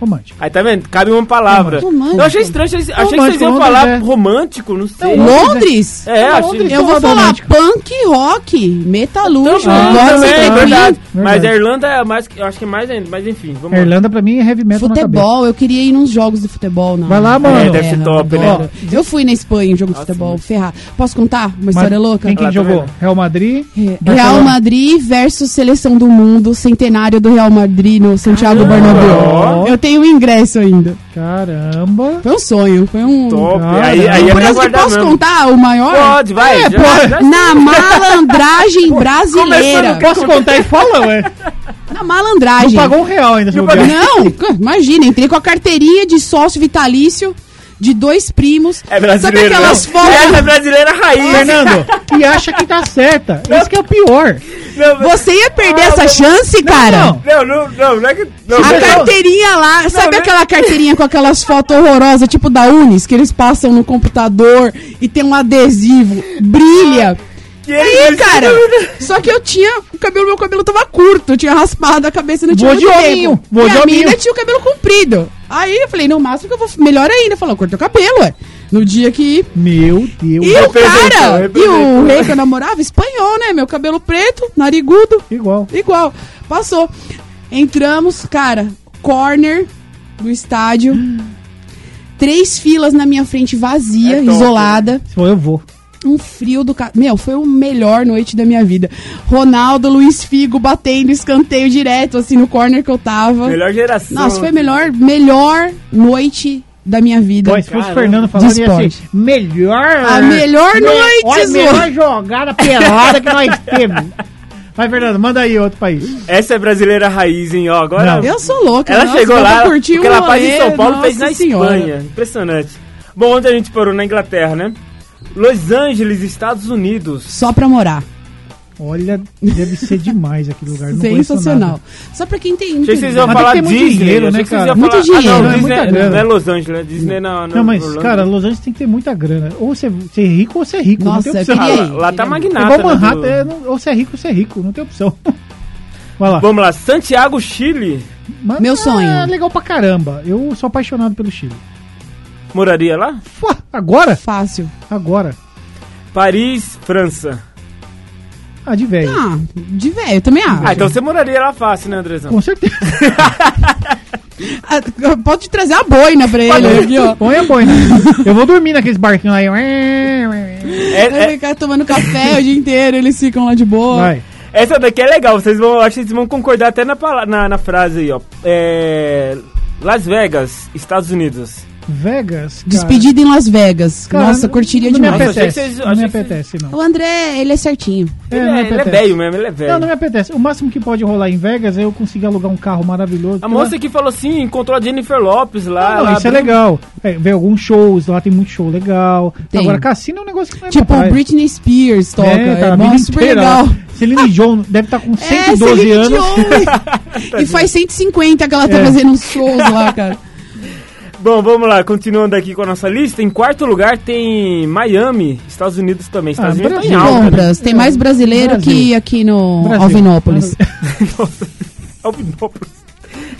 Speaker 1: Romântico.
Speaker 3: Aí tá vendo? Cabe uma palavra.
Speaker 2: Romântico.
Speaker 3: Eu achei estranho, achei, achei que vocês
Speaker 1: Romântico,
Speaker 3: iam
Speaker 1: Londres,
Speaker 3: falar
Speaker 1: é.
Speaker 3: romântico, não sei.
Speaker 1: Não,
Speaker 2: Londres?
Speaker 3: é, achei.
Speaker 1: Londres.
Speaker 2: Eu vou
Speaker 1: Todo
Speaker 2: falar
Speaker 1: romântico.
Speaker 2: punk, rock, metalúrgico,
Speaker 1: Ah,
Speaker 2: gospel,
Speaker 3: também, é
Speaker 2: rock,
Speaker 3: verdade. Mas
Speaker 1: Verdade.
Speaker 3: a Irlanda é mais. Eu acho que é mais ainda, mas enfim, vamos lá.
Speaker 1: Irlanda pra mim é heavy metal na cabeça.
Speaker 2: futebol. Eu queria ir nos jogos de futebol. Na
Speaker 1: Vai lá, mano.
Speaker 3: É, deve ser
Speaker 2: Inglaterra,
Speaker 3: top,
Speaker 2: adoro.
Speaker 1: né?
Speaker 2: Eu fui na Espanha em jogo de futebol, ferrar. Posso contar uma história
Speaker 1: Mas
Speaker 2: louca?
Speaker 1: Quem que
Speaker 3: Lá
Speaker 1: jogou?
Speaker 3: também.
Speaker 1: Real Madrid.
Speaker 2: É, Real
Speaker 1: Barcelona.
Speaker 2: Madrid versus Seleção do Mundo, centenário do Real Madrid no
Speaker 1: Ah,
Speaker 2: Santiago
Speaker 3: Caramba!
Speaker 2: Bernabéu. Eu tenho o ingresso ainda.
Speaker 1: Caramba.
Speaker 2: Foi um sonho, foi um...
Speaker 3: Top.
Speaker 1: Ah,
Speaker 3: aí aí é
Speaker 2: Por
Speaker 3: pra
Speaker 2: isso que
Speaker 3: guardar
Speaker 2: posso
Speaker 3: mesmo.
Speaker 2: contar o maior?
Speaker 3: Pode, vai.
Speaker 1: É,
Speaker 3: já-
Speaker 1: pode.
Speaker 3: já-
Speaker 2: Na malandragem brasileira.
Speaker 3: Começando
Speaker 1: Posso contar e fala, ué?
Speaker 2: Na
Speaker 1: Não
Speaker 2: malandragem.
Speaker 1: pagou um real ainda, se bobear.
Speaker 2: Não, c- imagina, entrei com a carteirinha de sócio vitalício de dois primos.
Speaker 3: É brasileiro.
Speaker 2: Sabe aquelas
Speaker 3: não.
Speaker 2: fotos?
Speaker 3: Essa é brasileira raiz.
Speaker 1: Fernando, e acha que tá certa. Esse que é o pior.
Speaker 3: Não, mas-
Speaker 2: Você ia perder
Speaker 3: Ah,
Speaker 2: essa
Speaker 3: não,
Speaker 2: chance, cara?
Speaker 1: não.
Speaker 3: não, não, não, não é que. Não,
Speaker 2: A
Speaker 3: não.
Speaker 2: carteirinha lá, sabe
Speaker 3: né?
Speaker 2: aquela carteirinha com aquelas fotos horrorosas, tipo da Unis, que eles passam no computador e tem um adesivo, brilha.
Speaker 3: Que
Speaker 2: Aí,
Speaker 3: isso?
Speaker 2: cara, só que eu tinha, o cabelo, meu cabelo tava curto, eu tinha raspado a cabeça, não tinha
Speaker 1: Vou
Speaker 2: muito
Speaker 1: de
Speaker 2: tempo.
Speaker 1: hominho, vou
Speaker 2: e
Speaker 1: de
Speaker 2: a
Speaker 1: hominho.
Speaker 2: mina tinha o cabelo comprido. Aí eu falei, no máximo que eu vou, melhor ainda, falou, corta o cabelo, ué. No dia que
Speaker 1: Meu Deus.
Speaker 2: e o
Speaker 3: Representou,
Speaker 2: cara, e
Speaker 3: representou.
Speaker 2: o rei que eu namorava, espanhol, né? Meu cabelo preto, narigudo,
Speaker 1: Igual.
Speaker 2: igual. Passou. Entramos, cara, corner do estádio. Três filas na minha frente vazia,
Speaker 3: É top,
Speaker 2: isolada.
Speaker 1: Se for, eu vou.
Speaker 2: Um frio do cara. Meu, foi o melhor noite da minha vida. Ronaldo, Luiz Figo batendo escanteio direto, assim, no corner que eu tava.
Speaker 3: Melhor geração.
Speaker 2: Nossa, foi a melhor, melhor noite da minha vida.
Speaker 1: Mas se fosse
Speaker 3: Caramba.
Speaker 1: Fernando falando,
Speaker 2: De
Speaker 1: ia ser
Speaker 2: esporte.
Speaker 1: melhor. né?
Speaker 2: A melhor noite,
Speaker 1: Olha, a
Speaker 2: Zu.
Speaker 1: melhor jogada pelada que nós temos. Vai, Fernando, manda aí outro país.
Speaker 3: Essa é brasileira raiz, hein? Ó, agora.
Speaker 1: Não.
Speaker 2: Eu sou louca,
Speaker 3: Ela
Speaker 2: nossa,
Speaker 3: chegou
Speaker 2: eu
Speaker 3: lá,
Speaker 2: vou
Speaker 3: o
Speaker 2: curtir
Speaker 3: que
Speaker 2: um
Speaker 3: ela faz em
Speaker 2: rolê,
Speaker 3: São Paulo fez
Speaker 2: nossa
Speaker 3: na
Speaker 2: senhora.
Speaker 3: Espanha. Impressionante. Bom, ontem a gente parou na Inglaterra, né? Los Angeles, Estados Unidos.
Speaker 2: Só pra morar.
Speaker 1: Olha, deve ser demais aquele lugar. não conheço
Speaker 2: Sensacional.
Speaker 1: nada.
Speaker 2: Só pra quem tem.
Speaker 3: Achei que vocês iam
Speaker 1: Mas
Speaker 3: falar
Speaker 1: tem que ter muito
Speaker 3: Disney,
Speaker 1: dinheiro,
Speaker 3: achei
Speaker 1: né,
Speaker 3: que vocês
Speaker 1: cara?
Speaker 3: iam
Speaker 2: Muito
Speaker 3: falar...
Speaker 2: dinheiro,
Speaker 3: ah, não,
Speaker 2: né?
Speaker 3: Disney
Speaker 1: Muita
Speaker 3: não,
Speaker 1: grana.
Speaker 3: é Los Angeles, né? Disney não, não,
Speaker 1: Não, mas,
Speaker 3: Orlando.
Speaker 1: cara, Los Angeles tem que ter muita grana. Ou você, você é rico ou você é rico.
Speaker 2: Nossa,
Speaker 1: não tem
Speaker 2: eu
Speaker 1: opção.
Speaker 3: Ah,
Speaker 2: queria- E
Speaker 3: lá,
Speaker 2: aí,
Speaker 3: lá tá
Speaker 2: Guilherme?
Speaker 1: É
Speaker 3: magnata,
Speaker 1: igual
Speaker 3: né,
Speaker 1: Manhattan,
Speaker 3: do-
Speaker 1: é, não- ou você é rico ou você é rico. Não tem opção. Vai lá.
Speaker 3: Vamos lá, Santiago, Chile.
Speaker 1: Mas
Speaker 2: Meu
Speaker 1: é
Speaker 2: sonho.
Speaker 1: legal pra caramba. Eu sou apaixonado pelo Chile.
Speaker 3: Moraria lá?
Speaker 1: Pô, agora?
Speaker 2: É Fácil.
Speaker 1: Agora.
Speaker 3: Paris, França.
Speaker 1: Ah, de velho.
Speaker 2: Ah, de velho, também acho.
Speaker 3: Ah, então você moraria lá fácil, né, Andrezão?
Speaker 1: Com certeza.
Speaker 2: Ah, Pode trazer a boina pra ele aqui, ó.
Speaker 1: Põe a boina. Eu vou dormir naqueles barquinhos lá. eu-
Speaker 2: Vai
Speaker 3: É- é-
Speaker 2: ficar tomando café o dia inteiro, eles ficam lá de boa.
Speaker 1: Vai.
Speaker 3: essa daqui é legal, vocês vão, acho que vocês vão concordar até na, pala- na, na frase aí, ó. É, Las Vegas, Estados Unidos.
Speaker 1: Vegas. cara,
Speaker 2: Despedida em Las Vegas.
Speaker 1: cara,
Speaker 2: Nossa, curtiria
Speaker 1: não
Speaker 2: demais.
Speaker 1: Me
Speaker 3: Nossa, achei que
Speaker 1: apetece,
Speaker 3: vocês-
Speaker 1: não me
Speaker 3: achei que
Speaker 1: apetece, não.
Speaker 2: O André, ele é certinho.
Speaker 1: É,
Speaker 3: Ele
Speaker 1: não me
Speaker 3: é, ele é
Speaker 1: apetece.
Speaker 3: velho mesmo, ele é velho.
Speaker 1: Não, não me apetece. O máximo que pode rolar em Vegas é eu conseguir alugar um carro maravilhoso.
Speaker 3: A
Speaker 1: porque
Speaker 3: moça
Speaker 1: lá-
Speaker 3: que falou assim, encontrou a Jennifer Lopes lá.
Speaker 1: Não,
Speaker 3: lá um-
Speaker 1: isso é
Speaker 3: abriu-
Speaker 1: legal. É, ver alguns shows, lá tem muito show legal.
Speaker 2: Tem.
Speaker 1: Agora, cassino é um negócio que não é
Speaker 2: Tipo,
Speaker 1: pra praia.
Speaker 2: Britney Spears toca.
Speaker 1: É, tá,
Speaker 2: É,
Speaker 1: a
Speaker 2: mó
Speaker 1: vida
Speaker 2: super
Speaker 1: inteira né?
Speaker 2: legal.
Speaker 1: lá. Celine Dion deve estar com
Speaker 2: É,
Speaker 1: 112
Speaker 2: Celine
Speaker 1: anos.
Speaker 2: Dion. e faz 150 que ela tá
Speaker 1: É.
Speaker 2: fazendo uns shows lá, cara.
Speaker 3: Bom, vamos lá, continuando aqui com a nossa lista. Em quarto lugar tem Miami, Estados Unidos também. Estados Unidos tá
Speaker 1: Ah,
Speaker 3: em
Speaker 1: Brasil.
Speaker 3: alta. né?
Speaker 2: Compras. Tem mais brasileiro
Speaker 1: Brasil.
Speaker 2: que aqui no
Speaker 1: Brasil.
Speaker 2: Alvinópolis.
Speaker 3: Nossa, Alvinópolis.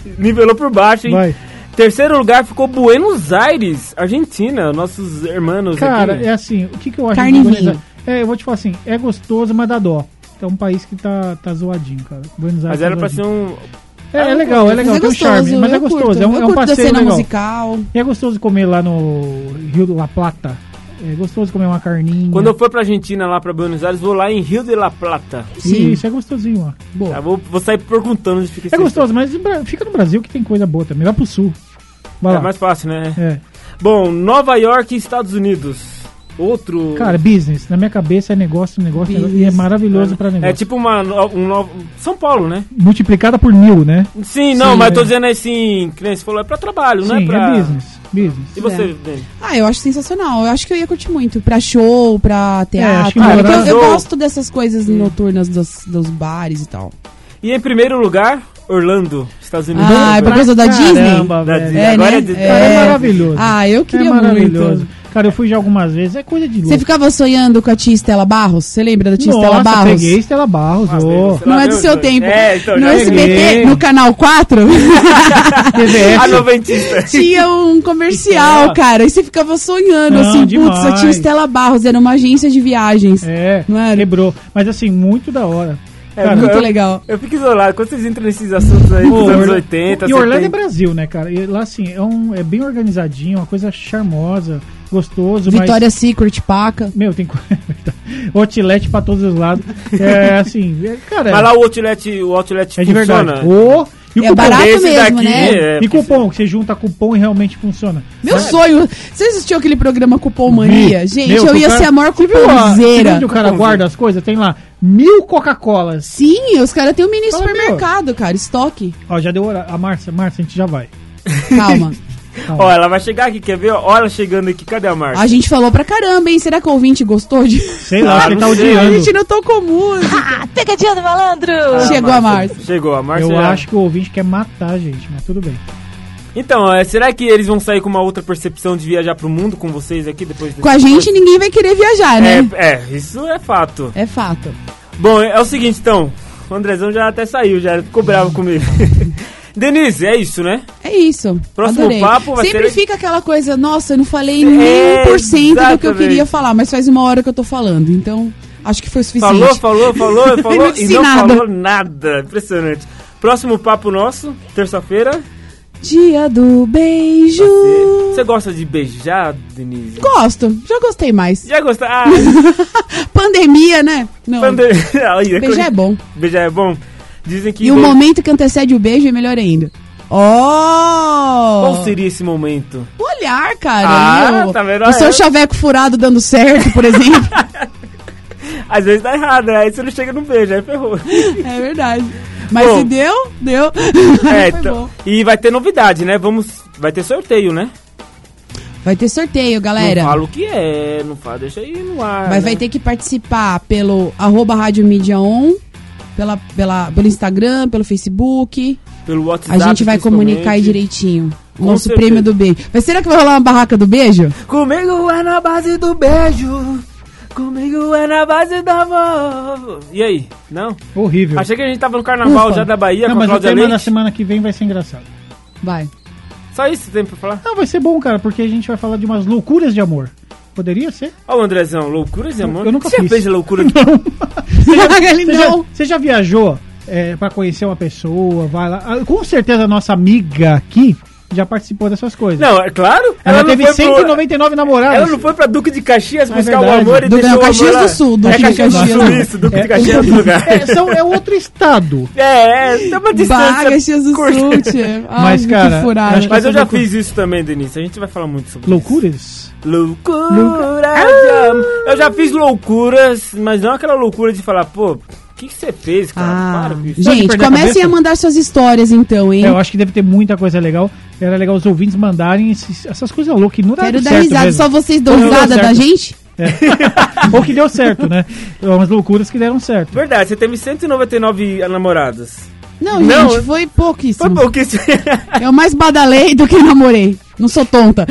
Speaker 3: É Nivelou por baixo, hein?
Speaker 1: Vai.
Speaker 3: Terceiro lugar ficou Buenos Aires, Argentina, nossos irmãos
Speaker 1: Cara,
Speaker 3: aqui.
Speaker 1: é assim, o que, que eu acho
Speaker 2: Carne
Speaker 1: de
Speaker 2: e
Speaker 1: Buenos
Speaker 2: vinho.
Speaker 1: Aires? É, eu vou te falar assim, é gostoso, mas dá dó. É um país que tá, tá zoadinho, cara. Buenos Aires.
Speaker 3: Mas
Speaker 1: tá
Speaker 3: era pra ser
Speaker 1: zoadinho.
Speaker 3: um.
Speaker 1: É, é legal, é legal, tem um charme, mas é
Speaker 2: eu
Speaker 1: gostoso,
Speaker 2: curto.
Speaker 1: é um, é
Speaker 2: eu
Speaker 1: um
Speaker 2: curto da
Speaker 1: passeio
Speaker 2: cena
Speaker 1: legal.
Speaker 2: musical.
Speaker 1: E é gostoso comer lá no Rio de La Plata. É gostoso comer uma carninha.
Speaker 3: Quando eu for pra Argentina, lá pra Buenos Aires, vou lá em Rio de la Plata.
Speaker 1: Sim. Isso, é gostosinho lá.
Speaker 3: Tá,
Speaker 2: Boa.
Speaker 3: vou, vou sair perguntando onde fica
Speaker 1: É gostoso, mas bra- fica no Brasil que tem coisa boa também. Vai pro sul. Vai
Speaker 3: É
Speaker 1: lá.
Speaker 3: mais fácil, né?
Speaker 1: É.
Speaker 3: Bom, Nova York e Estados Unidos. Outro.
Speaker 1: Cara, business. Na minha cabeça é negócio, negócio, negócio. E é
Speaker 2: Business.
Speaker 1: maravilhoso pra
Speaker 3: É
Speaker 1: negócio.
Speaker 3: tipo uma, no- um novo. São Paulo, né?
Speaker 1: Multiplicada por mil, né?
Speaker 3: Sim, não,
Speaker 1: Sim,
Speaker 3: mas eu tô
Speaker 1: é.
Speaker 3: dizendo assim, que nem você falou, é pra trabalho, não
Speaker 1: Sim,
Speaker 3: é pra.
Speaker 1: é business. Business.
Speaker 3: E você,
Speaker 2: É.
Speaker 3: Dani?
Speaker 2: Ah, eu acho sensacional. Eu acho que eu ia curtir muito. Pra show, pra
Speaker 1: É, acho que
Speaker 2: teatro.
Speaker 1: morar-
Speaker 2: Porque eu, eu
Speaker 3: Show.
Speaker 2: gosto dessas coisas noturnas dos, dos bares e tal.
Speaker 3: E em primeiro lugar, Orlando, Estados Unidos.
Speaker 2: Ah, é
Speaker 3: Brasil.
Speaker 2: por causa da Disney?
Speaker 1: Caramba,
Speaker 3: Da
Speaker 1: velho.
Speaker 3: Disney. Agora é de-
Speaker 1: Cara, é maravilhoso.
Speaker 2: né? Ah, eu
Speaker 1: É
Speaker 2: queria
Speaker 1: maravilhoso.
Speaker 2: muito.
Speaker 1: Cara, eu fui já algumas vezes, é coisa de louco.
Speaker 2: Você ficava sonhando com a tia Estela Barros? Você lembra da tia Estela
Speaker 1: Nossa,
Speaker 2: Barros?
Speaker 1: peguei Estela Barros.
Speaker 3: Ah,
Speaker 1: ô.
Speaker 3: sei lá,
Speaker 2: Não é do
Speaker 3: meu
Speaker 2: seu
Speaker 3: Deus.
Speaker 2: tempo.
Speaker 3: É, então,
Speaker 2: no
Speaker 3: já
Speaker 2: SBT,
Speaker 1: peguei.
Speaker 2: no canal 4,
Speaker 3: A
Speaker 1: TVS.
Speaker 3: noventista.
Speaker 2: tinha um comercial,
Speaker 3: Estela.
Speaker 2: cara. E você ficava sonhando,
Speaker 1: Então. Não,
Speaker 2: assim, putz, a
Speaker 1: demais.
Speaker 2: tia Estela Barros era uma agência de viagens.
Speaker 1: É,
Speaker 2: Não era?
Speaker 1: quebrou. Mas assim, muito da hora.
Speaker 3: É,
Speaker 1: Cara,
Speaker 2: Muito
Speaker 3: eu-
Speaker 2: legal.
Speaker 3: Eu fico isolado. Quando vocês entram nesses assuntos aí
Speaker 1: Pô,
Speaker 3: dos anos
Speaker 1: Orla-
Speaker 3: 80,
Speaker 1: E Orlando é
Speaker 3: 70.
Speaker 1: Brasil, né, cara? E lá, assim, é, um, é bem organizadinho, uma coisa charmosa, gostoso,
Speaker 2: Vitória Secret, paca.
Speaker 1: mas... Meu, tem... co- Outlet pra todos os lados. É, assim, é, cara...
Speaker 3: Mas lá o outlet, o outlet
Speaker 1: é de verdade.
Speaker 3: funciona.
Speaker 1: Ô, e o
Speaker 2: É
Speaker 1: cupom,
Speaker 2: barato
Speaker 3: Esse
Speaker 2: mesmo,
Speaker 3: daqui
Speaker 2: né?
Speaker 3: é-
Speaker 1: e cupom, que você junta cupom e realmente funciona.
Speaker 2: Meu sonho. Você assistiu aquele programa Cupom Mania?
Speaker 1: Vi.
Speaker 2: Gente,
Speaker 1: Meu,
Speaker 2: eu
Speaker 1: o
Speaker 2: ia
Speaker 1: cara-
Speaker 2: ser a maior
Speaker 1: Você viu a- você viu
Speaker 2: cupomzeira.
Speaker 1: onde o cara guarda as coisas? Tem lá mil Coca-Colas.
Speaker 2: Sim, os caras têm um mini
Speaker 1: Fala,
Speaker 2: supermercado, cara. Estoque.
Speaker 1: Ó, já deu hora. A Márcia, Márcia, a gente já vai.
Speaker 2: Calma.
Speaker 3: Ó, ela vai chegar aqui, quer ver? Ó, ela chegando aqui, cadê a Márcia?
Speaker 2: A gente falou pra caramba, hein? Será que o ouvinte gostou de.
Speaker 1: Sei lá,
Speaker 3: Ah,
Speaker 1: acho que
Speaker 3: não
Speaker 1: tá
Speaker 3: sei.
Speaker 2: A
Speaker 1: odiando.
Speaker 2: gente não tocou música.
Speaker 5: Pegadinha do malandro!
Speaker 2: Chegou a Márcia.
Speaker 3: Chegou, a Márcia.
Speaker 1: Eu
Speaker 3: já-
Speaker 1: acho que o ouvinte quer matar a gente, mas tudo bem.
Speaker 3: Então, é, será que eles vão sair com uma outra percepção de viajar pro mundo com vocês aqui depois desse
Speaker 2: Com a gente ninguém vai querer viajar, né?
Speaker 3: É, é, isso é fato.
Speaker 2: É, fato.
Speaker 3: Bom, é, é o seguinte, então. O Andrezão já até saiu, já ficou bravo comigo. Denise, é isso, né?
Speaker 2: É isso.
Speaker 3: Próximo
Speaker 2: adorei.
Speaker 3: um papo vai
Speaker 2: Sempre
Speaker 3: ser-
Speaker 2: fica aquela coisa, nossa, eu não falei
Speaker 3: É,
Speaker 2: nem 1% do que eu
Speaker 3: exatamente.
Speaker 2: queria falar, mas faz uma hora que eu tô falando. Então, acho que foi suficiente.
Speaker 3: Falou, falou, falou, falou
Speaker 2: não
Speaker 3: e
Speaker 2: disse
Speaker 3: não
Speaker 2: nada.
Speaker 3: falou nada. Impressionante. Próximo papo nosso, terça-feira.
Speaker 2: Dia do beijo.
Speaker 3: Você gosta de beijar, Denise?
Speaker 2: Gosto, já gostei mais.
Speaker 3: Já gostou? Ah,
Speaker 2: Pandemia, né? Não.
Speaker 3: pandemia. Aí,
Speaker 2: Beijar é bom.
Speaker 3: Beijar é bom. Dizem que.
Speaker 2: E o
Speaker 3: bom-
Speaker 2: momento que antecede o beijo é melhor ainda.
Speaker 3: Qual
Speaker 2: Oh!
Speaker 3: seria esse momento?
Speaker 2: O olhar, cara.
Speaker 3: Ah,
Speaker 2: ali, o,
Speaker 3: tá vendo?
Speaker 2: o seu
Speaker 3: É.
Speaker 2: chaveco furado dando certo, por exemplo.
Speaker 3: Às vezes dá errado, né? Aí você não chega no beijo, aí ferrou.
Speaker 2: é verdade. Mas
Speaker 3: Bom.
Speaker 2: se deu, deu.
Speaker 3: É,
Speaker 2: Foi
Speaker 3: então-
Speaker 2: bom.
Speaker 3: e vai ter novidade, né? Vamos. Vai ter sorteio, né?
Speaker 2: Vai ter sorteio,
Speaker 3: Não
Speaker 2: galera.
Speaker 3: fala o que é, não fala, deixa aí no ar.
Speaker 2: Mas vai
Speaker 3: né?
Speaker 2: ter que participar pelo arroba Rádio Mídia On, pela, pela, pelo Instagram, pelo Facebook.
Speaker 3: Pelo
Speaker 2: A
Speaker 3: WhatsApp.
Speaker 2: gente vai comunicar aí
Speaker 3: principalmente.
Speaker 2: direitinho.
Speaker 3: Com
Speaker 2: Nosso
Speaker 3: certeza.
Speaker 2: prêmio do beijo. Mas será que vai rolar uma barraca do beijo?
Speaker 3: Comigo é na base do beijo. Comigo é na base do amor. E aí? Não?
Speaker 1: Horrível.
Speaker 3: Achei que a gente tava no carnaval
Speaker 2: Ufa.
Speaker 3: já da Bahia
Speaker 1: Não,
Speaker 3: com
Speaker 1: mas
Speaker 3: a
Speaker 1: o
Speaker 3: Cláudia
Speaker 1: tema da
Speaker 3: Leite.
Speaker 1: semana que vem vai ser engraçado.
Speaker 2: Vai.
Speaker 3: Só isso tem pra falar?
Speaker 1: Não, vai ser bom, cara, porque a gente vai falar de umas loucuras de amor. Poderia ser?
Speaker 3: Ó, o Andrezão, loucuras e amor.
Speaker 1: Eu nunca
Speaker 3: Você já
Speaker 1: fiz.
Speaker 3: fez loucura?
Speaker 2: Ele
Speaker 1: Você já,
Speaker 2: não.
Speaker 1: você já viajou é, para conhecer uma pessoa? Vai lá. Ah, Com certeza a nossa amiga aqui já participou dessas coisas.
Speaker 3: Não, é claro.
Speaker 1: ela, teve
Speaker 3: foi pro-
Speaker 1: 199 namoradas.
Speaker 3: Ela não foi pra Duque de Caxias
Speaker 1: É
Speaker 3: buscar o
Speaker 1: verdade.
Speaker 3: amor e
Speaker 2: Duque-
Speaker 3: deixou
Speaker 2: não,
Speaker 3: o amor
Speaker 2: Caxias
Speaker 3: lá.
Speaker 2: do Sul, Duque
Speaker 3: é
Speaker 2: de
Speaker 3: Caxias do
Speaker 2: Caxias.
Speaker 3: Sul, isso, Duque de Caxias é outro lugar.
Speaker 1: É, são- é outro estado.
Speaker 3: É, é, é uma
Speaker 2: Bah,
Speaker 3: distância.
Speaker 2: Caxias do
Speaker 3: curta.
Speaker 2: Sul, tia. Ai,
Speaker 1: Mas,
Speaker 2: que
Speaker 1: cara,
Speaker 2: furada.
Speaker 1: acho que
Speaker 3: Mas eu já
Speaker 1: Loucura.
Speaker 3: fiz isso também, Denise. A gente vai falar muito sobre
Speaker 1: Loucuras?
Speaker 3: isso. Loucura! de- Eu já fiz loucuras, mas não aquela loucura de falar, pô, o que que você fez, cara?
Speaker 2: Ah,
Speaker 3: Para com isso.
Speaker 1: Sabe de
Speaker 2: gente,
Speaker 1: perder a
Speaker 2: comecem
Speaker 1: cabeça?
Speaker 2: a mandar suas histórias então, hein?
Speaker 1: É, eu acho que deve ter muita coisa legal. Era legal os ouvintes mandarem esses- essas coisas loucas que não dá
Speaker 2: Quero dar
Speaker 1: certo
Speaker 2: risada,
Speaker 1: mesmo.
Speaker 2: só vocês dão
Speaker 1: Não deu
Speaker 2: risada da
Speaker 1: certo.
Speaker 2: gente?
Speaker 1: Ou que deu certo, né? Umas loucuras que deram certo.
Speaker 3: Verdade, você teve 199 namoradas.
Speaker 2: Não,
Speaker 3: Não,
Speaker 2: gente,
Speaker 3: eu-
Speaker 2: foi pouquíssimo.
Speaker 3: Foi pouquíssimo.
Speaker 2: Eu mais badalei do que namorei. Não sou tonta.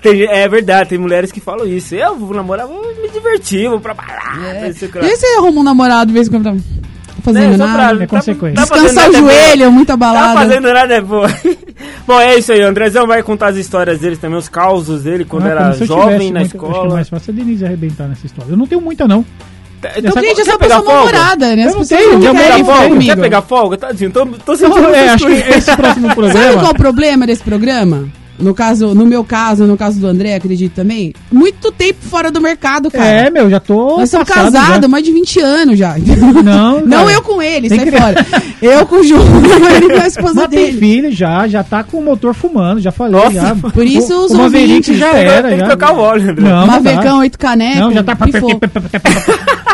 Speaker 3: Tem- é verdade, tem mulheres que falam isso. Eu vou namorar, vou me divertir, vou pra balada. não sei o que lá.
Speaker 2: e você arruma um namorado de vez em quando? Não tô fazendo
Speaker 3: Né, só pra-
Speaker 2: nada.
Speaker 1: é consequência.
Speaker 3: fazendo
Speaker 2: Descansar o
Speaker 3: nada, é
Speaker 2: joelho, muita
Speaker 3: Tá
Speaker 2: balada.
Speaker 3: fazendo nada, é boa. Bom, é isso aí. O Andrezão vai contar as histórias dele também, os causos dele quando
Speaker 1: Ah,
Speaker 3: era
Speaker 1: como se eu
Speaker 3: jovem
Speaker 1: tivesse
Speaker 3: na
Speaker 1: muita- Acho que é
Speaker 3: escola.
Speaker 1: mais fácil a Denise arrebentar nessa história. Eu não tenho muita, não.
Speaker 3: Então,
Speaker 2: Gente, eu
Speaker 3: quer
Speaker 2: sou
Speaker 3: pegar
Speaker 2: pessoa
Speaker 3: folga?
Speaker 2: namorada, né? As
Speaker 1: Eu não
Speaker 2: pessoas
Speaker 1: tenho,
Speaker 2: não
Speaker 1: eu
Speaker 3: Quer
Speaker 2: querem
Speaker 3: pegar
Speaker 1: Quero
Speaker 2: ficar
Speaker 1: folga,
Speaker 3: folga? Quer
Speaker 2: comigo.
Speaker 3: pegar folga? Tadinho, tô, tô sentindo
Speaker 1: Então, é,
Speaker 3: essas
Speaker 1: acho que
Speaker 3: coisas.
Speaker 1: esse
Speaker 3: um
Speaker 1: próximo
Speaker 2: Sabe qual é
Speaker 1: programa.
Speaker 2: o problema desse programa? No caso, no meu caso, no caso do André, acredito também. Muito tempo fora do mercado, cara.
Speaker 1: É, meu, já tô.
Speaker 2: Nós somos
Speaker 1: passado já.
Speaker 2: casados, mais de 20 anos já.
Speaker 1: Não,
Speaker 2: Não
Speaker 1: cara.
Speaker 2: eu com ele,
Speaker 1: Tem
Speaker 2: sai
Speaker 1: que-
Speaker 2: fora. Eu com o João, ele com a esposa
Speaker 1: Mas tem
Speaker 2: dele.
Speaker 1: filho já, já tá com o motor fumando, já falei.
Speaker 3: Nossa,
Speaker 1: já.
Speaker 2: por isso
Speaker 1: o,
Speaker 2: os
Speaker 1: o Maverick
Speaker 2: ouvintes-
Speaker 1: já
Speaker 3: Tem que-
Speaker 1: era.
Speaker 3: Tem que
Speaker 1: já.
Speaker 3: trocar o óleo, André.
Speaker 1: Não, não, dá.
Speaker 2: Mavecão, oito canecas.
Speaker 1: não, já tá.
Speaker 2: pifou.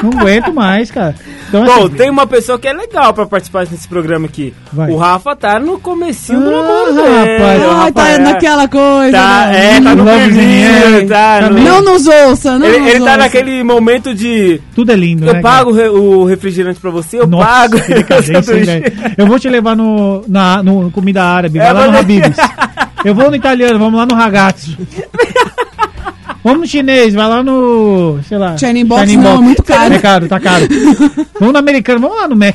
Speaker 1: Não aguento mais, cara. Então,
Speaker 3: Bom,
Speaker 1: assim,
Speaker 3: tem uma pessoa que é legal pra participar desse programa aqui.
Speaker 1: Vai.
Speaker 3: O Rafa tá no comecinho do
Speaker 1: Ah, rapaz.
Speaker 3: namoro dele. o
Speaker 2: Ai,
Speaker 3: Rafa
Speaker 2: tá
Speaker 3: é-
Speaker 2: naquela coisa.
Speaker 3: Tá,
Speaker 2: né?
Speaker 3: é, tá no
Speaker 1: Lovezinho,
Speaker 3: comecinho, tá
Speaker 1: tá
Speaker 3: no...
Speaker 1: bem.
Speaker 2: Não nos ouça, não
Speaker 3: Ele,
Speaker 2: nos
Speaker 3: ele tá
Speaker 2: ouça.
Speaker 3: naquele momento de...
Speaker 1: Tudo é lindo, né?
Speaker 3: Eu
Speaker 1: cara?
Speaker 3: pago o re- o refrigerante pra você, eu
Speaker 1: Nossa,
Speaker 3: pago...
Speaker 1: que decadência, hein, né?
Speaker 3: sanduíche.
Speaker 1: velho? Eu vou te levar no, na, no comida árabe, vai
Speaker 3: É,
Speaker 1: lá no
Speaker 3: mas-
Speaker 1: Habib's. Eu vou no italiano, vamos lá no ragazzo. Vamos no chinês, vai lá no. sei lá.
Speaker 2: Shining Box não, é muito caro.
Speaker 1: É caro, tá caro. Vamos no americano, vamos lá no Mac.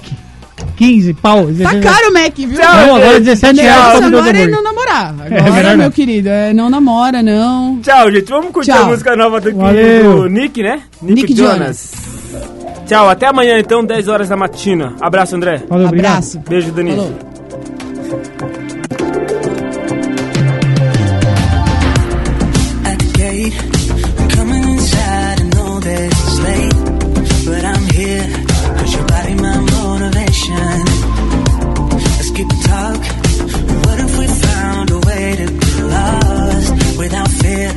Speaker 1: 15 pau.
Speaker 2: Tá
Speaker 1: 16.
Speaker 2: caro o Mac, viu?
Speaker 3: Tchau,
Speaker 1: Não, agora é 17 reais
Speaker 2: Essa
Speaker 1: pra comer o
Speaker 2: agora é
Speaker 1: hambúrguer.
Speaker 2: não namorar. Agora,
Speaker 1: É, melhor
Speaker 2: meu
Speaker 1: não.
Speaker 2: querido, é não namora, não.
Speaker 3: Tchau, gente. Vamos curtir
Speaker 2: Tchau.
Speaker 3: a música nova do,
Speaker 1: Valeu.
Speaker 3: do Nick, né?
Speaker 2: Nick
Speaker 3: Tchau, até amanhã então, 10 horas da matina. Abraço, André.
Speaker 1: Valeu, obrigado.
Speaker 2: Abraço.
Speaker 3: Beijo, Denise.
Speaker 2: Falou.
Speaker 6: at the gate. I'm coming inside, I know that it's late. But I'm here, cause your body, my motivation. Let's keep the talk. What if we found a way to be lost without fear?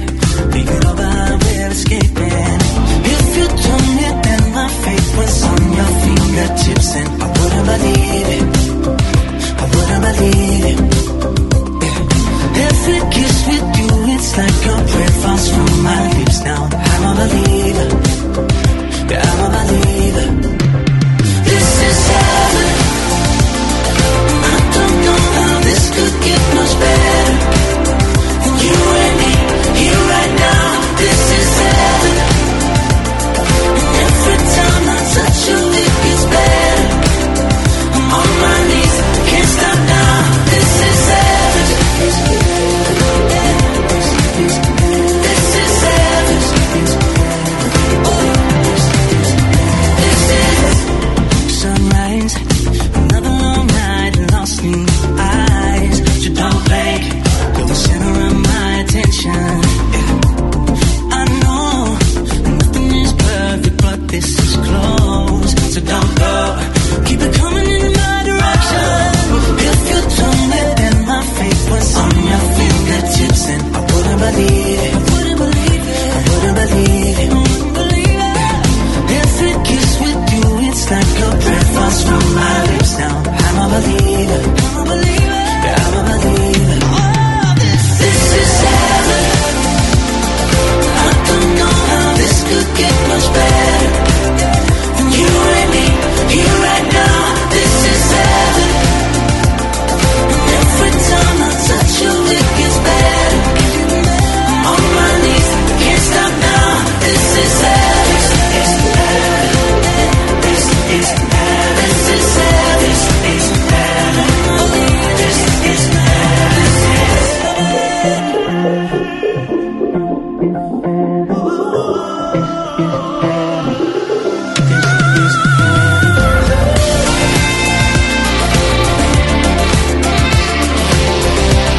Speaker 6: Leave it all behind, we're escaping. If you told me that my fate was on your fingertips, then I wouldn't believe it. I wouldn't believe it. Every kiss with you, it's like a prayer falls from my lips. Now I'm a believer. Yeah, I'm a believer. This is heaven. I don't know how this could get much better. Than you and me, here right now. This is heaven. And every time I touch you, it gets better. I'm on my knees, can't stop now. This is heaven. This is heaven. This is sunrise, another long night lost in your eyes. But you don't think you're the center of my attention. I know nothing is perfect, but this is close. So don't go, keep it coming in my direction. If you told me that my fate was on your fingertips, then I wouldn't believe it. I wouldn't believe it. I wouldn't believe it. Every kiss with you, it's like a prayer falls from my lips. Now I'm a believer. I'm a believer. Yeah, I'm a believer. This is heaven. I don't know how this could get much better than you and me here right now. This is heaven. And every time I touch you, it gets better. I'm on my knees, can't stop now. This is heaven. This is heaven. This is heaven. This is heaven. This is heaven. This is heaven. This is heaven. This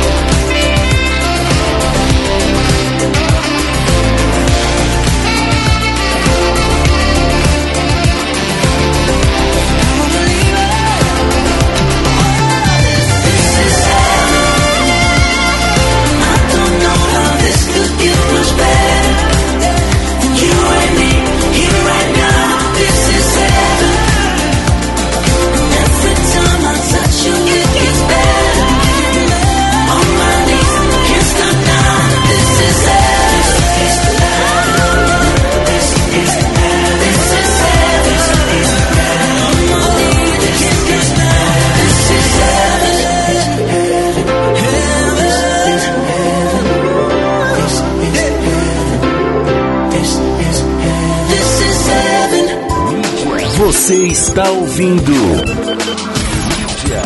Speaker 7: Você está ouvindo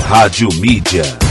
Speaker 7: Rádio Mídia.